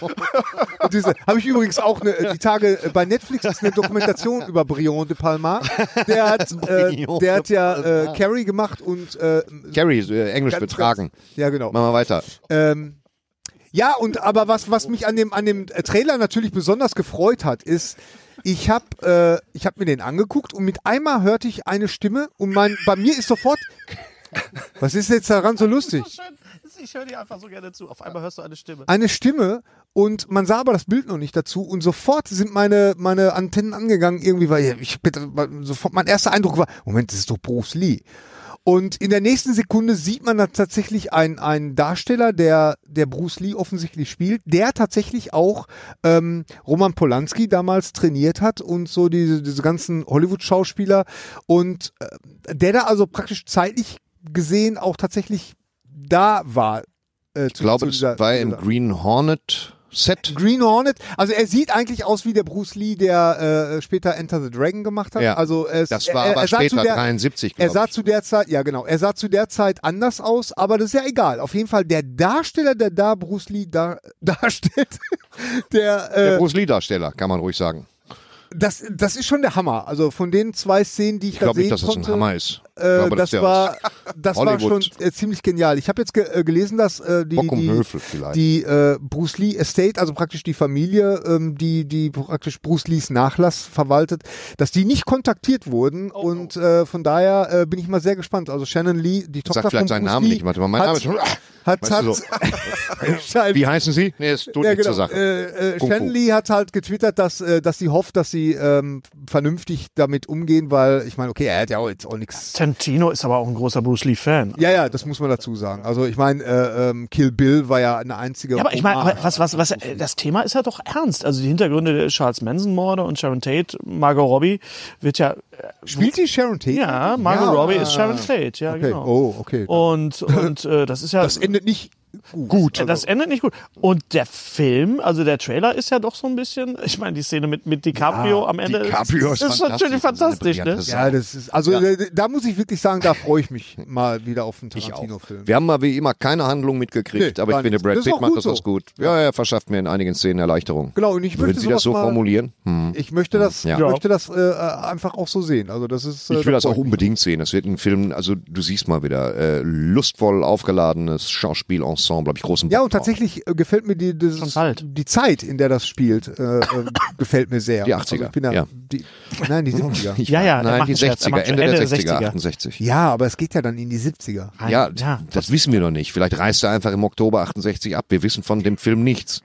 diese habe ich übrigens auch eine, die Tage äh, bei Netflix ist eine Dokumentation über Brion de Palma. Der hat, äh,
Brion
der hat
de
ja äh,
Palma.
Carrie gemacht und äh,
Gary, äh, Englisch
Ganz,
betragen.
ja genau.
Machen wir weiter.
Ähm, ja, und aber was, was mich an dem, an dem äh, Trailer natürlich besonders gefreut hat, ist, ich habe äh, ich hab mir den angeguckt und mit einmal hörte ich eine Stimme und mein, bei mir ist sofort. Was ist jetzt daran so lustig?
Schön. Ich höre dir einfach so gerne zu. Auf einmal hörst du eine Stimme.
Eine Stimme und man sah aber das Bild noch nicht dazu und sofort sind meine, meine Antennen angegangen irgendwie, weil ich weil sofort mein erster Eindruck war, Moment, das ist doch Bruce Lee. Und in der nächsten Sekunde sieht man da tatsächlich einen, einen Darsteller, der, der Bruce Lee offensichtlich spielt, der tatsächlich auch ähm, Roman Polanski damals trainiert hat und so diese, diese ganzen Hollywood-Schauspieler und äh, der da also praktisch zeitlich gesehen auch tatsächlich da war. Äh,
Ich glaube, es war im Green Hornet Set.
Green Hornet. Also er sieht eigentlich aus wie der Bruce Lee, der äh, später Enter the Dragon gemacht hat.
Ja.
Also es,
Das war
er,
aber
er sah
später,
zu der,
73,
Er
glaube
sah
ich.
zu der Zeit, ja genau, er sah zu der Zeit anders aus, aber das ist ja egal. Auf jeden Fall der Darsteller, der da Bruce Lee da, darstellt, der, äh,
Der Bruce Lee-Darsteller, kann man ruhig sagen.
das, das ist schon der Hammer. Also von den zwei Szenen, die ich,
Ich glaube
da sehen
nicht, dass das ein
konnte,
Hammer ist. Ich
Äh,
glaube,
das
ist ja
war, das war schon
Hollywood.
äh, ziemlich genial. Ich habe jetzt ge äh, gelesen, dass äh, die,
Bock um
die,
Höfel vielleicht.
die äh, Bruce Lee Estate, also praktisch die Familie, ähm, die, die praktisch Bruce Lees Nachlass verwaltet, dass die nicht kontaktiert wurden und äh, von daher äh, bin ich mal sehr gespannt. Also Shannon Lee, die Tochter
Sag vielleicht
von
seinen
Bruce
Namen
Lee,
nicht. Warte mal, mein Name
hat,
ist schon.
hat,
Weißt
hat,
du Wie heißen Sie? Nee, es tut
ja,
nichts
genau.
zur Sache.
Äh, äh,
Kung Fu.
Shannon Lee hat halt getwittert, dass, äh, dass sie hofft, dass sie ähm, vernünftig damit umgehen, weil ich meine, okay, er hat ja auch jetzt auch nichts
Tantino ist aber auch ein großer Bruce Lee-Fan.
Ja, ja, das muss man dazu sagen. Also ich meine, äh, ähm, Kill Bill war ja eine einzige.
Ja, aber ich meine,
Hommage.
aber was, was, was, äh, das Thema ist ja doch ernst. Also die Hintergründe der Charles Manson-Morde und Sharon Tate, Margot Robbie wird ja, äh,
spielt die Sharon Tate?
ja, Margot
Ja.
Robbie ist Sharon Tate, ja,
Okay.
genau.
Oh, okay.
Und, und äh, das ist ja,
das endet nicht Also,
gut.
Ja, das endet nicht gut. Und der Film, also der Trailer ist ja doch so ein bisschen, ich meine, die Szene mit, mit DiCaprio am Ende
DiCaprio
ist,
ist
ist natürlich
fantastisch. Das
fantastisch.
ist eine brillante
Ne?
Sache.
Ja, das ist, also äh, da muss ich wirklich sagen, da freue ich mich mal wieder auf einen Tarantino-Film.
Wir haben mal wie immer keine Handlung mitgekriegt,
Nee,
aber ich
gar
finde,
nichts.
Brad
Das ist
Pitt
auch
macht
gut
das
so.
ganz gut. Ja, er verschafft mir in einigen Szenen Erleichterung.
Genau, und ich
Würden
möchte
Sie das so
sowas mal-
formulieren? Hm.
Ich möchte das,
Ja.
ich möchte das äh, einfach auch so sehen. Also das ist. Äh,
Ich will das auch
freue
unbedingt sehen. Das wird ein Film, also du siehst mal wieder, äh, lustvoll aufgeladenes Schauspielensemble, habe ich großen
Ja,
Bock
und
drauf.
tatsächlich äh, gefällt mir die, dieses,
bald.
die Zeit, in der das spielt, äh, äh, gefällt mir sehr. Also,
Die 80er,
ich bin da,
ja.
die, nein, die 70er.
Ich
Ja,
weiß-
ja, der
nein,
macht
die
einen Scherz, der
60er,
macht
Ende der
Ende
60er,
60er.
68.
Ja, aber es geht ja dann in die 70er.
Ja,
ja.
das wissen wir noch nicht. Vielleicht reist er einfach im Oktober 68 ab. Wir wissen von dem Film nichts.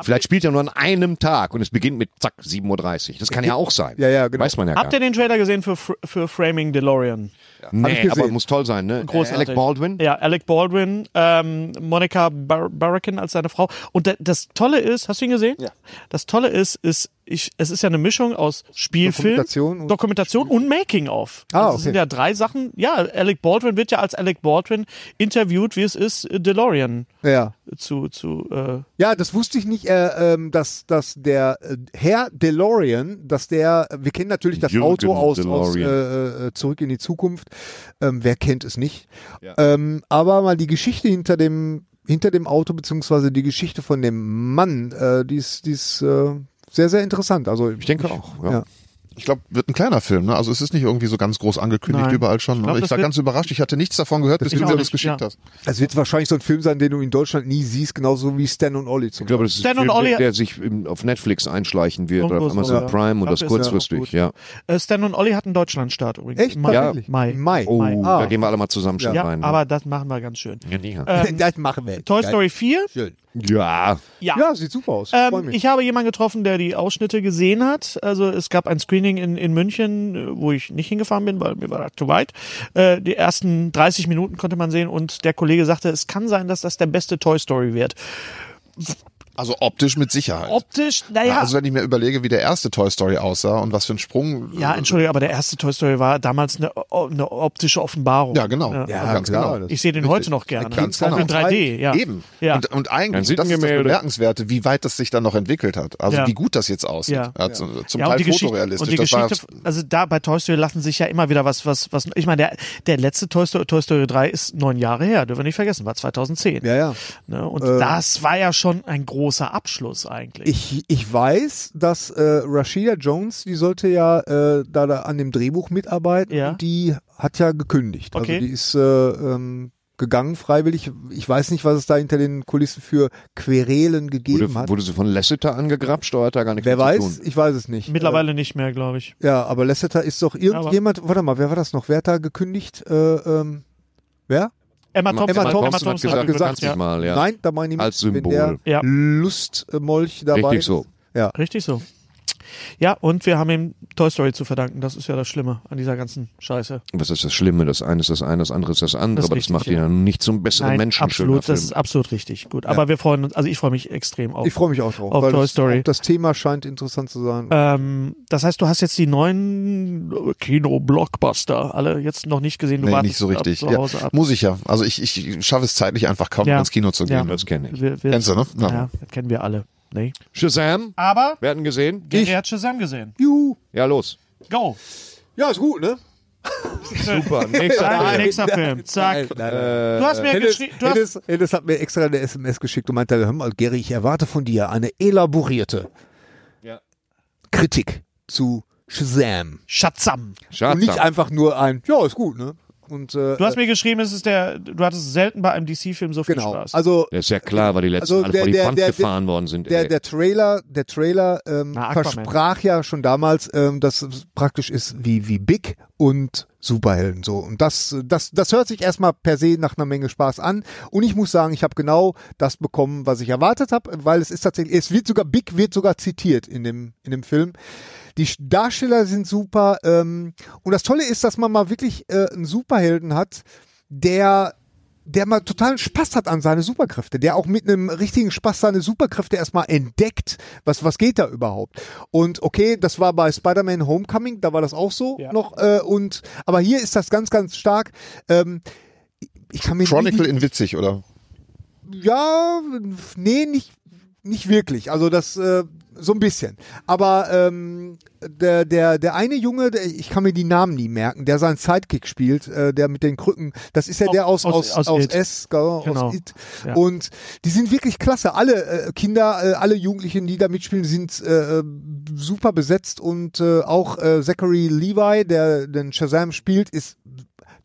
Vielleicht spielt er nur an einem Tag und es beginnt mit zack, 7.30 Uhr. Das kann ja auch sein.
Ja, ja, genau.
Weiß man ja gar
Habt ihr den Trailer gesehen für, Fr- für Framing DeLorean?
Hab ich
Nee,
gesehen.
aber muss toll sein, ne?
Großartig.
Alec Baldwin?
Ja, Alec Baldwin, ähm, Monica Bar Barracan als seine Frau. Und da, das Tolle ist, hast du ihn gesehen? Ja. Das Tolle ist, ist ich, es ist ja eine Mischung aus Spielfilm,
Dokumentation
Dokumentation
und-
und, Making-of.
Ah,
Das
okay.
sind ja drei Sachen. Ja, Alec Baldwin wird ja als Alec Baldwin interviewt, wie es ist, äh, DeLorean
Ja.
zu, zu äh,
Ja, das wusste ich nicht, äh, ähm, dass, dass der äh, Herr DeLorean, dass der, wir kennen natürlich das
Jürgen
Auto aus, aus äh,
DeLorean.
äh, Zurück in die Zukunft, ähm, wer kennt es nicht,
Ja.
ähm, aber mal die Geschichte hinter dem, hinter dem Auto, beziehungsweise die Geschichte von dem Mann, äh, die ist, die ist äh, sehr, sehr interessant. Also
Ich denke auch. Ja.
Ja.
Ich glaube, wird ein kleiner Film. Ne? Also es ist nicht irgendwie so ganz groß angekündigt
Nein.
überall schon.
Ich glaub,
aber ich
das
war
wird-
ganz überrascht. Ich hatte nichts davon gehört, bis
Ich
du
auch
mir das
nicht,
geschickt
ja.
hast.
es wird wahrscheinlich so ein Film sein, den du in Deutschland nie siehst, genauso wie Stan und Ollie zum
Ich glaube, das ist
Stan
ein
und
Film,
Ollie-
der sich im, auf Netflix einschleichen wird oder
Irgendwo
auf
so,
Amazon
ja.
Prime und
Ich
das
glaub, das ist
kurzfristig, ja.
Äh, Stan und Olli hatten Deutschlandstart übrigens.
Echt?
Im Mai.
Tatsächlich?
Mai. Ah,
Mai.
Oh,
Mai.
da gehen wir alle mal zusammen schon
Ja,
rein. ne?
aber Äh, das machen wir ganz schön.
ja, ja.
das machen wir.
Toy
Geil.
Story 4.
ja.
Ja.
Ja, sieht super aus. Freu
Ähm,
mich.
ich habe jemanden getroffen, der die Ausschnitte gesehen hat. Also es gab ein Screening in, in München, äh, wo ich nicht hingefahren bin, weil mir war das zu weit. Äh, die ersten 30 Minuten konnte man sehen und der Kollege sagte, es kann sein, dass das der beste Toy Story wird.
Also optisch mit Sicherheit.
Optisch, naja.
Ja,
Ja,
also wenn ich mir überlege, wie der erste Toy Story aussah und was für ein Sprung.
entschuldige, aber der erste Toy Story war damals eine, o- eine optische Offenbarung.
Ja, genau.
Ja,
ganz
klar,
genau.
das-
Ich sehe den heute noch gerne.
Ganz
Auch
genau.
in 3D, ja.
Eben.
Ja.
Und, äh, und
Dann
eigentlich,
sieht
das
ein
ist das
Gemälde.
Bemerkenswerte, wie weit das sich dann noch entwickelt hat. Also
Ja.
wie gut das jetzt aussieht.
Ja.
Zum, zum
ja, und
Teil
die Geschichte,
fotorealistisch.
und die
das war
Geschichte, also da bei Toy Story lassen sich ja immer wieder was, was, was. Ich meine, der, der letzte Toy Story, Toy Story 3 ist neun Jahre her, dürfen wir nicht vergessen, war 2010.
ja, ja.
Ne? Und
Äh,
das war ja schon ein großer Abschluss eigentlich.
Ich, ich weiß, dass äh, Rashida Jones, die sollte ja äh, da, da an dem Drehbuch mitarbeiten,
Ja.
und die hat ja gekündigt.
Okay.
Also die ist äh, ähm, gegangen freiwillig. Ich weiß nicht, was es da hinter den Kulissen für Querelen gegeben
Wurde,
hat.
wurde sie von Lasseter angegrapscht oder hat er gar nichts
Wer
mit
weiß,
zu tun?
ich weiß es
äh,
nicht.
Mittlerweile nicht mehr, glaube ich.
Äh, ja, aber Lasseter ist doch irgendjemand, warte mal, wer war das noch? Wer hat da gekündigt? Äh, ähm, wer?
Emma Thompson,
Emma Thompson hat
gesagt,
hat
du
gesagt,
kannst
ja.
nicht mal, ja.
Nein, da meine ich
Als
nicht,
Symbol.
Wenn der
Ja.
Lustmolch dabei
Richtig
ist.
so.
Ja.
Richtig so. Ja, und wir haben ihm Toy Story zu verdanken. Das ist ja das Schlimme an dieser ganzen Scheiße.
Was ist das Schlimme? Das eine ist das eine, das andere ist das andere,
Das ist
aber
richtig,
das macht ihn
ja.
ja nicht zum besseren Menschen. schöner
absolut, das
Film.
ist absolut richtig. Gut, aber wir freuen uns, also ich freue mich extrem auf.
Ich freue mich auch drauf.
Auf
weil
Toy
das,
Story.
Das Thema scheint interessant zu sein.
Ähm, das heißt, du hast jetzt die neuen Kino-Blockbuster alle jetzt noch nicht gesehen. Du
nee,
wartest
nicht so
ab
richtig.
Zu
Ja,
Hause ab.
muss ich ja. Also ich, ich schaffe es zeitlich einfach kaum,
Ja.
ins Kino zu
Ja.
gehen.
Das kenne ich.
Wir, wir,
Kennst du, ne?
Ja, das kennen wir alle. Nee.
Shazam,
Aber
wir hatten gesehen.
Gary hat Shazam gesehen.
Juhu.
Ja, los.
Go.
Ja, ist gut, ne?
Super, nächster
Nein,
Film.
nächster Film. Zack. Du hast mir
Hennes,
geschrieben. Du hast
Hennes, Hennes hat mir extra eine SMS geschickt und meinte, hör mal, Gary, ich erwarte von dir eine elaborierte
Ja.
Kritik zu Shazam.
Shazam.
Und nicht
Schade.
einfach nur ein, ja, ist gut, ne? Und, äh,
Du hast mir geschrieben, es ist der. Du hattest selten bei einem DC-Film so viel
genau.
Spaß.
Also
Das ist ja klar, weil die letzten
Also
alle
der-
vor die
der-
Wand
der-
gefahren worden sind.
der,
ey.
der Trailer, der Trailer ähm,
Na, Aquaman.
versprach ja schon damals, ähm, dass es praktisch ist wie, wie Big und Superhelden so. Und das, äh, das, das hört sich erstmal per se nach einer Menge Spaß an. Und ich muss sagen, ich habe genau das bekommen, was ich erwartet habe, weil es ist tatsächlich, es wird sogar, Big wird sogar zitiert in dem, in dem Film. Die Darsteller sind super. Ähm, und das Tolle ist, dass man mal wirklich äh, einen Superhelden hat, der der mal totalen Spaß hat an seine Superkräfte, der auch mit einem richtigen Spaß seine Superkräfte erstmal entdeckt, was, was geht da überhaupt. Und okay, das war bei Spider-Man Homecoming, da war das auch so
Ja.
noch, äh, und, aber hier ist das ganz, ganz stark. Ähm, ich kann mir nie
Chronicle
die-
in witzig, oder?
ja, nee, nicht, nicht wirklich. Also das äh, so ein bisschen. Aber ähm, der, der, der eine Junge, der, ich kann mir die Namen nie merken, der seinen Sidekick spielt, äh, der mit den Krücken, das ist ja
Au-
der aus, aus,
aus-
aus,
aus It.
S, genau,
Genau.
aus It.
Ja.
Und die sind wirklich klasse. Alle äh, Kinder, äh, alle Jugendlichen, die da mitspielen, sind äh, super besetzt und äh, auch äh, Zachary Levi, der den Shazam spielt, ist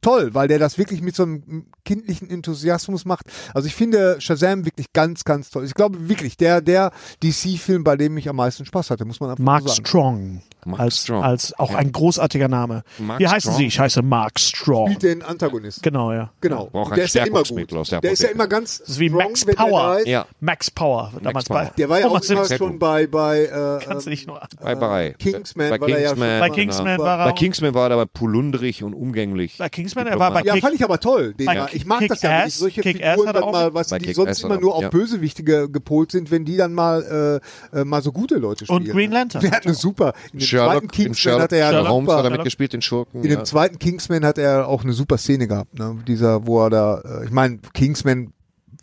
toll, weil der das wirklich mit so einem kindlichen Enthusiasmus macht. Also ich finde Shazam wirklich ganz, ganz toll. Ich glaube wirklich, der, der DC-Film, bei dem ich am meisten Spaß hatte, muss man einfach
Mark
so sagen.
Strong.
Mark
als,
Strong.
als auch ein großartiger Name.
Mark
Wie heißen
Strong.
Sie? Ich heiße Mark Strong.
Spielt den Antagonisten.
Genau, ja.
Genau.
Braucht
der
ein
ist ja immer gut.
Stärkungsmittel aus der
Der ist ja
Apotheke.
immer ganz
Das ist wie
strong,
Max
wenn der
Power.
da ist.
Äh, Ja,
Max Power damals
Power.
bei
Der war ja
Thomas
auch immer
Simpson.
schon bei, bei, äh,
Kannst du dich nur
bei, bei,
Kingsman
bei
war der ja
Kingsman, äh,
schon-
na,
Bei Kingsman war er
Bei
auch-
Kingsman war er aber polundrig und umgänglich.
Bei Kingsman, er war bei
Ja,
Kick-
fand ich aber toll. Den
Bei
mal.
Kick-
Ich mag das ja, wenn ich
Kick-Ass-
solche
Kick-Ass
Figuren
hat er
dann
auch-
mal, was
Bei
die
Kick-Ass
sonst
hat er
immer nur
auch,
auf
ja.
Bösewichte ge- gepolt sind, wenn die dann mal, äh, äh, mal so gute Leute spielen.
Und Green Lantern.
Der hat eine super. In dem zweiten
Sherlock, in
Kingsman
Sherlock,
hat er ja
Sherlock Holmes
super,
hat er mitgespielt, den Schurken.
In
ja.
dem zweiten Kingsman hat er auch eine super Szene gehabt, ne? Dieser, wo er da, äh, ich meine, Kingsman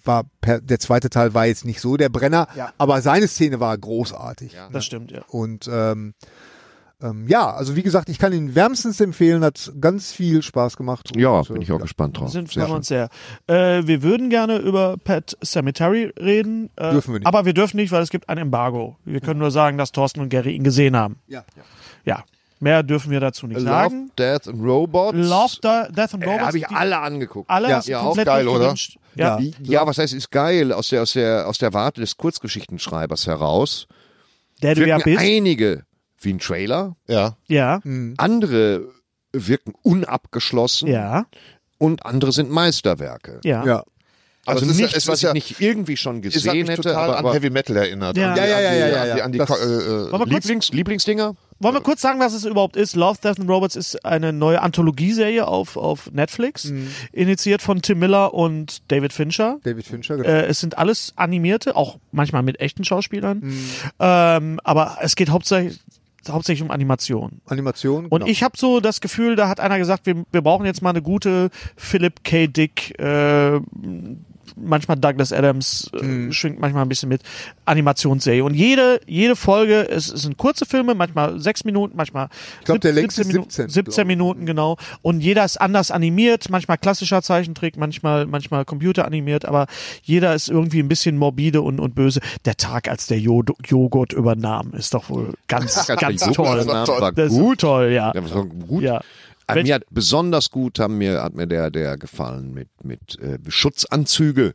war per, der zweite Teil war jetzt nicht so der Brenner, aber seine Szene war großartig.
Das stimmt, ja.
Und ähm, ähm, ja, also wie gesagt, ich kann ihn wärmstens empfehlen, hat ganz viel Spaß gemacht.
Ja,
Und, äh,
bin ich auch gespannt drauf.
Sind
Oh, Sehr
wir
schön.
uns sehr. Äh, wir würden gerne über Pat Cemetery reden. Äh,
Dürfen wir nicht.
Aber wir dürfen nicht, weil es gibt ein Embargo. Wir können nur sagen, dass Thorsten und Gary ihn gesehen haben.
Ja.
Ja. Mehr dürfen wir dazu nicht
Love,
sagen.
Death and Robots.
Love, De- Death and
Äh,
Robots.
Habe ich
die-
alle angeguckt.
alle
Ja,
hast du
ja, auch
komplett
geil, oder?
durchgewünscht. Ja.
Ja.
Ja, was heißt, ist geil. Aus der, aus der, aus der Warte des Kurzgeschichtenschreibers heraus
Der du ja
wirken
bist.
einige wie ein Trailer,
Ja.
Ja.
Mhm.
andere wirken unabgeschlossen
Ja.
und andere sind Meisterwerke.
Ja.
Ja.
Also
es ist ja-
nichts,
es ist
was
ja-
ich nicht irgendwie schon
Es hat mich
gesehen hätte,
halt total
aber,
an
aber
Heavy Metal erinnert.
Ja.
An die-
Ja, ja,
an die-
ja, ja,
an die-
ja.
An die,
Das-
Ko- äh, äh,
Wollen wir, kurz,
Lieblings, Lieblingsdinger?
wollen wir kurz sagen, was es überhaupt ist? Love, Death and Robots ist eine neue Anthologieserie auf, auf Netflix, initiiert von Tim Miller und David Fincher.
David Fincher, genau.
Äh, es sind alles animierte, auch manchmal mit echten Schauspielern. Ähm, aber es geht hauptsächlich, hauptsächlich um Animation.
Animation.
Und
genau.
ich habe so das Gefühl, da hat einer gesagt, wir, wir brauchen jetzt mal eine gute Philip K. Dick, äh, manchmal Douglas Adams, äh,
Mhm.
schwingt manchmal ein bisschen mit, Animationsserie. Und jede, jede Folge, es, es sind kurze Filme, manchmal sechs Minuten, manchmal ich
glaub, der längste ist 17,
17,
glaub ich.
Minuten, genau. Und jeder ist anders animiert, manchmal klassischer Zeichentrick, manchmal, manchmal computeranimiert, aber jeder ist irgendwie ein bisschen morbide und, und böse. Der Tag, als der jo Joghurt übernahm, ist doch wohl ganz, ganz toll.
War
Das ist
gut.
toll, ja.
Ja, war gut.
Ja.
Hat
Welch-
Äh, mir hat besonders gut haben mir, hat mir der, der gefallen mit, mit äh, Schutzanzüge,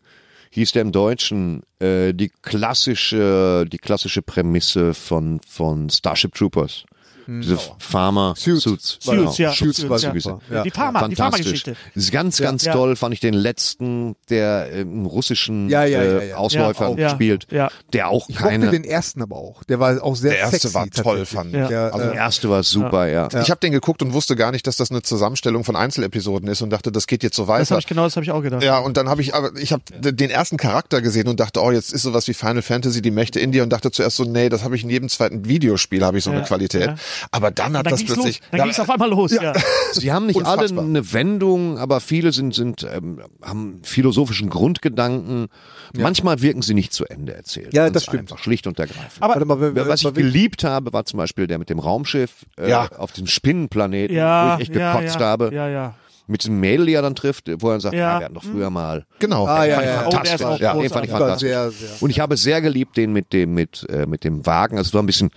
hieß der im Deutschen, äh, die, klassische, die klassische Prämisse von, von Starship Troopers. Diese Farmer
Suits.
Suits.
Suits, ja.
Suits,
Suits,
war
ja.
super.
Ja.
Die Farmer, die
Fantastisch.
Farmer-Geschichte.
Das ist ganz, ganz
Ja.
toll, fand ich den letzten, der äh, im russischen
Ja, ja, ja,
äh,
ja.
Ausläufer
Ja, auch.
spielt,
Ja.
der auch
Ich mochte
keine.
den äh, ersten aber auch. Der war auch sehr
Der erste
sexy.
war toll,
tatsächlich.
fand ich.
Der,
Ja. Also
äh,
der erste war super, ja.
Ich habe den geguckt und wusste gar nicht, dass das eine Zusammenstellung von Einzelepisoden ist und dachte, das geht jetzt so
Das
weiter.
habe ich genau, das habe ich auch gedacht.
Ja, und dann habe ich, aber ich habe d- den ersten Charakter gesehen und dachte, oh, jetzt ist sowas wie Final Fantasy, die Mächte Indie und dachte zuerst so, nee, das habe ich in jedem zweiten Videospiel, habe ich so eine
Ja,
Qualität.
ja.
Aber dann hat
Dann
das
ging's los.
plötzlich,
Dann ging's auf einmal los, ja.
Sie haben nicht alle
Unfassbar.
eine Wendung, aber viele sind, sind ähm, haben philosophischen Grundgedanken. Manchmal wirken sie nicht zu Ende erzählt.
Ja,
Ganz
das stimmt. äh,
Einfach, schlicht und ergreifend.
Aber-
warte mal, wenn,
was ich
wenn- wenn-
geliebt habe, war zum Beispiel der mit dem Raumschiff äh,
Ja.
auf dem Spinnenplaneten,
Ja,
wo ich echt
ja,
gekotzt
ja,
habe.
Ja, ja.
Mit dem Mädel, die er dann trifft, wo er sagt, "Ah,
Ja.
ja, wir hatten doch früher mal.
genau.
ah, ja, ja,
Oh,
ja.
der ist auch
ja, den
großartig.
fand ich
Das war
fantastisch.
sehr, sehr.
Und ich habe sehr geliebt den mit dem mit äh, mit dem Wagen. Also es war ein bisschen,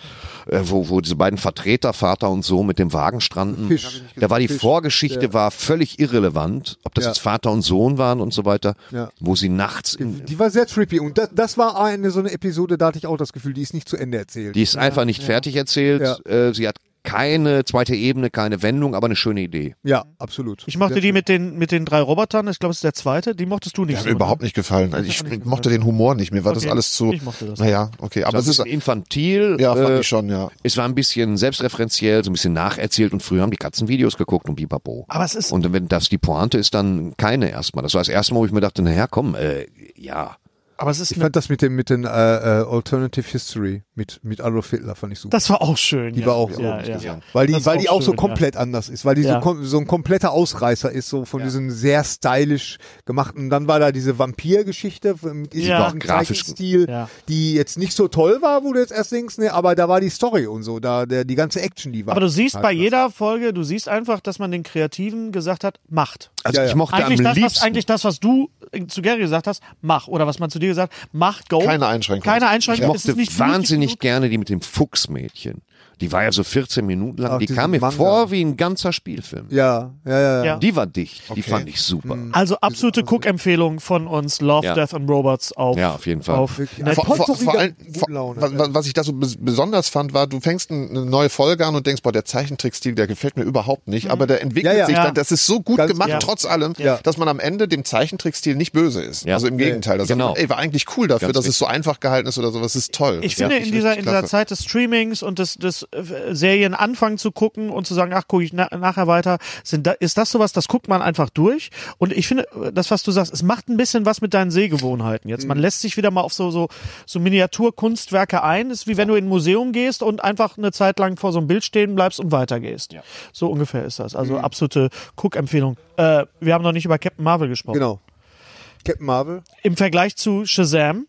äh, wo, wo diese beiden Vertreter Vater und Sohn mit dem Wagen stranden.
Fisch.
Da war die
Fisch.
Vorgeschichte war völlig irrelevant, ob das
Ja.
jetzt Vater und Sohn waren und so weiter,
Ja.
wo sie nachts in,
Die war sehr trippy und das, das war eine so eine Episode, da hatte ich auch das Gefühl, die ist nicht zu Ende erzählt.
die ist einfach nicht fertig erzählt. Äh, sie hat keine zweite Ebene, keine Wendung, aber eine schöne Idee.
ja, absolut.
Ich mochte die mit den, mit den drei Robotern, ich glaube, es ist der zweite, die mochtest du nicht.
Hat
so,
mir
ne?
überhaupt nicht gefallen. Also ich mochte den Humor nicht. Mir war das
Okay.
alles zu.
Ich mochte das.
Naja, okay. Aber
Das ist
es ist.
infantil.
Ja, fand
äh,
ich schon, ja.
Es war ein bisschen selbstreferenziell, so ein bisschen nacherzählt und früher haben die Katzen Videos geguckt und bibabo.
Aber es ist-
Und wenn das die Pointe ist, dann keine erstmal. Das war das erste Mal, wo ich mir dachte, naja, komm, äh, ja.
Aber es ist
Ich
eine,
fand das mit dem mit den äh, äh, Alternative History mit mit Adolf Hitler fand ich super.
das war auch schön.
Die
ja.
war auch so,
ja,
hab ich
ja.
gesagt. weil die
Das ist
weil die
auch
auch so
schön, ja.
komplett anders ist, weil die so,
Ja.
kom so ein kompletter Ausreißer ist so von diesem sehr stylisch gemachten. Dann war da diese Vampir-Geschichte mit diesem
war auch
grafisch gut.
Stil,
Ja.
die jetzt nicht so toll war, wo du jetzt erst denkst, ne, aber da war die Story und so, da der die ganze Action, die war.
Aber du siehst
halt
bei
was.
jeder Folge, du siehst einfach, dass man den Kreativen gesagt hat, macht.
Also
Ja, ja.
ich mochte
Eigentlich
am
das, was,
liebsten.
eigentlich das, was du äh, zu Gary gesagt hast, mach. Oder was man zu dir gesagt hat, mach, go.
keine Einschränkung.
Keine Einschränkung. Es
Ich
ist
mochte
nicht blutig
wahnsinnig
genug.
gerne die mit dem Fuchsmädchen. Die war ja so 14 Minuten lang.
Ach,
die
diesen
kam mir
Manga.
vor wie ein ganzer Spielfilm.
Ja, Hm. ja, ja. ja.
Ja.
Die war dicht. Die fand ich super.
Also absolute Cook-Empfehlung von uns, Love,
Hm. Ja.
Death and Robots auf.
Ja, auf jeden Fall. Also
Auf
Wirklich.
Netflix.
Vor-
vor, vor,
Potpourri
vor allem,
guten
vor,
Laune.
was, was- was ich da so bes- besonders fand, war, du fängst ein- eine neue Folge an und denkst, boah, der Zeichentrickstil, der gefällt mir überhaupt nicht, aber der entwickelt
Mhm. Ja, ja.
sich
Ja.
dann, das ist so gut
Ganz
gemacht,
genau.
trotz allem, dass man am Ende dem Zeichentrickstil nicht böse ist.
Ja.
Also im Gegenteil, das
Genau.
sagt, man, ey, war eigentlich cool dafür,
Ganz
dass es so einfach gehalten ist oder sowas, ist toll.
Ich finde, in dieser, in dieser
klasse.
Zeit des Streamings und des, des äh, Serienanfang zu gucken und zu sagen, ach, gucke ich na, nachher weiter, sind da, ist das sowas, das guckt man einfach durch. Und ich finde, äh, das, was du sagst, es macht ein bisschen was mit deinen Sehgewohnheiten jetzt. Man lässt sich wieder mal auf so, so, so Miniaturkunstwerke ein. Das ist wie wenn du in ein Museum gehst und einfach eine Zeit lang vor so einem Bild stehen bleibst und weitergehst. So ungefähr ist das. Also absolute Cook-Empfehlung. Äh, wir haben noch nicht über Captain Marvel gesprochen.
Genau. Captain Marvel?
Im Vergleich zu Shazam.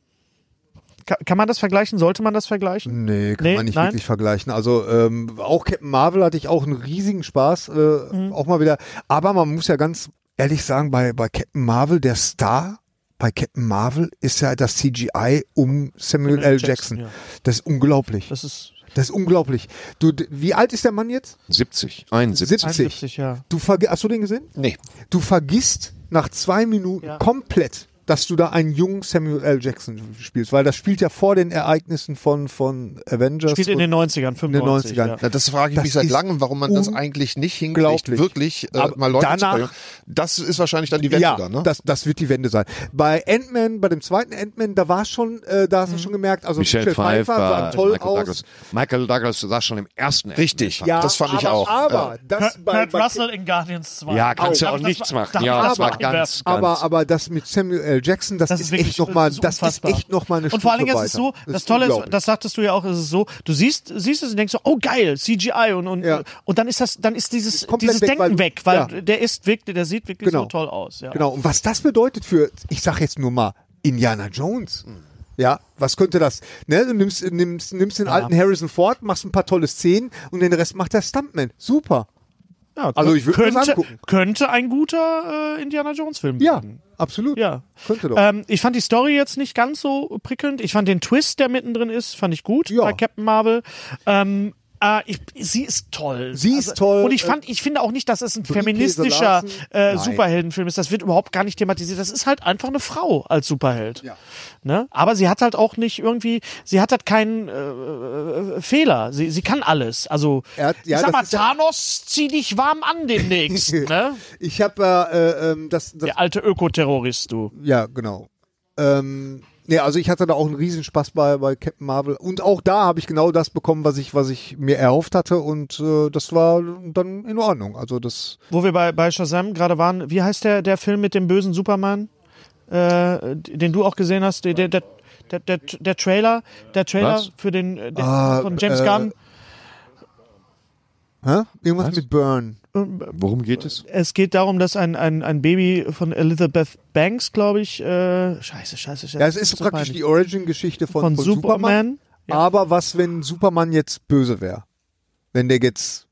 Ka- Kann man das vergleichen? Sollte man das vergleichen?
Nee, kann
Nee,
man nicht
nein.
wirklich vergleichen. Also ähm, auch Captain Marvel hatte ich auch einen riesigen Spaß, äh,
Mhm.
auch mal wieder. Aber man muss ja ganz ehrlich sagen, bei, bei Captain Marvel, der Star bei Captain Marvel ist ja das CGI um Samuel L. Jackson.
Jackson, ja.
Das ist unglaublich.
Das ist
Das ist unglaublich. Du, d- wie alt ist der Mann jetzt?
70, 71.
70.
71, ja.
Du vergi- Hast du den gesehen?
Nee.
Du vergisst nach zwei Minuten
Ja.
komplett, dass du da einen jungen Samuel L. Jackson spielst, weil das spielt ja vor den Ereignissen von, von Avengers.
Spielt in
und-
den 90ern, 95.
90ern.
Ja.
Na, das frage ich
Das
mich seit
ist
langem, warum man das eigentlich nicht hinkriegt,
unglaublich.
wirklich äh,
Aber
mal Leute zu
danach-
bringen. Das ist wahrscheinlich dann die Wende
ja,
dann, ne?
das, das wird die Wende sein. Bei Ant-Man, bei dem zweiten Ant-Man, da war schon, äh, da hast du schon gemerkt, also
Michelle, Pfeiffer,
äh,
sah toll
Michael
aus.
Douglas. Michael Douglas sah schon im ersten
Richtig.
Ant-Man.
Ja,
Das fand ich
aber,
auch. Äh,
Aber, das bei,
Kurt
bei
Russell in Guardians 2.
Ja, kannst du
Darf
auch
ich das
nichts
mal-
machen.
darf
Ja,
ich
das
mal
war ganz, ganz.
aber, aber das mit Samuel L. Jackson, das,
Das
ist
ist
echt
wirklich
nochmal,
das ist
das ist
unfassbar.
echt nochmal eine
Und vor allen
Stufe
Dingen ist es so,
weiter.
das, Tolle ist,
unglaublich.
das sagtest du ja auch, ist es ist so, du siehst, siehst es und denkst so, oh geil, CGI und, und,
Ja.
und dann ist das, dann ist dieses,
komplett
dieses
weg,
Denken
weil-
weg, weil
ja.
der ist wirklich, der sieht wirklich
Genau.
so toll aus. Ja.
Genau, und was das bedeutet für, ich sag jetzt nur mal, Indiana Jones.
Mhm.
Ja, was könnte das? Ne, du nimmst, nimmst, nimmst den alten Harrison Ford, machst ein paar tolle Szenen und den Rest macht der Stuntman. Super.
Ja,
Also ich würd mir das
könnte,
angucken.
könnte ein guter äh, Indiana Jones Film
Ja,
werden.
absolut.
Hm. Ja.
Könnte doch.
Ähm, ich fand die Story jetzt nicht ganz so prickelnd. Ich fand den Twist, der mittendrin ist, fand ich gut
Ja.
bei Captain Marvel. Ähm, äh, ich, sie ist toll. Also,
Sie ist toll.
Und ich fand, ich finde auch nicht, dass es ein
Brie
feministischer
Larson?
äh,
Nein.
Superheldenfilm ist. Das wird überhaupt gar nicht thematisiert. Das ist halt einfach eine Frau als Superheld. Ne? Aber sie hat halt auch nicht irgendwie, sie hat halt keinen äh, Fehler. Sie, sie kann alles. Also,
Er hat- ja,
ich sag
das
mal,
ist ja-
Thanos, zieh dich warm an demnächst. ne?
Ich habe äh, ähm, das, das
Der alte Ökoterrorist, du.
Ja, genau. Ähm, nee, also ich hatte da auch einen Riesenspaß bei, bei Captain Marvel. Und auch da habe ich genau das bekommen, was ich, was ich mir erhofft hatte. Und äh, das war dann in Ordnung. Also das
Wo wir bei, bei Shazam gerade waren, wie heißt der, der Film mit dem bösen Superman, äh, den du auch gesehen hast, der, der, der, der, der, der Trailer, der Trailer
Was?
für den äh, der,
Ah,
von James
äh,
Gunn.
hä? irgendwas mit Burn.
Worum geht es?
Es geht darum, dass ein, ein, ein Baby von Elizabeth Banks, glaube ich, äh, scheiße, scheiße, scheiße.
Ja, es ist
so
praktisch
peinlich.
die Origin-Geschichte von,
von,
von,
Superman. Ja.
Aber was, wenn Superman jetzt böse wäre? Wenn der jetzt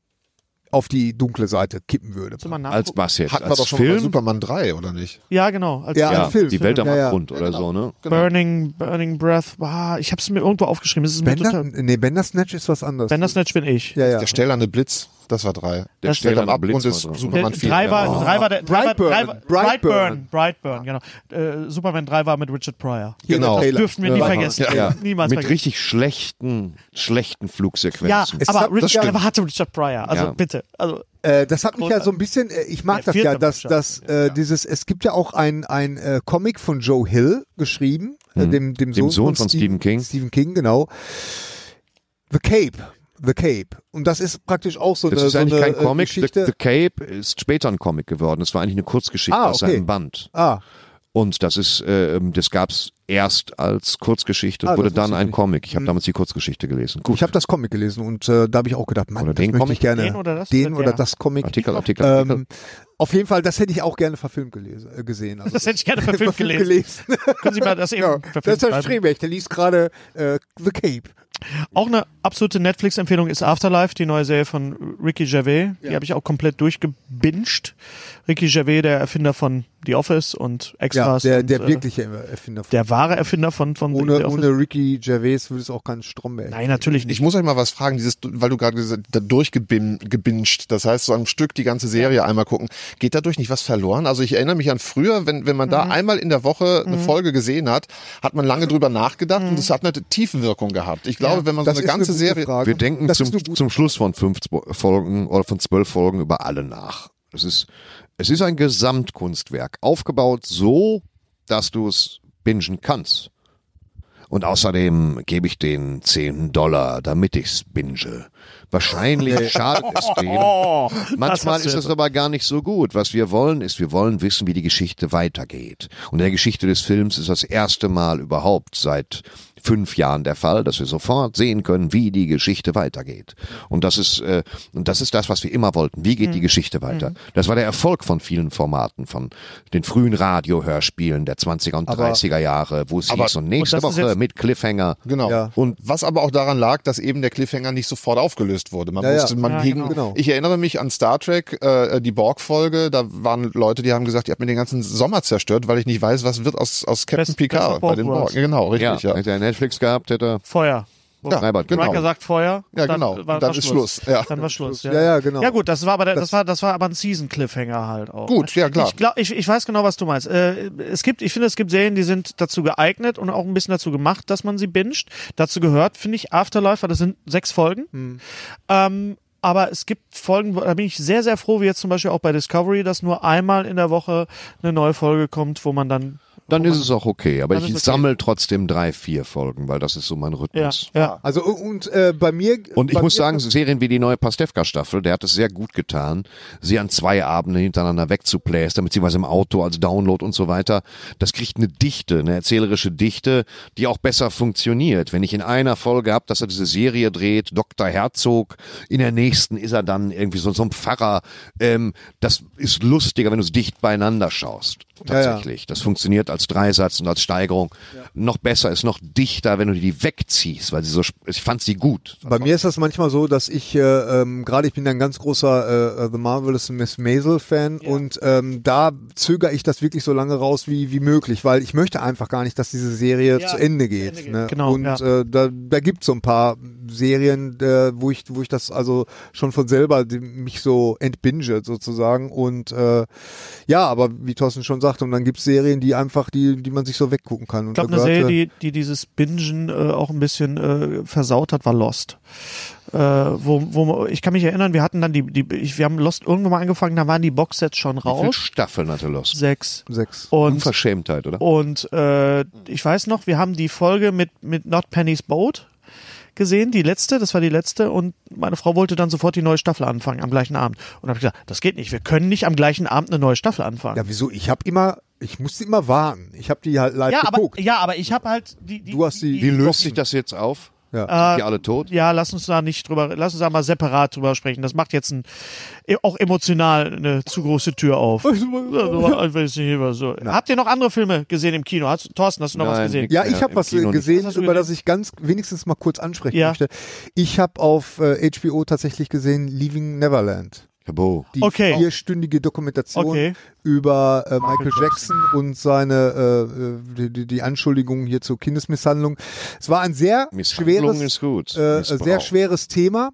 auf die dunkle Seite kippen würde.
Soll man
Als
nachgucken?
was jetzt?
Hatten wir
Als
doch schon bei
Film?
Superman 3, oder nicht?
Ja, genau. Als
Ja,
ja,
als Film.
die Welt am
Ja, genau. ja.
Abgrund oder so, ne?
Burning, Burning Breath. Wow, ich habe es mir irgendwo aufgeschrieben. Es ist mir
Bender,
total.
nee, Bender Snatch ist was anderes.
Bandersnatch bin ich.
ja, ja.
Der stellerne Blitz, das war 3.
Der
Das-
stellt
Welt am
am
Abgrund
Blitz
ist
mal drauf.
Superman.
Der,
Superman 4.
drei, war,
genau.
drei war der drei war-
Brightburn,
drei war-
Brightburn.
Brightburn, Brightburn, genau. Äh, Superman 3 war mit Richard Pryor.
Genau.
Trailer.
Dürften wir nie
Ja.
vergessen.
Ja,
Ja,
Niemals
mit
vergessen.
richtig schlechten, schlechten
Ja,
Flugsequenzen.
Es hat-
aber
das
Richard,
stimmt.
er hatte Richard Pryor. Also
Ja.
bitte. Also,
Äh, das hat mich ja so ein bisschen, äh, ich mag
Der
das
vierte
ja, dass,
Mannschaft.
dass äh, dieses, es gibt ja auch ein, ein äh, Comic von Joe Hill geschrieben, äh, dem, dem, Sohn
Mhm. Sohn von Stephen King.
Stephen King, genau. The Cape. The Cape. Und das ist praktisch auch so
das
eine,
ist
so
eigentlich
eine
kein
äh,
Comic. The,
Geschichte.
The Cape ist später ein Comic geworden. Es war eigentlich eine Kurzgeschichte
Ah,
aus
okay.
einem Band.
ah,
Und das ist, äh, das gab's erst als Kurzgeschichte,
Ah, das
wurde
wusste
dann
ich
ein
nicht. Hm.
Comic. Ich habe damals die Kurzgeschichte gelesen.
Ich habe das Comic gelesen und äh, da habe ich auch gedacht, Mann,
Oder
das
den
möchte ich
Comic?
gerne.
Den oder das
den
oder
oder
der?
das Comic.
Artikel, Artikel, Artikel.
Ähm, auf jeden Fall, das hätte ich auch gerne verfilmt gelesen, äh, gesehen. Also,
Das hätte ich gerne verfilmt gelesen. Können Sie mal das eben
ja, das
verfilmt
ist der
schreiben?
Strebeck, der liest gerade äh, The Cape.
Auch eine absolute Netflix-Empfehlung ist Afterlife, die neue Serie von Ricky Gervais. Die habe ich auch komplett durchgebinged. Ricky Gervais, der Erfinder von The Office und
Ja,
Extras.
der,
und,
der
äh,
wirkliche Erfinder. Von.
der wahre Erfinder von, von The
ohne,
Office.
ohne Ricky Gervais würde es auch keinen Stromberg.
Nein, natürlich
Ich
nicht.
muss euch mal was fragen, dieses, weil du gerade gesagt da durchgebinged, das heißt so am Stück die ganze Serie einmal gucken. Geht dadurch nicht was verloren? Also ich erinnere mich an früher, wenn, wenn man da einmal in der Woche eine Folge gesehen hat, hat man lange drüber nachgedacht und das hat eine Tiefenwirkung gehabt. Ich glaube, wenn man so
Das
eine
ist
ganze
eine gute
Serie,
Frage.
Wir
also,
denken
Das ist
zum,
eine gute-
zum Schluss von fünf Zwo- Folgen oder von zwölf Folgen über alle nach. Es ist, es ist ein Gesamtkunstwerk, aufgebaut so, dass du es bingen kannst. Und außerdem gebe ich den 10 Dollar, damit ich's binge. Wahrscheinlich schadet es denen. Manchmal
Oh, hast du
ist
jetzt.
das aber gar nicht so gut. Was wir wollen, ist, wir wollen wissen, wie die Geschichte weitergeht. Und in der Geschichte des Films ist das erste Mal überhaupt seit fünf Jahren der Fall, dass wir sofort sehen können, wie die Geschichte weitergeht. Und das ist, äh, und das ist das, was wir immer wollten. Wie
Mhm.
geht die Geschichte weiter? Das war der Erfolg von vielen Formaten, von den frühen Radiohörspielen der 20er und 30er Jahre, wo es hieß, und nächste
Und das ist
Woche
jetzt-
mit Cliffhanger.
Genau.
Ja.
Und was aber auch daran lag, dass eben der Cliffhanger nicht sofort aufgelöst wurde. Man
Ja, ja.
musste, man
Ja,
hing,
genau.
Ich erinnere mich an Star Trek, äh, die Borg-Folge, da waren Leute, die haben gesagt, ihr habt mir den ganzen Sommer zerstört, weil ich nicht weiß, was wird aus, aus Captain
Best-
Picard
bester
bei den Borg.
Borg-Worlds.
Genau,
Ja,
richtig, ja.
hätte er Netflix gehabt, hätte er
Feuer.
Ja,
Freibad
genau.
Riker sagt Feuer.
Ja, genau. Und dann ist Schluss, ja.
Dann war Schluss. Ja.
Ja, ja, genau.
Ja, gut, das war aber der, das, war das war aber ein Season Cliffhanger halt auch.
Gut, ja, klar.
Ich, glaub, ich, ich weiß genau, was du meinst. Äh, es gibt, ich finde, es gibt Serien, die sind dazu geeignet und auch ein bisschen dazu gemacht, dass man sie binget. Dazu gehört, finde ich, Afterlife, weil das sind sechs Folgen. Ähm, aber es gibt Folgen, wo- da bin ich sehr, sehr froh, wie jetzt zum Beispiel auch bei Discovery, dass nur einmal in der Woche eine neue Folge kommt, wo man dann.
Dann ist es auch okay, aber
Dann
ich
ist es okay.
sammle trotzdem drei, vier Folgen, weil das ist so mein
Ja,
Rhythmus.
ja.
Also und äh, bei mir
Und ich
bei
muss
mir-
sagen, Serien wie die neue Pastewka-Staffel, der hat es sehr gut getan, sie an zwei Abenden hintereinander wegzuplästern, beziehungsweise im Auto als Download und so weiter. Das kriegt eine Dichte, eine erzählerische Dichte, die auch besser funktioniert. Wenn ich in einer Folge habe, dass er diese Serie dreht, Dr. Herzog, in der nächsten ist er dann irgendwie so, so ein Pfarrer. Ähm, das ist lustiger, wenn du es dicht beieinander schaust.
ja.
Tatsächlich. Das funktioniert als Dreisatz und als Steigerung. Noch besser ist noch dichter, wenn du die wegziehst, weil sie so, sp- ich fand sie gut.
Bei mir ist das manchmal so, dass ich äh, ähm, gerade ich bin ja ein ganz großer äh, The Marvelous Miss Maisel Fan und ähm, da zögere ich das wirklich so lange raus wie wie möglich, weil ich möchte einfach gar nicht, dass diese Serie zu Ende geht. Ne?
Genau,
Und
ja.
äh, da, da gibt es so ein paar Serien, äh, wo ich wo ich das also schon von selber die, mich so entbinge sozusagen und äh, ja, aber wie Thorsten schon sagte, und dann gibt es Serien, die einfach die die man sich so weggucken kann. Und
Ich glaube,
da
eine
gehörte-
Serie, die, die dieses Bingen äh, auch ein bisschen äh, versaut hat, war Lost. Äh, wo, wo, ich kann mich erinnern, wir hatten dann die, die ich, wir haben Lost irgendwann mal angefangen, da waren die Boxsets schon
Wie viele
raus.
Staffeln hatte Lost?
Sechs.
sechs.
Und,
Unverschämtheit, oder?
und äh, ich weiß noch, wir haben die Folge mit, mit Not Penny's Boat gesehen, die letzte, das war die letzte, und meine Frau wollte dann sofort die neue Staffel anfangen am gleichen Abend. Und habe ich gesagt, das geht nicht, wir können nicht am gleichen Abend eine neue Staffel anfangen.
Ja, wieso? Ich habe immer, ich musste immer warten. Ich habe die halt live
Ja, aber,
geguckt.
ja, aber ich habe halt die, die
du hast die,
Wie löst sich das jetzt auf?
Ja.
Sind die alle tot?
Ja, lass uns da nicht drüber, lass uns da mal separat drüber sprechen. Das macht jetzt ein, e, auch emotional eine zu große Tür auf.
Also,
Ja, so, ich weiß nicht, was so. Habt ihr noch andere Filme gesehen im Kino? Hast, Thorsten, hast du noch was
Nein,
gesehen?
nix.
Ja, ich
Ja,
habe
im
was
Kino
äh,
nicht.
gesehen,
hast du
über
gesehen?
das ich ganz wenigstens mal kurz ansprechen
Ja.
möchte. Ich habe auf äh, HBO tatsächlich gesehen Leaving Neverland.
Bo.
Die
Okay.
vierstündige Dokumentation
Okay.
über äh, Michael Jackson und seine äh, äh, die, die Anschuldigungen hier zur Kindesmisshandlung. Es war ein sehr
Misshandlung
schweres
ist gut.
äh,
Missbrauch.
sehr schweres Thema,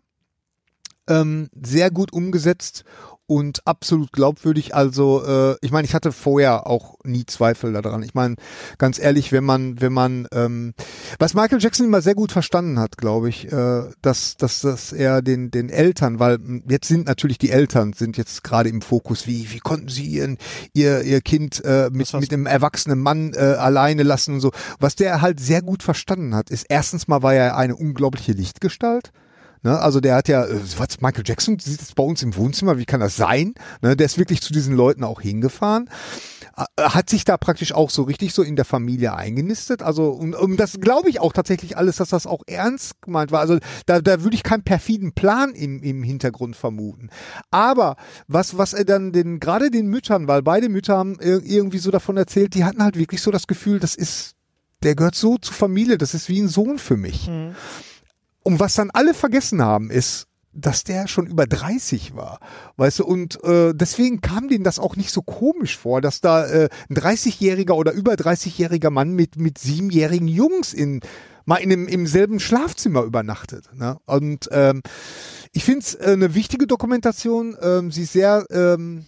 ähm, sehr gut umgesetzt und absolut glaubwürdig. Also äh, ich meine, ich hatte vorher auch nie Zweifel daran. Ich meine, ganz ehrlich, wenn man, wenn man, ähm, was Michael Jackson immer sehr gut verstanden hat, glaube ich, äh, dass, dass, dass er den, den Eltern, weil m, jetzt sind natürlich die Eltern sind jetzt gerade im Fokus, wie, wie konnten sie ihren, ihr, ihr Kind äh, mit, mit einem erwachsenen Mann äh, alleine lassen und so. Was der halt sehr gut verstanden hat, ist erstens mal war er eine unglaubliche Lichtgestalt. Ne, also der hat ja, äh, was, Michael Jackson sitzt bei uns im Wohnzimmer, wie kann das sein? Ne, der ist wirklich zu diesen Leuten auch hingefahren. äh, hat sich da praktisch auch so richtig so in der Familie eingenistet. Also, und, und das glaube ich auch tatsächlich alles, dass das auch ernst gemeint war. Also, da, da würde ich keinen perfiden Plan im, im Hintergrund vermuten. Aber was, was er dann den, gerade den Müttern, weil beide Mütter haben ir- irgendwie so davon erzählt, die hatten halt wirklich so das Gefühl, das ist, der gehört so zur Familie, das ist wie ein Sohn für mich. Und was dann alle vergessen haben, ist, dass der schon über 30 war. Weißt du, und äh, deswegen kam denen das auch nicht so komisch vor, dass da äh, ein 30-jähriger oder über 30-jähriger Mann mit, mit siebenjährigen Jungs in, mal in einem, im selben Schlafzimmer übernachtet. Ne? Und ähm, ich finde es äh, eine wichtige Dokumentation, ähm, sie ist sehr ähm,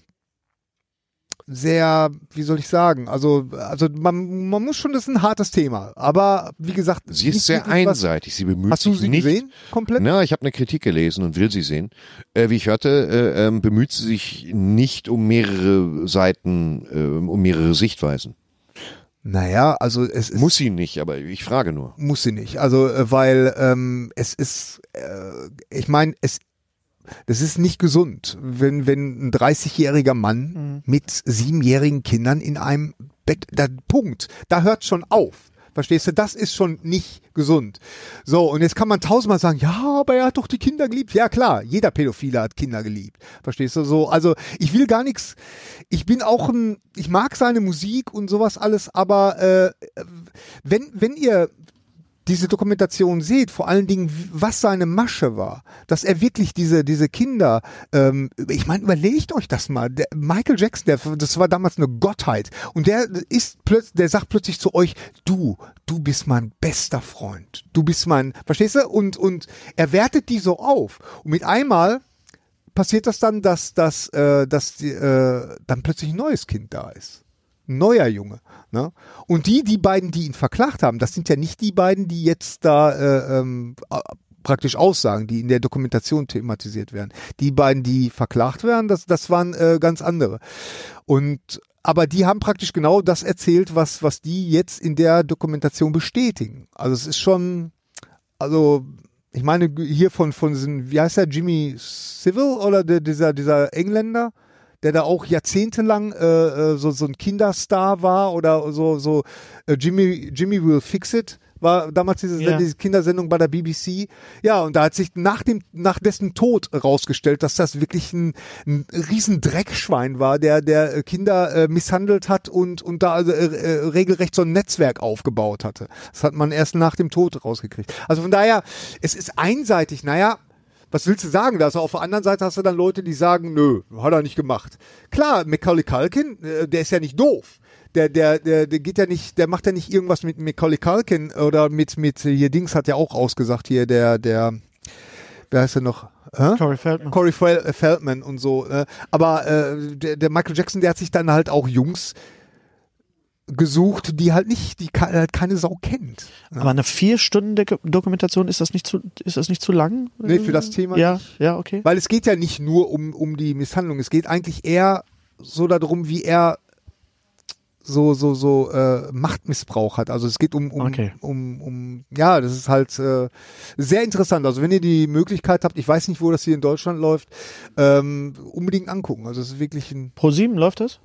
sehr, wie soll ich sagen, also, also man, man muss schon, das ist ein hartes Thema. Aber wie gesagt,
Sie ist
nicht
sehr
wirklich was-
einseitig. Sie bemüht
Hast du
sich
sie
nicht. Ne?
gesehen? Komplett?
Na, ich habe eine Kritik gelesen und will sie sehen. Äh, wie ich hörte, äh, ähm, bemüht sie sich nicht um mehrere Seiten, äh, um mehrere Sichtweisen.
Naja, also es ist, muss,
Muss sie nicht, aber ich frage nur.
muss sie nicht. Also, äh, weil ähm, es ist, äh, ich meine, es das ist nicht gesund, wenn, wenn ein 30-jähriger Mann mit siebenjährigen Kindern in einem Bett, da, Punkt, da hört schon auf. Verstehst du, das ist schon nicht gesund. So, und jetzt kann man tausendmal sagen, ja, aber er hat doch die Kinder geliebt. Ja, klar, jeder Pädophile hat Kinder geliebt. Verstehst du so? Also, ich will gar nichts, ich bin auch ein, ich mag seine Musik und sowas alles, aber äh, wenn, wenn ihr diese Dokumentation seht, vor allen Dingen, w- was seine Masche war, dass er wirklich diese, diese Kinder, ähm, ich meine, überlegt euch das mal. Der Michael Jackson, der, das war damals eine Gottheit. Und der ist plötzlich, der sagt plötzlich zu euch, du, du bist mein bester Freund. Du bist mein, verstehst du? Und, und er wertet die so auf. Und mit einmal passiert das dann, dass, dass, äh, dass die, äh, dann plötzlich ein neues Kind da ist. Ein neuer Junge. Ne? Und die, die beiden, die ihn verklagt haben, das sind ja nicht die beiden, die jetzt da äh, ähm, äh, praktisch aussagen, die in der Dokumentation thematisiert werden. Die beiden, die verklagt werden, das, das waren äh, ganz andere. Und aber die haben praktisch genau das erzählt, was, was die jetzt in der Dokumentation bestätigen. Also es ist schon, also ich meine hier von von diesem, wie heißt der Jimmy Civil oder der, dieser dieser Engländer, der da auch jahrzehntelang äh, äh, so so ein Kinderstar war oder so so äh, Jimmy Jimmy will fix it war damals diese,
Ja.
diese Kindersendung bei der BBC. Ja, und da hat sich nach dem nach dessen Tod rausgestellt, dass das wirklich ein, ein riesen Dreckschwein war, der der äh, Kinder äh, misshandelt hat und und da also, äh, äh, regelrecht so ein Netzwerk aufgebaut hatte. Das hat man erst nach dem Tod rausgekriegt. Also von daher, es ist einseitig. Naja, was willst du sagen? Also auf der anderen Seite hast du dann Leute, die sagen, nö, hat er nicht gemacht. Klar, Macaulay Culkin, äh, der ist ja nicht doof. Der, der, der, der geht ja nicht, der macht ja nicht irgendwas mit Macaulay Culkin oder mit, mit, äh, hier Dings hat ja auch ausgesagt hier, der, der, wer heißt er noch? Hä?
Corey Feldman.
Corey Fel äh, Feldman und so. Äh, aber äh, der, der Michael Jackson, der hat sich dann halt auch Jungs gesucht, die halt nicht, die ke- halt keine Sau kennt.
Aber eine vier Stunden Dek- Dokumentation ist das nicht zu ist das nicht zu lang?
Nee, für das Thema
Ja, ja, okay.
Weil es geht ja nicht nur um, um die Misshandlung, es geht eigentlich eher so darum, wie er so, so, so äh, Machtmissbrauch hat. Also es geht um, um,
Okay.
um, um ja, das ist halt äh, sehr interessant. Also wenn ihr die Möglichkeit habt, ich weiß nicht, wo das hier in Deutschland läuft, ähm, unbedingt angucken. Also es ist wirklich ein,
Pro 7 läuft das?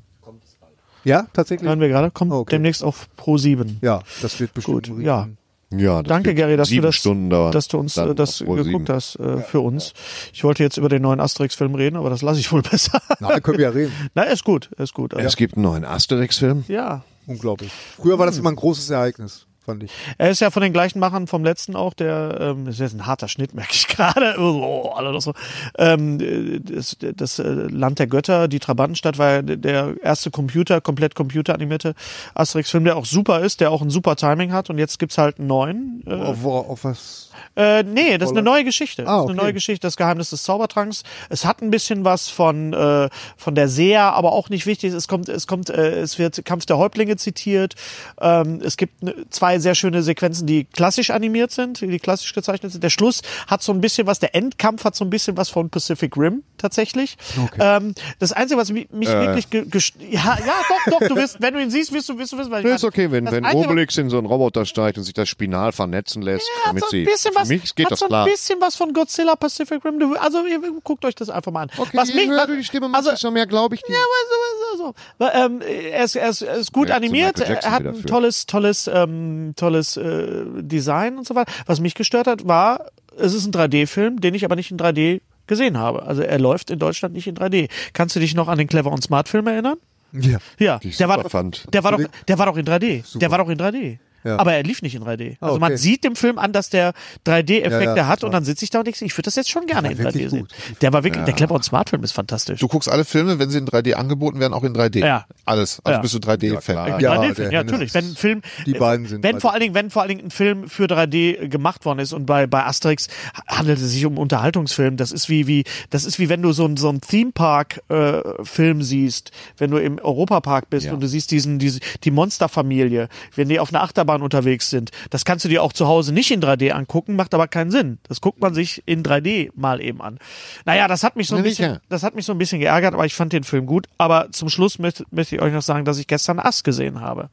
ja, tatsächlich.
Hören wir gerade. Kommt
Okay.
demnächst auf Pro 7.
ja, das wird bestimmt.
Gut,
ein
ja.
riesen-
Ja, das
Danke,
wird
Gary, dass du
sieben
das,
Stunden dauern.
dass du uns
Dann
äh, das
auf Pro
geguckt
sieben.
hast äh, für uns. Ich wollte jetzt über den neuen Asterix-Film reden, aber das lasse ich wohl besser.
Na, da können wir ja reden.
Na, ist gut, ist gut. Also,
Es gibt einen neuen Asterix-Film.
ja.
Unglaublich. Früher war das
Hm.
immer ein großes Ereignis, fand ich.
Er ist ja von den gleichen Machern vom letzten auch, der, ähm, das ist jetzt ein harter Schnitt, merke ich gerade. Oh, alle noch so. Ähm, äh, das, das äh, Land der Götter, die Trabantenstadt, war ja der erste Computer, komplett computeranimierte Asterix-Film, der auch super ist, der auch ein super Timing hat und jetzt gibt's halt einen neuen. Äh,
Auf, auf, auf was?
Äh, nee, das ist eine neue Geschichte. Das
Ah,
ist eine
okay.
neue Geschichte, das Geheimnis des Zaubertranks. Es hat ein bisschen was von, äh, von der Seher, aber auch nicht wichtig. Es kommt, es kommt, äh, es wird Kampf der Häuptlinge zitiert. Ähm, es gibt ne, zwei sehr schöne Sequenzen, die klassisch animiert sind, die klassisch gezeichnet sind. Der Schluss hat so ein bisschen was, der Endkampf hat so ein bisschen was von Pacific Rim tatsächlich. Ähm, das Einzige, was mich, mich wirklich ge gest- ja, ja, doch, doch, du wirst, wenn du ihn siehst, wirst du, wirst du wissen, was ich
Ja, ist
meine.
okay, wenn,
Das
wenn
Einzige, was-
Obelix in so einen Roboter steigt und sich das Spinal vernetzen lässt,
hat
damit
so ein
sie.
bisschen
für
was,
mich geht
hat
das
so ein
klar.
bisschen was von Godzilla Pacific Rim. Du- Also ihr, guckt euch das einfach mal an.
Okay,
was
je
mich,
höher du die Stimme machst,
also,
desto mehr glaube ich dir.
ja, aber so, so, so. Ähm, er, ist, er, ist, er ist gut
Ja, zu
animiert,
Michael Jackson
er hat
wieder
ein
für.
tolles, tolles, ähm, tolles äh, Design und so weiter. Was mich gestört hat, war, es ist ein 3D-Film, den ich aber nicht in 3D gesehen habe. Also er läuft in Deutschland nicht in 3D. Kannst du dich noch an den Clever und Smart Film erinnern?
Ja.
Ja,
Die ich
der war,
super fand.
der war doch, der war doch in 3D. Der war doch in 3D.
Ja. Ah,
Aber er lief nicht in 3D. Also
okay.
man sieht dem Film an, dass der 3D-Effekte
Ja, ja,
hat und dann sitze ich da und denke, ich würde das jetzt schon gerne in 3D
wirklich
sehen.
gut.
Der war wirklich, der Clever und Smart Film ist fantastisch.
Du guckst alle Filme, wenn sie in 3D angeboten werden, auch in 3D.
Ja.
Alles. Also
Ja.
bist du 3D-Fan.
klar.
Ja,
Ja,
3D-Film,
der-
ja, natürlich. Wenn ein Film, äh,
Die beiden sind
wenn vor allen Dingen, wenn vor allen Dingen ein Film für 3D gemacht worden ist und bei bei Asterix handelt es sich um einen Unterhaltungsfilm. Das ist wie wie das ist wie wenn du so ein so ein Theme Park äh, Film siehst, wenn du im Europapark bist und du siehst diesen diese die Monsterfamilie, wenn die auf einer Achterbahn unterwegs sind. Das kannst du dir auch zu Hause nicht in 3D angucken, macht aber keinen Sinn. Das guckt man sich in 3D mal eben an. Naja, das hat mich so ein
Na,
bisschen,
sicher.
das hat mich so ein bisschen geärgert, aber ich fand den Film gut. Aber zum Schluss möchte, möchte ich euch noch sagen, dass ich gestern Ass gesehen habe.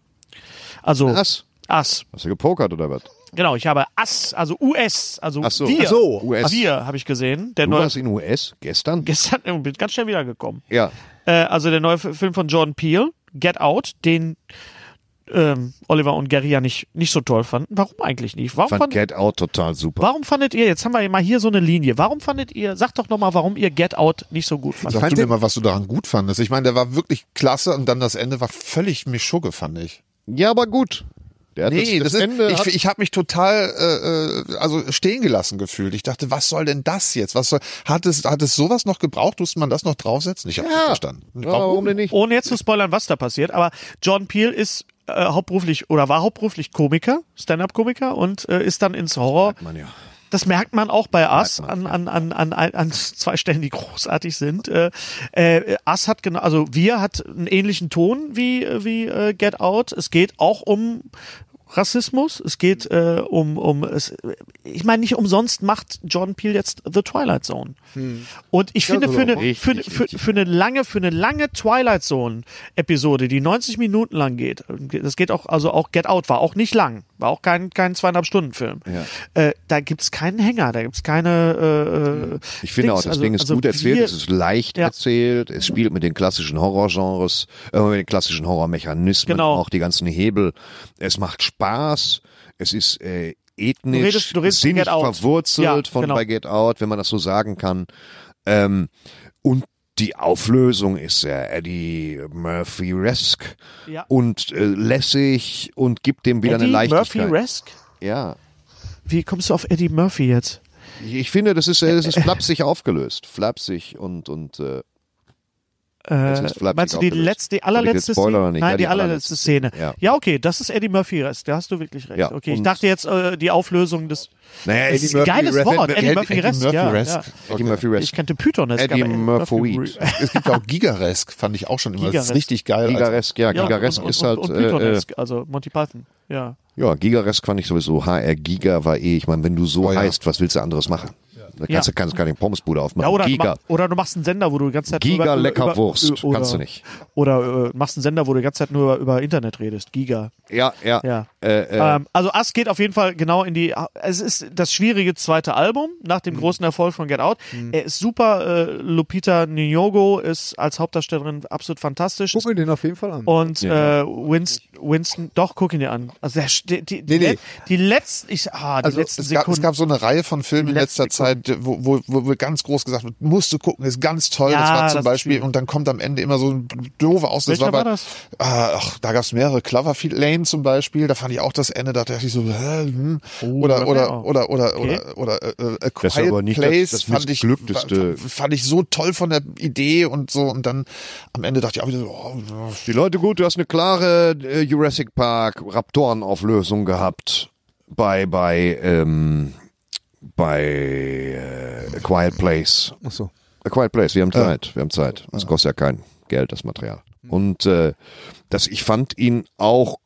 Also
Ass?
Ass.
Hast du gepokert oder was?
Genau, ich habe Ass, also US, also
Ach so.
wir.
Ach so, US.
Wir habe ich gesehen. Der
Du
neue
warst in US gestern?
gestern oh, bin ganz schnell wiedergekommen.
ja.
Äh, also der neue F- Film von Jordan Peele, Get Out, den ähm, Oliver und Gary ja nicht, nicht so toll fanden. Warum eigentlich nicht? Warum
Fand
fand-
Get Out total super.
Warum fandet ihr, jetzt haben wir mal hier so eine Linie, warum fandet ihr, sag doch nochmal, warum ihr Get Out nicht so gut fandet.
Sag
fand
du mir
den-
mal, was du daran gut fandest. Ich meine, der war wirklich klasse und dann das Ende war völlig mischugge, fand ich.
Ja, aber gut. Der hat
Nee,
das,
das,
das
ist,
Ende
ich,
hat,
ich habe mich total äh, äh, also stehen gelassen gefühlt. Ich dachte, was soll denn das jetzt? Was soll, hat es hat es sowas noch gebraucht? Musste man das noch draufsetzen? Ich habe nicht verstanden.
Ja, warum denn nicht?
Ohne jetzt zu spoilern, was da passiert, aber John Peel ist äh, hauptberuflich oder war hauptberuflich Komiker, Stand-up-Komiker und äh, ist dann ins Horror.
Man ja.
Das merkt man auch bei Ass
Merkt
an, an, an, an, an, an zwei Stellen, die großartig sind. Äh, äh, Ass hat genau, also wir hat einen ähnlichen Ton wie, äh, wie äh, Get Out. Es geht auch um Rassismus. Es
Mhm.
geht äh, um, um es, ich meine, nicht umsonst macht Jordan Peele jetzt The Twilight Zone. Und ich finde, für eine,
Hm. genau. richtig,
für, eine- für, für eine lange, für eine lange Twilight Zone-Episode, die 90 Minuten lang geht, das geht auch, also auch Get Out war auch nicht lang, war auch kein, kein zweieinhalb Stunden Film. Äh, da gibt's keinen Hänger, da gibt's keine. Äh, äh,
Ich finde auch,
Dings.
das
Also-
Ding ist
also
gut erzählt,
wir-
es ist leicht
Ja.
erzählt, es spielt mit den klassischen Horrorgenres, äh, mit den klassischen Horrormechanismen,
Genau.
auch die ganzen Hebel. Es macht Spaß, es ist äh, ethnisch,
Du redest- du redest von
sinnig
Get Out.
verwurzelt
Ja,
von
genau.
bei Get Out, wenn man das so sagen kann. Ähm, und die Auflösung ist sehr Eddie Murphy-esque
Ja.
und äh, lässig und gibt dem wieder eine
Eddie Murphy
Leichtigkeit.
Resk?
ja.
Wie kommst du auf Eddie Murphy jetzt?
Ich- Ich finde, das ist, äh, das ist flapsig aufgelöst. Flapsig und, und äh,
Äh,
ist flapsig
meinst du die
aufgelöst.
letzte,
Soll
die
ich
allerletzte
jetzt spoilern oder
Szene?
nicht?
Nein,
Ja,
die,
die
allerletzte
allerletzte
Szene.
Szene, ja.
ja, okay, das ist Eddie Murphy Resk, da hast du wirklich recht.
Ja,
okay, ich
und-
dachte jetzt äh, die Auflösung des.
naja,
Das ist ein geiles Wort, Eddie Murphy Resk. Ja, ja.
Eddie Murphy Resk.
Ich kannte Python es gab
Eddie Murphy
Murphy-
Es gibt ja auch Gigaresk, fand ich auch schon immer. Das
Gigaresk.
ist richtig geil.
Gigaresk, ja,
Ja,
Gigaresk
und, und,
ist halt,
Und, und
äh, äh,
Pythonesk, also Monty Python. Ja.
ja, Gigaresk fand ich sowieso, HR Giga war eh, ich meine, wenn du so
Oh ja.
heißt, was willst du anderes machen? Da kannst du kannst keine Pommesbude aufmachen.
Ja, oder, du
Giga.
mach- oder du machst einen Sender, wo du die ganze Zeit
Giga
nur über,
lecker
über,
Wurst.
Oder,
Kannst du nicht.
Oder äh, machst einen Sender, wo du die ganze Zeit nur über, über Internet redest. Giga.
Ja, ja.
Ja.
Äh, äh,
Ähm, also Ass geht auf jeden Fall genau in die. Es ist das schwierige zweite Album nach
Mhm.
dem großen Erfolg von Get Out. Er ist super. Äh, Lupita Nyong'o ist als Hauptdarstellerin absolut fantastisch.
Guck mir den auf jeden Fall an.
Und
Ja.
äh, Winston, Winston, doch, guck ihn dir an. Also der, die, die,
Nee, nee.
die letzten, ich, ah, die
Also
letzten
es gab,
Sekunden.
es gab so eine Reihe von Filmen in
Letzte
letzter Zeit, wo, wo, wo wo ganz groß gesagt wird, musst du gucken, ist ganz toll.
Ja,
das war
das
zum
ist
Beispiel,
schwierig.
und dann kommt am Ende immer so ein doofe aus.
Welcher
bei-
war
ah,
das?
Ach, da gab es mehrere. Cloverfield Lane zum Beispiel, da fand ich auch das Ende, da dachte ich so, hä, hm. oder, oder,
Oh, auch.
oder, oder,
Okay.
oder, oder, äh, äh, A
Das ist
Quiet
aber nicht das-
Place
das
fand ich,
missglückteste.
fand ich so toll von der Idee und so. Und dann am Ende dachte ich auch wieder so, oh,
die Leute, gut, du hast eine klare äh, Jurassic Park Raptorenauflösung gehabt bei, bei, ähm, bei äh, A Quiet Place.
Ach so.
A Quiet Place, wir haben
Ah.
Zeit, wir haben Zeit. Es kostet ja kein Geld, das Material. Und äh, das, ich fand ihn auch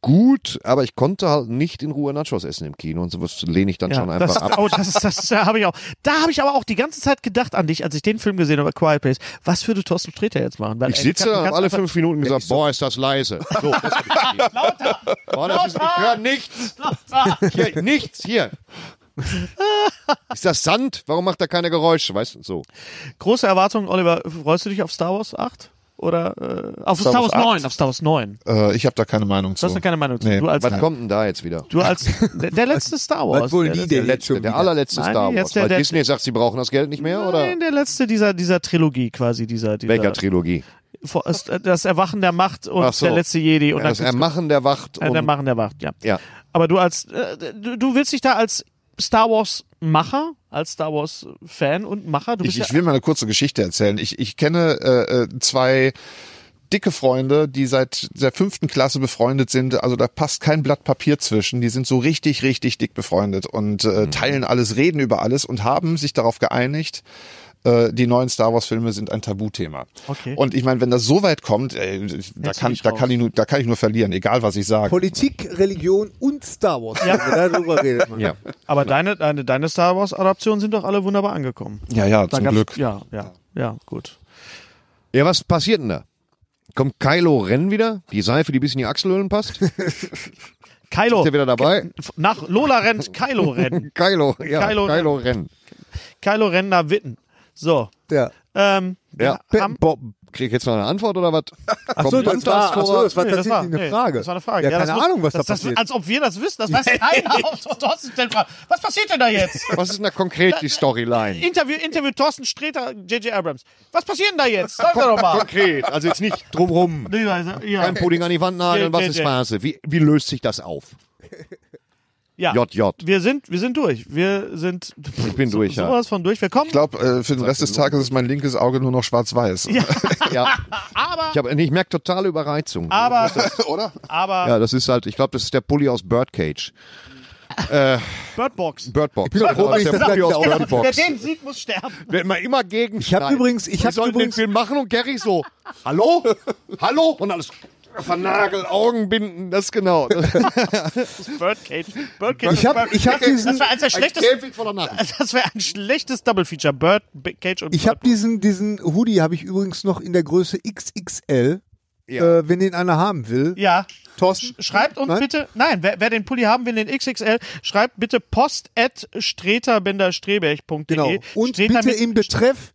gut, aber ich konnte halt nicht in Ruhe Nachos essen im Kino und sowas lehne ich dann schon einfach
das,
ab.
Oh, das, ist- das, da habe ich auch. Da habe ich aber auch die ganze Zeit gedacht an dich, als ich den Film gesehen habe, Quiet Place. Was würde Thorsten Sträter jetzt machen? Weil,
Ich
ey,
sitze
kann-
da,
kann-
hab alle fünf Minuten gesagt, boah, ist das leise. So, das hab ich geliebt. Boah, das ist, ich höre nichts. Hier, nichts, hier. Ist das Sand? Warum macht da keine Geräusche? Weißt du, so.
Große Erwartungen, Oliver. Freust du dich auf Star Wars 8? oder äh, auf
Star
Star Wars
Wars
9,
8?
auf Star Wars 9.
Äh, ich habe da keine Meinung zu.
Du hast ja keine Meinung zu.
Nee,
du als,
Was kommt denn da jetzt wieder?
du als der, der letzte Star Wars.
Was wollen
der,
die denn jetzt
Letzte,
schon
der
wieder?
allerletzte
Nein,
Star Wars.
jetzt der-
Weil
der-
Disney sagt, sie brauchen das Geld nicht mehr, oder?
Nein, der letzte dieser, dieser Trilogie quasi, dieser, dieser
Welcher Trilogie?
vor- ist, äh, das Erwachen der Macht und
Ach so.
der letzte Jedi und
Das
dann
Ermachen der Wacht
äh, der
und
Machen der Macht, ja.
Ja.
Aber du als äh, du, du willst dich da als Star Wars Macher, als Star Wars Fan und Macher, du bist
Ich, ich
ja
will mal eine kurze Geschichte erzählen. Ich, ich kenne äh, äh, zwei dicke Freunde, die seit der fünften Klasse befreundet sind. Also da passt kein Blatt Papier zwischen. Die sind so richtig, richtig dick befreundet und
Mhm.
äh, teilen alles, reden über alles und haben sich darauf geeinigt, äh, die neuen Star Wars Filme sind ein Tabuthema.
Okay.
Und ich meine, wenn das so weit kommt, ey, da,
Hältst du
kann,
dich
da,
raus.
kann ich nur, da kann ich nur verlieren, egal was ich sage.
Politik, Religion und Star Wars. Ja. Darüber redet man.
ja.
aber deine, deine deine Star Wars Adaptionen sind doch alle wunderbar angekommen.
ja, ja,
Da
zum
gab's-
Glück.
Ja, ja, ja, gut.
ja, was passiert denn da? Kommt Kylo Ren wieder? Die Seife, die bis in die Achselhöhlen passt?
Oh,
Ist
Kylo
der wieder dabei?
nach Lola rennt Kylo Ren.
Kylo, ja,
Kylo
Kylo,
Ren.
Ren.
Kylo Ren nach Witten. So,
Ja.
ähm,
Ja.
wir haben,
Bob, krieg ich jetzt noch eine Antwort oder was?
Achso, das war, ach so, das war
Nee, das
tatsächlich
war-
eine
nee,
Frage.
Das war eine Frage.
Ja,
das
keine
muss-
Ahnung, was
das,
da
das,
passiert.
Als ob wir das wissen, das weiß keiner. Und Thorsten stellt Fragen. Was passiert denn da jetzt?
Was ist denn da konkret die Storyline?
Interview, Interview Thorsten Sträter, J.J. Abrams. Was passiert denn da jetzt? Sag doch mal.
Konkret, also jetzt nicht drumrum.
Ja.
Kein Pudding an die Wand nageln, was ist Phase? Wie, wie löst sich das auf?
Ja.
JJ.
Wir sind, wir sind durch. Wir sind ich
bin durch, ja.
sowas von durch. Wir kommen,
Ich glaube, äh, für den Rest des Tages ist mein linkes Auge nur noch schwarz-weiß. Äh,
Ja. aber ich, hab- ich merke totale Überreizung.
aber,
Oder?
aber
ja, das ist halt, ich glaube, das ist der Pulli aus Birdcage.
Birdbox.
Birdbox.
bin auch froh, dass
der
das
Pulli
gleich
aus
wieder
Wer
Birdbox.
den sieht, muss sterben.
Wenn man immer gegen. Ich
hab übrigens- ich hab
soll
übrigens-
den Film machen und Gary so. Hallo? Hallo? Und alles. Vernagel, Augen binden, das genau.
Birdcage. Birdcage.
Ich hab-
und
ich hab
Birdcage.
diesen-
das wäre eines der schlechtesten.
Käfig voller Narren.
Das wäre ein schlechtes Double Feature. Birdcage und
Ich habe
Birdbox.
diesen, diesen Hoodie habe ich übrigens noch in der Größe XXL.
Ja.
Äh, wenn den einer haben will.
Ja.
Thorsten,
Schreibt uns
Nein?
bitte, nein, wer, wer den Pulli haben will, den XXL, schreibt bitte post at
genau.
streterbinderstreberg.de.
Und
Streter
bitte
mit-
im Betreff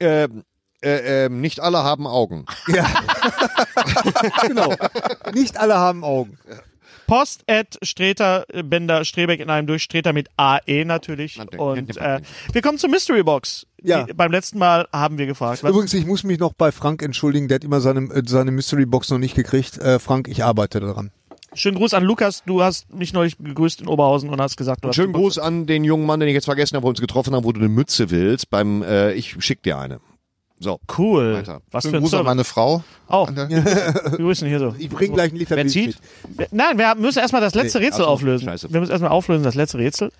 Ähm, äh, ähm, nicht alle haben Augen.
genau. Nicht alle haben Augen.
Post at Streter, Bender, Strebeck in einem durch, Streter mit AE natürlich.
Natürlich.
Und äh, wir kommen zur Mystery Box.
Ja.
Die, beim letzten Mal haben wir gefragt. Was,
Übrigens, ich muss mich noch bei Frank entschuldigen, der hat immer seine, äh, seine Mystery Box noch nicht gekriegt. Äh, Frank, ich arbeite daran.
schönen Gruß an Lukas, du hast mich neulich gegrüßt in Oberhausen und hast gesagt, du hast
Schönen
die Box-
Gruß an den jungen Mann, den ich jetzt vergessen habe, wo wir uns getroffen haben, wo du eine Mütze willst. Beim, äh, ich schick dir eine. So.
Cool.
Weiter.
Was für
Schönen
ein
Gruß an
Service.
meine Frau.
Auch.
An der-
Wir grüßen hier so.
Ich bringe gleich einen Liter
Wer
Milch
zieht?
mit.
Nein, wir müssen erstmal das letzte Rätsel
ach so,
auflösen.
scheiße.
Wir müssen erstmal auflösen, das letzte Rätsel,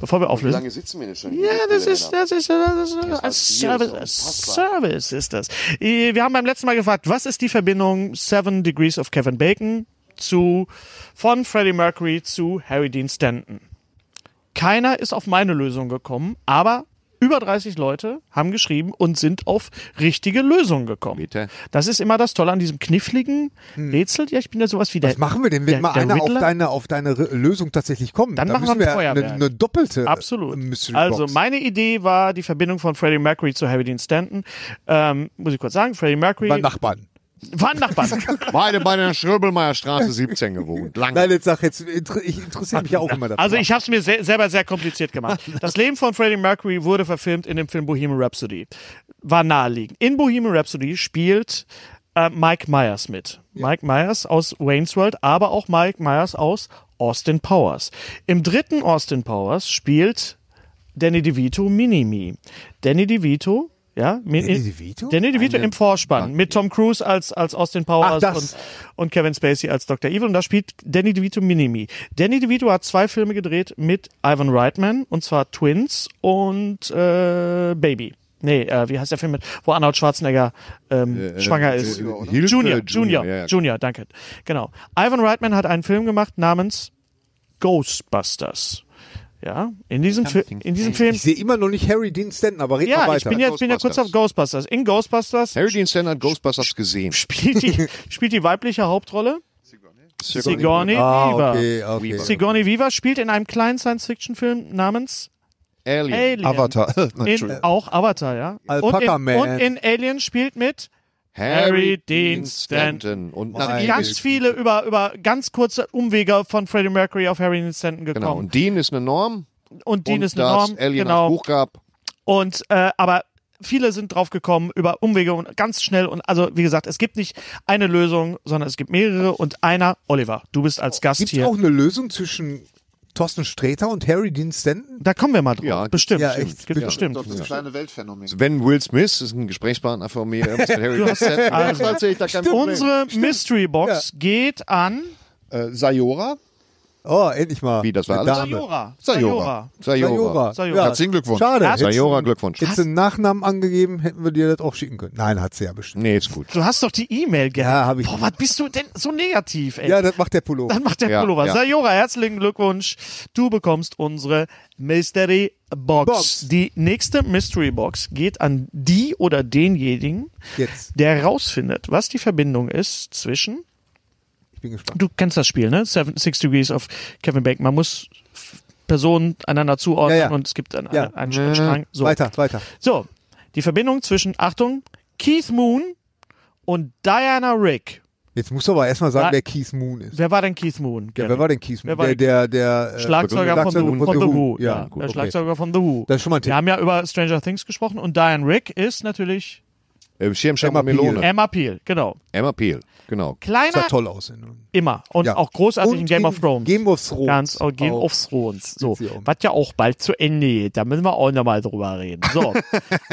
bevor wir auflösen.
sitzen wir denn schon?
Ja, das ist, das ist, das ist ein Service,
unfassbar.
Service ist das. Äh, Wir haben beim letzten Mal gefragt, was ist die Verbindung Seven Degrees of Kevin Bacon zu, von Freddie Mercury zu Harry Dean Stanton? Keiner ist auf meine Lösung gekommen, aber über 30 Leute haben geschrieben und sind auf richtige Lösungen gekommen.
Bitte. Hm.
Das ist immer das Tolle an diesem kniffligen Rätsel. Ja, ich bin ja sowas wie der.
Was machen wir denn, wenn
der-
mal
der
einer auf
Riddler?
deine, auf deine R- Lösung tatsächlich kommt?
Dann
da
machen wir
müssen
ein
eine,
Feuerwerk.
eine doppelte äh,
Absolut.
Mystery
also
Box.
meine Idee war die Verbindung von Freddie Mercury zu Harry Dean Stanton. Ähm, muss ich kurz sagen, Freddie Mercury
Mein Nachbarn.
war ein Nachbarn.
Beide bei der Schröbelmeier Straße 17 gewohnt. Lang.
Nein, jetzt sag jetzt, inter- ich interessiere mich ja auch immer dafür.
also ich habe es mir se selber sehr kompliziert gemacht. Das Leben von Freddie Mercury wurde verfilmt in dem Film Bohemian Rhapsody. War naheliegend. In Bohemian Rhapsody spielt äh, Mike Myers mit. Mike Myers aus Wayne's World, aber auch Mike Myers aus Austin Powers. Im dritten Austin Powers spielt Danny DeVito Minimi. Danny DeVito, ja, Mi-
Danny DeVito?
Danny DeVito im Vorspann mit Tom Cruise als, als Austin Powers
Ach, das.
und, und Kevin Spacey als Dr. Evil und da spielt Danny DeVito Minimi. Danny DeVito hat zwei Filme gedreht mit Ivan Reitman und zwar Twins und äh, Baby. Nee, äh, wie heißt der Film mit, wo Arnold Schwarzenegger ähm, schwanger ist?
Hilfe,
Junior,
Junior,
Junior,
ja, ja.
Junior, danke. Genau. Ivan Reitman hat einen Film gemacht namens Ghostbusters. Ja, in diesem, Fi in diesem Film.
Ich sehe immer noch nicht Harry Dean Stanton, aber red mal
Ja,
weiter.
ich bin jetzt bin ja kurz auf Ghostbusters. In Ghostbusters
Harry Dean Stanton hat Ghostbusters gesehen.
spielt die, spielt die weibliche Hauptrolle Sigourney
ah,
Weaver.
okay, okay.
Sigourney Weaver spielt in einem kleinen Science-Fiction-Film namens
Alien.
Alien.
Avatar. Nein,
In,
Entschuldigung.
auch Avatar, ja.
Alpaca
und, in,
Man.
und in Alien spielt mit Harry Dean Stanton.
Und
sind
nach
ganz viele über, über ganz kurze Umwege von Freddie Mercury auf Harry Dean Stanton
Genau.
gekommen.
Und Dean ist eine Norm.
Und Dean
und
ist eine
dass
Norm.
Alien
genau.
das Buch gab.
Und äh, aber viele sind drauf gekommen über Umwege und ganz schnell und also wie gesagt, es gibt nicht eine Lösung, sondern es gibt mehrere und einer, Oliver, du bist als Gast
Gibt es
hier.
auch eine Lösung zwischen Thorsten Sträter und Harry Dean Stanton?
da kommen wir mal drauf.
Ja,
bestimmt.
ja, echt.
Gibt bestimmt.
Das ist ein kleines Weltphänomen.
Wenn Will Smith ist ein Gesprächspartner von mir, äh, mit Harry Dean Stanton.
also-
Das erzähl ich da kein Problem.
Unsere Mystery Box geht an
Äh, Sayora?
Oh, endlich mal.
Wie, das war
Eine
alles?
Dame.
Sayora.
Sayora. Sayora.
Sayora.
Sayora.
Herzlichen Glückwunsch.
Schade. Hättest-
Sayora, Glückwunsch.
Hättest du einen Nachnamen angegeben, hätten wir dir das auch schicken können. Nein, hat sie ja bestimmt.
Nee, ist gut.
Du hast doch die E-Mail gehabt.
Ja, hab ich.
Boah, was bist du denn so negativ, ey?
Ja, das macht der Pullover.
Dann macht der
Ja,
Pullover.
ja.
Sayora, herzlichen Glückwunsch. Du bekommst unsere Mystery Box.
Box.
Die nächste Mystery Box geht an die oder denjenigen,
Jetzt.
der herausfindet, was die Verbindung ist zwischen.
Ich bin gespannt.
Du kennst das Spiel, ne? Seven, Six Degrees of Kevin Bacon. Man muss f- Personen einander zuordnen
Ja, ja.
und es gibt dann
Ja.
einen, einen Sch- Strang. So.
Weiter, weiter.
so, die Verbindung zwischen, Achtung, Keith Moon und Diana Rick.
Jetzt musst du aber erstmal sagen,
Nein.
wer Keith Moon ist.
Wer war denn Keith Moon?
Ja, wer war denn Keith
Wer
Moon?
war
Der, der, der äh,
Schlagzeuger von,
Schlagzeuger
The, von The Who. Ja,
Ja,
der
gut, okay.
Schlagzeuger von The Who.
Das ist schon mal ein
Wir
Tipp.
haben ja über Stranger Things gesprochen und Diane Rick ist natürlich
Äh, Schirmschirmer
Emma Peel.
Melone.
Emma Peel, genau.
Emma Peel, genau.
Kleiner
Sah toll aus. ne?
immer und
Ja.
auch großartig in
Und
Game of Thrones.
Game of Thrones.
Ganz oh, Game
Auch.
of Thrones. So,
sie auch.
was ja auch bald zu Ende geht. Da müssen wir auch nochmal drüber reden. So,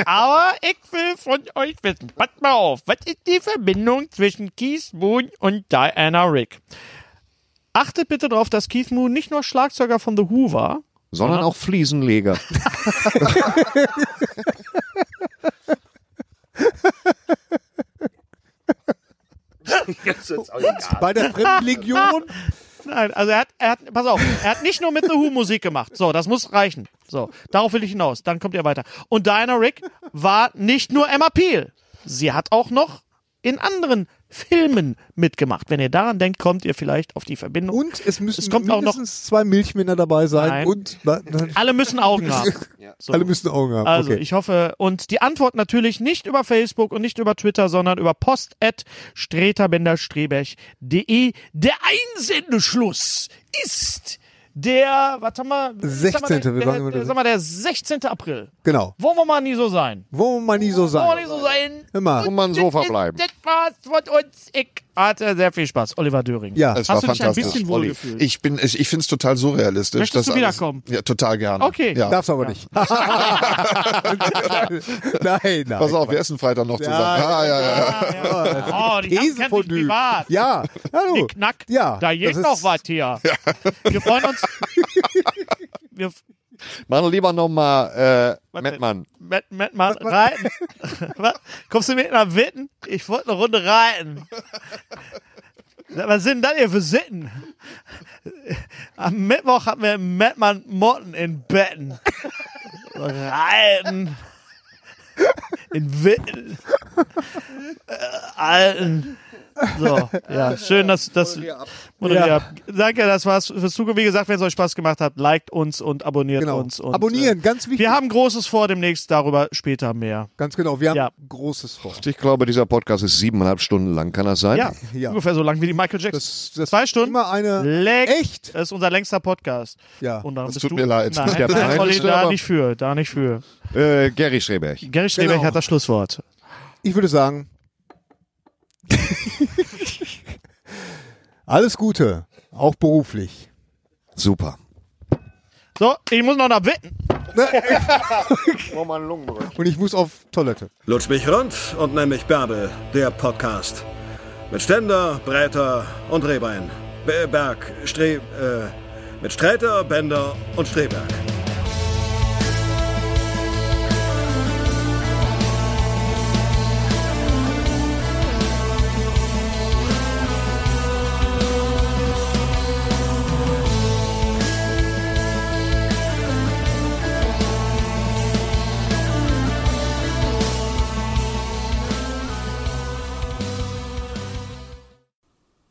aber ich will von euch wissen, passt mal auf, was ist die Verbindung zwischen Keith Moon und Diana Rick? Achtet bitte darauf, dass Keith Moon nicht nur Schlagzeuger von The Who war,
Sondern auch Fliesenleger.
oh, Bei der Fremdenlegion.
Nein, also er hat, er hat, pass auf, er hat nicht nur mit The Who Musik gemacht. So, das muss reichen. So, darauf will ich hinaus. Dann kommt ihr weiter. Und Diana Rick war nicht nur Emma Peel. Sie hat auch noch in anderen Filmen mitgemacht. Wenn ihr daran denkt, kommt ihr vielleicht auf die Verbindung.
und es müssen
Es kommt auch noch-
mindestens zwei Milchmänner dabei sein.
Nein.
Und na, na,
Alle müssen Augen haben. So.
alle müssen Augen haben.
Also,
okay.
ich hoffe, und die Antwort natürlich nicht über Facebook und nicht über Twitter, sondern über post.streterbender-strebech.de. Der Einsendeschluss ist der, was haben wir? Sag mal,
16.. Wir
Der,
sagen
der,
immer
der,
der
sag mal, der 16. April.
genau.
Wollen wir mal nie so sein?
Wo man nie so
Wollen wir
sein.
nie so sein?
Hör mal.
Und man so
Das-
verbleiben.
Das war's von uns. Ich hatte sehr viel Spaß. Oliver Döring.
Ja.
Hast
Es
du
war
dich ein
fantastisch.
bisschen
Olli.
wohlgefühlt?
Ich bin, ich, ich finde es total surrealistisch.
Möchtest
dass
du
alles-
wiederkommen?
Ja, total gerne.
Okay.
Ja.
Darfst aber nicht. nein, nein.
Pass auf, wir essen Freitag noch zusammen. Ah, ja, ja, ja.
Oh, die Käse kennen sich
Käsefondue.
privat.
Ja, hallo.
Knack.
Ja,
Da geht
das ist-
noch was hier. Wir freuen uns. Wir,
Machen lieber nochmal äh,
Was
Mettmann.
Matt, Matt, mal reiten. Was? Kommst du mit einer Witten? Ich wollte eine Runde reiten. Was sind denn das hier für Sitten? Am Mittwoch hatten wir Mettmann Motten in Betten. Reiten. In Witten. Äh, Alten. So, ja, schön, dass das. Moderier ab. Danke, das war's fürs Zugucken. Wie gesagt, wenn es euch Spaß gemacht hat, liked uns und abonniert
Genau.
uns. Und, äh,
Abonnieren, ganz wichtig.
wir haben Großes vor demnächst, darüber später mehr.
Ganz genau, wir haben
Ja.
großes vor.
Ich glaube, dieser Podcast ist siebeneinhalb Stunden lang, kann das sein?
Ja,
Ja.
ungefähr so lang wie die Michael Jackson.
Das, das
Zwei Stunden?
Immer eine.
Leck.
Echt?
Das ist unser längster Podcast.
Ja.
Und darum
das
bist
tut
du-
mir leid.
Nein,
Der
nein
Verein
Olli,
ist
da
aber-
nicht für, da nicht für.
Äh, Gary Schreberch.
Gary Schneebeck
Genau.
hat das Schlusswort.
Ich würde sagen. Alles Gute, auch beruflich.
Super.
So, ich muss noch nach Witten.
Und ich muss auf Toilette.
Lutsch mich rund und nenn mich Bärbel, der Podcast. Mit Ständer, Breiter und Rehbein. Be- Berg, Stre... Äh, mit Sträter, Bender und Streberg.